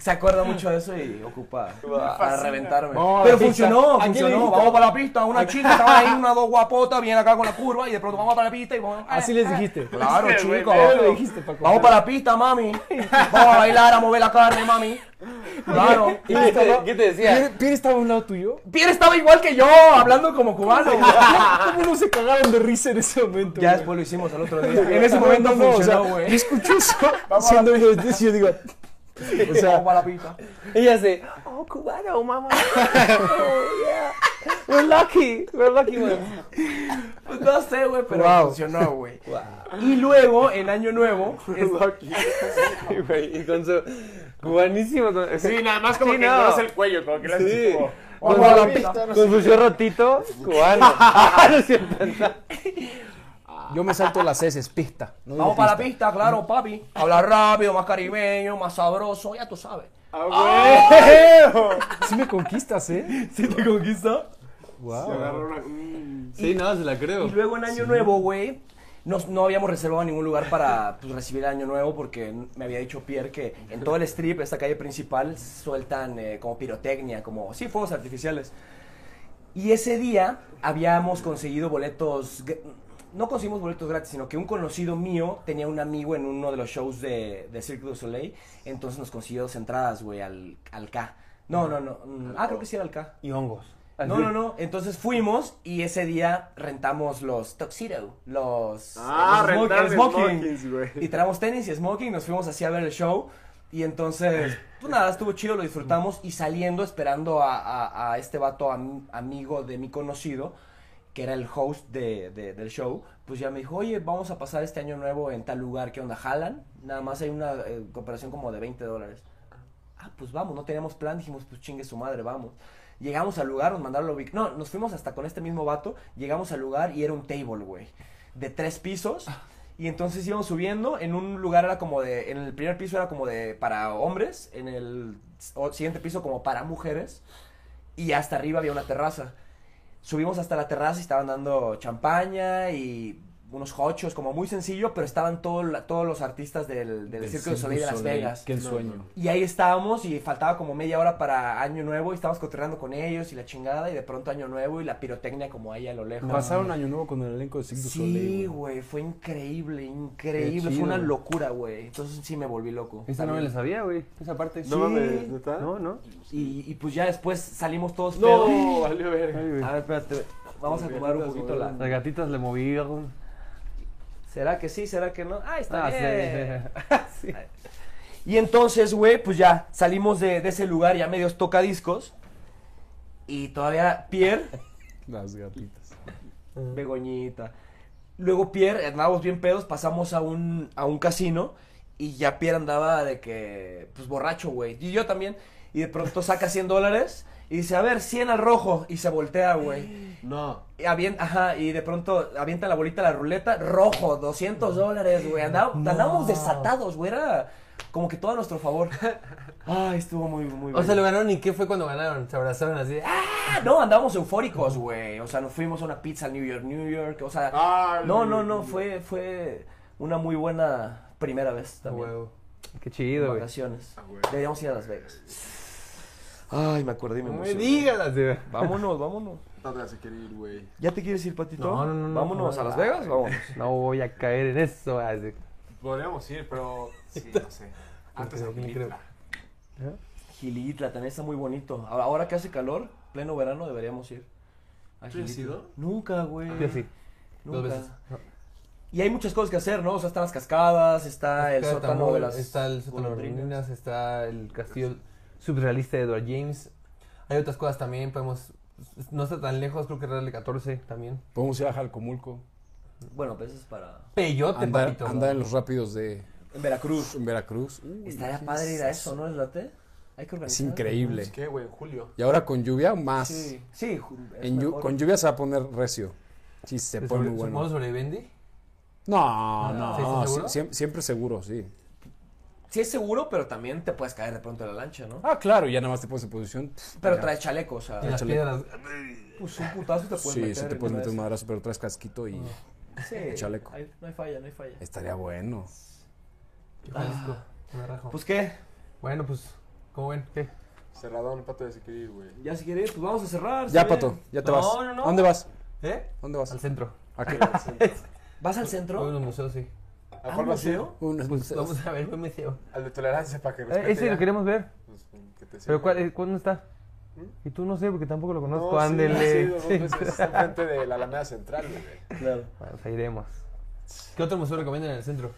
Speaker 1: Se acuerda mucho de eso y ocupa para reventarme.
Speaker 5: Vamos a la
Speaker 1: Pero
Speaker 5: pista.
Speaker 1: funcionó,
Speaker 5: ¿A quién le
Speaker 1: funcionó.
Speaker 5: dijiste?
Speaker 1: Vamos para la pista. Una chica estaba ahí, una dos guapotas, viene acá con la curva y de pronto vamos para la pista y vamos.
Speaker 5: Así les dijiste.
Speaker 1: Claro,
Speaker 3: Sí, güey,
Speaker 1: chico.
Speaker 5: ¿Cómo le dijiste, Paco?
Speaker 1: Vamos para la pista, mami. Vamos a bailar, a mover la carne, mami. Claro.
Speaker 5: ¿Y Pierre
Speaker 6: te-
Speaker 1: Ah.
Speaker 5: estaba-
Speaker 6: qué te decía?
Speaker 5: Pierre- Pierre estaba a un lado tuyo.
Speaker 1: Pierre estaba igual que yo, hablando como cubano.
Speaker 5: ¿Cómo no se cagaron de risa en ese momento?
Speaker 1: Ya
Speaker 5: güey?
Speaker 1: después lo hicimos al otro día. En ese momento
Speaker 5: No, no, no, o sea,
Speaker 1: funcionó,
Speaker 5: yo
Speaker 1: güey.
Speaker 5: escuché eso siendo yo, yo digo, o sea,
Speaker 1: Vamos para la pista.
Speaker 5: ella se,
Speaker 6: Oh, cubano, mamá. Oh, yeah. We're lucky. We're lucky, man.
Speaker 1: Pues no sé, güey, pero
Speaker 5: Wow.
Speaker 1: funcionó, güey. Y luego, en Año Nuevo, es-
Speaker 6: Sí, güey, y con su cubanísimo. Con,
Speaker 3: Sí, nada más como
Speaker 6: Sí,
Speaker 3: que
Speaker 6: no.
Speaker 3: no. el cuello, como que le haces
Speaker 6: Sí.
Speaker 3: tipo- ah,
Speaker 1: Vamos
Speaker 6: Con
Speaker 1: a
Speaker 6: su-
Speaker 1: la pista.
Speaker 6: con su chorrotito cubano. Ah, no es cierto.
Speaker 5: yo me salto las heces, pista. no digo
Speaker 1: Vamos para la pista, claro, papi. Hablar rápido, más caribeño, más sabroso, ya tú sabes.
Speaker 5: Ah. Sí me conquistas, ¿eh?
Speaker 1: ¿Sí te conquistó?
Speaker 5: Wow.
Speaker 3: Mm.
Speaker 6: Sí, no, se la creo.
Speaker 1: Y luego en Año Nuevo, güey, nos- no habíamos reservado ningún lugar para pues, recibir el Año Nuevo porque me había dicho Pierre que en todo el strip, esta calle principal, sueltan eh, como pirotecnia, como, sí, fuegos artificiales. Y ese día habíamos conseguido boletos, gr- no conseguimos boletos gratis, sino que un conocido mío tenía un amigo en uno de los shows de, de Cirque du Soleil, entonces nos consiguió dos entradas, güey, al, al K. No, no, no. mm, Ah, creo que sí era al K.
Speaker 6: Y hongos.
Speaker 1: No, no, no. Entonces fuimos y ese día rentamos los tuxedo, los,
Speaker 3: Ah,
Speaker 1: los smok-
Speaker 3: rentar
Speaker 1: el
Speaker 3: smokings, güey.
Speaker 1: Y traemos tenis y smoking, nos fuimos así a ver el show. Y entonces, pues nada, estuvo chido, lo disfrutamos. Y saliendo, esperando a, a- a este vato am- amigo de mi conocido, que era el host de- de- del show, pues ya me dijo, oye, vamos a pasar este año nuevo en tal lugar, ¿qué onda? ¿Jalan? Nada más hay una eh, cooperación como de 20 dólares ah, pues vamos, no teníamos plan, dijimos, pues chingue su madre, vamos. Llegamos al lugar, nos mandaron la ubic- No, nos fuimos hasta con este mismo vato, llegamos al lugar y era un table, güey, de tres pisos. Y entonces íbamos subiendo, en un lugar era como de, en el primer piso era como de para hombres, en el s- o- siguiente piso como para mujeres, y hasta arriba había una terraza. Subimos hasta la terraza y estaban dando champaña y unos hochos, como muy sencillo, pero estaban todo la- todos los artistas del, del, Circo de Soleil de Las Vegas.
Speaker 5: Qué sueño.
Speaker 1: Y ahí estábamos y faltaba como media hora para Año Nuevo y estábamos cotorreando con ellos y la chingada y de pronto Año Nuevo y la pirotecnia como ahí a lo lejos.
Speaker 5: Pasaron año nuevo con el elenco de Cirque du
Speaker 1: Sí,
Speaker 5: Soleil,
Speaker 1: güey, fue increíble, increíble,
Speaker 5: Qué chido,
Speaker 1: fue una
Speaker 5: güey.
Speaker 1: locura, güey. Entonces sí me volví loco.
Speaker 6: Esa no me la sabía, güey. Esa parte.
Speaker 1: No mames,
Speaker 3: ¿neta?
Speaker 6: No, no.
Speaker 1: Y, y pues ya después salimos todos pedos.
Speaker 3: No, valió verga.
Speaker 1: A ver, espérate, vamos a tomar un poquito la...
Speaker 6: Las gatitas le movieron.
Speaker 1: ¿Será que sí? ¿Será que no? Ah, está
Speaker 6: Ah, sí.
Speaker 1: bien. Y entonces, güey, pues ya salimos de, de ese lugar ya medios tocadiscos y todavía Pierre Ah.
Speaker 5: Las gatitas.
Speaker 1: Begoñita. Luego Pierre, andábamos bien pedos, pasamos a un, a un casino y ya Pierre andaba de que, pues borracho, güey. Y yo también. Y de pronto saca 100 dólares y dice, a ver, 100 al rojo. Y se voltea, güey.
Speaker 3: No.
Speaker 1: Y, avien- ajá, y de pronto avienta la bolita a la ruleta, rojo, 200 dólares, güey. Andá- Andábamos desatados, güey. Era como que todo a nuestro favor. Ay, estuvo muy, muy
Speaker 2: O sea,
Speaker 1: bueno.
Speaker 2: lo ganaron y ¿qué fue cuando ganaron? Se abrazaron así. ¡Ah!
Speaker 1: Ah, no, andábamos eufóricos, güey. O sea, nos fuimos a una pizza al New York, New York. O sea,
Speaker 3: Ah,
Speaker 1: no,
Speaker 3: el-
Speaker 1: no, no, fue, fue una muy buena primera vez también.
Speaker 2: Huevo.
Speaker 6: Qué
Speaker 1: de
Speaker 6: chido, güey.
Speaker 1: vacaciones.
Speaker 3: güey.
Speaker 1: Deberíamos ir a Las Vegas. Ay, me acordé y me
Speaker 6: No me
Speaker 1: emocioné.
Speaker 6: digas, güey.
Speaker 1: Vámonos, vámonos.
Speaker 3: Tata se quiere ir, güey.
Speaker 1: ¿Ya te quieres ir, Patito?
Speaker 2: No, no, no, no.
Speaker 1: Vámonos a Las Vegas, vámonos.
Speaker 6: No voy a caer en eso. así.
Speaker 3: Podríamos ir, pero. Sí, no sé. Antes de Ah,
Speaker 2: quién
Speaker 3: Gilitla.
Speaker 6: ¿Eh?
Speaker 1: Gilitla también está muy bonito. Ahora, ahora que hace calor, pleno verano, deberías ir. ¿A
Speaker 3: ¿Tú ya has
Speaker 1: Gilitla.
Speaker 3: ido?
Speaker 1: Nunca, güey.
Speaker 6: Yo sí.
Speaker 2: Dos
Speaker 1: Nunca.
Speaker 2: veces.
Speaker 1: Y hay muchas cosas que hacer, ¿no? O sea, están las cascadas, está Ah, el
Speaker 2: Está
Speaker 1: sótano
Speaker 2: Tamul,
Speaker 1: de las.
Speaker 2: Está el sótano de las
Speaker 1: golondrinas.
Speaker 2: golondrinas, está el castillo surrealista de Edward James. Hay otras cosas también, podemos... No está tan lejos, creo que Real 14 también.
Speaker 5: Podemos ir a Jalcomulco.
Speaker 1: Bueno, pues eso es para.
Speaker 2: Peyote,
Speaker 5: Andar,
Speaker 2: papito.
Speaker 5: andar en los rápidos de
Speaker 1: En Veracruz.
Speaker 5: en Veracruz. Uy,
Speaker 1: Estaría padre ir a eso, ¿no? ¿Les late? Hay que
Speaker 5: Es
Speaker 1: organizar.
Speaker 5: increíble.
Speaker 3: ¿Qué, güey? En julio.
Speaker 5: Y ahora con lluvia, más.
Speaker 1: Sí, sí. ju- es
Speaker 5: En llu-
Speaker 1: mejor.
Speaker 5: con lluvia se va a poner recio. Sí, se
Speaker 2: ¿Se
Speaker 5: pone
Speaker 2: sobre-
Speaker 5: muy
Speaker 2: su modo
Speaker 5: bueno.
Speaker 2: sobrevende?
Speaker 5: No,
Speaker 2: ¿Sí,
Speaker 5: no,
Speaker 2: estás
Speaker 5: Ah, sí,
Speaker 2: seguro?
Speaker 5: siem- siempre seguro, sí.
Speaker 1: Sí, es seguro, pero también te puedes caer de pronto en la lancha, ¿no?
Speaker 5: Ah, claro, ya nada más te pones en posición.
Speaker 1: Pero traes chaleco, o sea.
Speaker 2: En las
Speaker 5: Échale.
Speaker 2: piedras.
Speaker 1: Pues un putazo te puedes
Speaker 5: Sí,
Speaker 1: meter. Ah.
Speaker 5: se te
Speaker 1: y
Speaker 5: puedes
Speaker 1: no
Speaker 5: meter un
Speaker 1: es-
Speaker 5: madrazo, pero traes casquito y
Speaker 1: Sí,
Speaker 5: chaleco.
Speaker 1: ahí no hay falla, no hay falla.
Speaker 5: estaría bueno.
Speaker 2: Jalisco, me rajo.
Speaker 1: Pues qué,
Speaker 2: Bueno, pues, ¿cómo ven? ¿Qué?
Speaker 3: Cerradón, pato de Sequil, güey.
Speaker 1: ya si quieres, pues vamos a cerrar.
Speaker 5: Ya,
Speaker 1: está
Speaker 5: Pato,
Speaker 1: bien.
Speaker 5: ya te
Speaker 2: No,
Speaker 5: vas.
Speaker 2: no, no.
Speaker 5: ¿A dónde vas?
Speaker 2: ¿Eh?
Speaker 5: ¿A ¿Dónde vas?
Speaker 2: Al centro.
Speaker 5: ¿A qué?
Speaker 1: ¿Vas al
Speaker 2: Voy a
Speaker 1: centro?
Speaker 2: unos museos, sí.
Speaker 3: ¿A cuál vas a ir?
Speaker 5: Un-
Speaker 2: Vamos a ver, buen museo.
Speaker 3: Al de tolerancia para que respete.
Speaker 2: Eh, ese
Speaker 3: ya.
Speaker 2: lo queremos ver.
Speaker 3: Pues, que te
Speaker 2: ¿Pero
Speaker 3: sirva.
Speaker 2: cuál, eh, cuándo está? Y tú no sé, porque tampoco lo
Speaker 3: No,
Speaker 2: conozco.
Speaker 3: sí,
Speaker 2: Ándele.
Speaker 3: sí, pues, dos
Speaker 2: Sí.
Speaker 3: veces. Está enfrente de la Alameda Central, güey.
Speaker 1: Claro.
Speaker 2: Bueno, pues ahí iremos. ¿Qué otro museo recomiendan en el centro?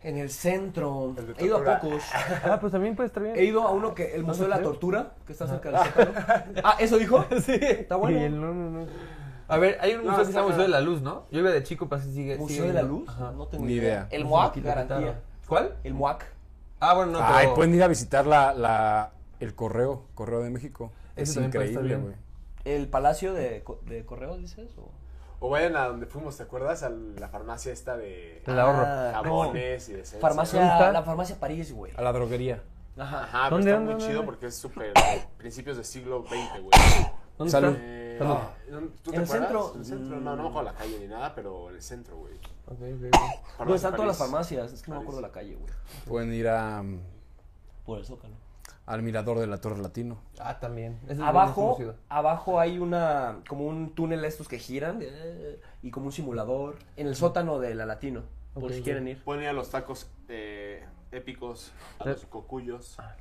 Speaker 1: En el centro.
Speaker 3: El de
Speaker 1: He ido a
Speaker 3: tortura.
Speaker 1: pocos.
Speaker 2: Ah, pues también puede estar bien.
Speaker 1: He ido a uno que, el Museo de la
Speaker 2: sé.
Speaker 1: Tortura, que está cerca del Zócalo. Ah, ¿eso dijo?
Speaker 2: Sí. Está
Speaker 1: bueno.
Speaker 2: no, no, no. A ver, hay un
Speaker 3: No,
Speaker 2: museo que se
Speaker 3: está
Speaker 2: llama Museo de
Speaker 3: bien.
Speaker 2: la Luz, ¿no? Yo iba de chico, pasé sigue.
Speaker 1: ¿Museo
Speaker 2: sigue
Speaker 1: de la
Speaker 2: viendo.
Speaker 1: Luz?
Speaker 2: Ajá.
Speaker 1: No tengo
Speaker 5: Ni idea.
Speaker 1: El
Speaker 2: Lo
Speaker 1: MUAC,
Speaker 2: quitaron.
Speaker 1: garantía.
Speaker 2: ¿Cuál?
Speaker 1: El MUAC.
Speaker 2: Ah, bueno, no,
Speaker 5: Ay, pues,
Speaker 2: pero...
Speaker 5: pueden ir a visitar la, la, el correo, Correo de México.
Speaker 2: Ese
Speaker 5: Es
Speaker 2: también puede estar
Speaker 5: increíble,
Speaker 2: bien.
Speaker 5: güey.
Speaker 1: ¿El Palacio de, Co- de Correos, dices? O...
Speaker 3: O vayan a donde fuimos, ¿te acuerdas? A la farmacia esta de
Speaker 2: Te la ahorro.
Speaker 1: Ah,
Speaker 3: jabones y de
Speaker 1: no.
Speaker 3: esencias.
Speaker 2: ¿Dónde
Speaker 1: Farmacia,
Speaker 2: está?
Speaker 1: la farmacia París, güey.
Speaker 5: A la droguería.
Speaker 1: Ajá.
Speaker 3: Ajá, pero
Speaker 2: ¿Dónde,
Speaker 3: está
Speaker 2: dónde,
Speaker 3: muy
Speaker 2: dónde,
Speaker 3: chido
Speaker 2: dónde?
Speaker 3: porque es súper de principios del siglo XX, güey.
Speaker 2: ¿Dónde
Speaker 5: Salud.
Speaker 2: está?
Speaker 3: Eh,
Speaker 2: Salud.
Speaker 3: ¿dónde- ¿Tú te
Speaker 1: ¿En el
Speaker 3: acuerdas?
Speaker 1: centro?
Speaker 3: En el centro, no, no me acuerdo la calle ni nada, pero en el centro, güey.
Speaker 2: Ok, ok, ok.
Speaker 1: ¿Dónde están todas las
Speaker 3: París.
Speaker 1: farmacias? Es que no me acuerdo la calle, güey.
Speaker 5: Pueden ir a, mm,
Speaker 1: Por el Zócalo.
Speaker 5: al Mirador de la Torre Latino.
Speaker 2: Ah, también. Ese es
Speaker 1: Abajo,
Speaker 2: bueno, es
Speaker 1: abajo hay una, como un túnel estos que giran eh, y como un simulador en el sótano de la Latino, por
Speaker 2: Ok,
Speaker 1: si
Speaker 2: ok.
Speaker 1: quieren ir.
Speaker 3: Pueden ir a los tacos eh, épicos,
Speaker 2: Eh.
Speaker 3: a los cocuyos.
Speaker 2: Ah,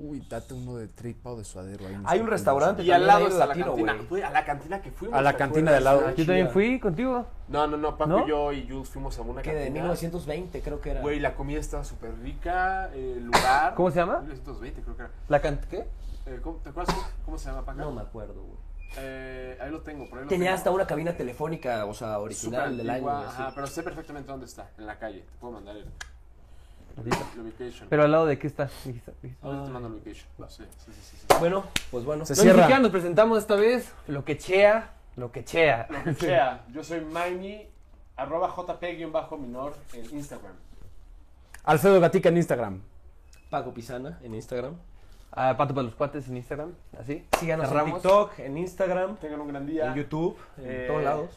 Speaker 5: Uy, date uno de tripa o de suadero. ahí no
Speaker 1: Hay
Speaker 5: sé
Speaker 1: un
Speaker 5: cómo
Speaker 1: restaurante
Speaker 5: se
Speaker 3: Y al
Speaker 1: también
Speaker 3: lado
Speaker 1: hay
Speaker 3: está la
Speaker 1: latino,
Speaker 3: cantina.
Speaker 1: güey.
Speaker 3: Güey, a la cantina que fuimos.
Speaker 5: A la
Speaker 3: ¿te
Speaker 5: cantina
Speaker 3: acuerdas?
Speaker 5: de al lado.
Speaker 2: Yo también fui contigo.
Speaker 3: No, no, no, Paco
Speaker 2: ¿No?
Speaker 3: y yo y Jules fuimos a una
Speaker 1: Que
Speaker 3: cantina.
Speaker 1: de 1920 creo que era.
Speaker 3: Güey, la comida estaba súper rica, el lugar.
Speaker 2: ¿Cómo se llama?
Speaker 3: 1920 creo que era.
Speaker 2: ¿La can... ¿Qué?
Speaker 3: Eh, ¿cómo- ¿Te acuerdas cómo- cómo se llama Paco?
Speaker 1: No me acuerdo, güey.
Speaker 3: Eh, ahí lo tengo, por ahí lo
Speaker 1: Tenía
Speaker 3: tengo.
Speaker 1: hasta una cabina telefónica, o sea,
Speaker 3: Súper
Speaker 1: original del año.
Speaker 3: antigua,
Speaker 1: güey, sí.
Speaker 3: Ajá, pero sé perfectamente dónde está, en la calle. Te puedo mandar el, el ubication.
Speaker 2: Pero al lado de qué está. Dijiste- dijiste.
Speaker 3: Ahorita
Speaker 1: Este
Speaker 3: te mando el ubication. Sí, sí, sí, sí, sí.
Speaker 1: Bueno, pues bueno.
Speaker 5: Se
Speaker 2: Ah. Los
Speaker 5: cierra.
Speaker 2: mexicanos nos presentamos esta vez. Lo que chea, lo que chea.
Speaker 3: Lo que sea, yo soy Miney, arroba jp-minor en Instagram.
Speaker 5: llama. Alfredo Gatica en Instagram.
Speaker 1: Paco Pisana en Instagram.
Speaker 2: Ah, Pato para los cuates en Instagram. Así.
Speaker 1: Síganos en
Speaker 2: Cerramos.
Speaker 1: TikTok, en Instagram,
Speaker 3: Tengan un gran día.
Speaker 1: en YouTube,
Speaker 3: Eh,
Speaker 1: en todos lados.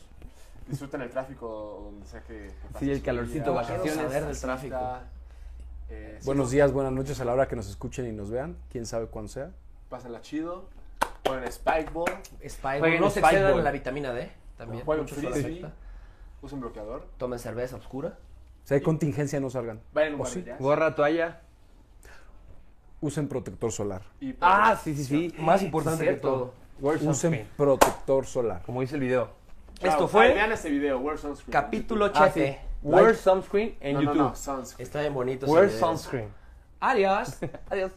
Speaker 3: Disfruten el tráfico donde sea que, que pase
Speaker 2: Sí, el
Speaker 3: su
Speaker 2: calorcito,
Speaker 3: día.
Speaker 2: vacaciones,
Speaker 3: Quiero saber del
Speaker 1: casita.
Speaker 3: tráfico. Eh, sí,
Speaker 5: Buenos días, buenas noches a la hora que nos escuchen y nos vean. Quién sabe cuándo sea.
Speaker 3: Pásenla chido. Jueguen Spikeball.
Speaker 1: Spikeball.
Speaker 2: Jueguen
Speaker 1: No se
Speaker 2: Spikeball.
Speaker 1: excedan la vitamina D también.
Speaker 3: Jueguen
Speaker 1: mucho eso
Speaker 3: frisbee.
Speaker 1: afecta.
Speaker 3: Usen bloqueador.
Speaker 1: Tomen cerveza oscura.
Speaker 5: Si hay contingencia, no salgan.
Speaker 3: Vayan a un
Speaker 5: O sí.
Speaker 3: bar de jazz.
Speaker 2: Gorra, toalla.
Speaker 5: Usen protector solar.
Speaker 3: Y pues,
Speaker 2: Ah, sí, sí, sí.
Speaker 1: Más importante que
Speaker 2: cierto.
Speaker 1: todo.
Speaker 5: Usen protector solar.
Speaker 2: Como dice el video.
Speaker 3: chao.
Speaker 1: Esto fue
Speaker 3: Ay, Vean este video, Wear Sunscreen.
Speaker 1: capítulo
Speaker 2: Ah,
Speaker 1: 7.
Speaker 2: sí. Wear sunscreen en
Speaker 3: No, no,
Speaker 2: YouTube.
Speaker 3: no, sunscreen.
Speaker 1: Está bien bonito. ese
Speaker 2: Wear
Speaker 1: video.
Speaker 2: sunscreen.
Speaker 1: Adiós.
Speaker 2: Adiós.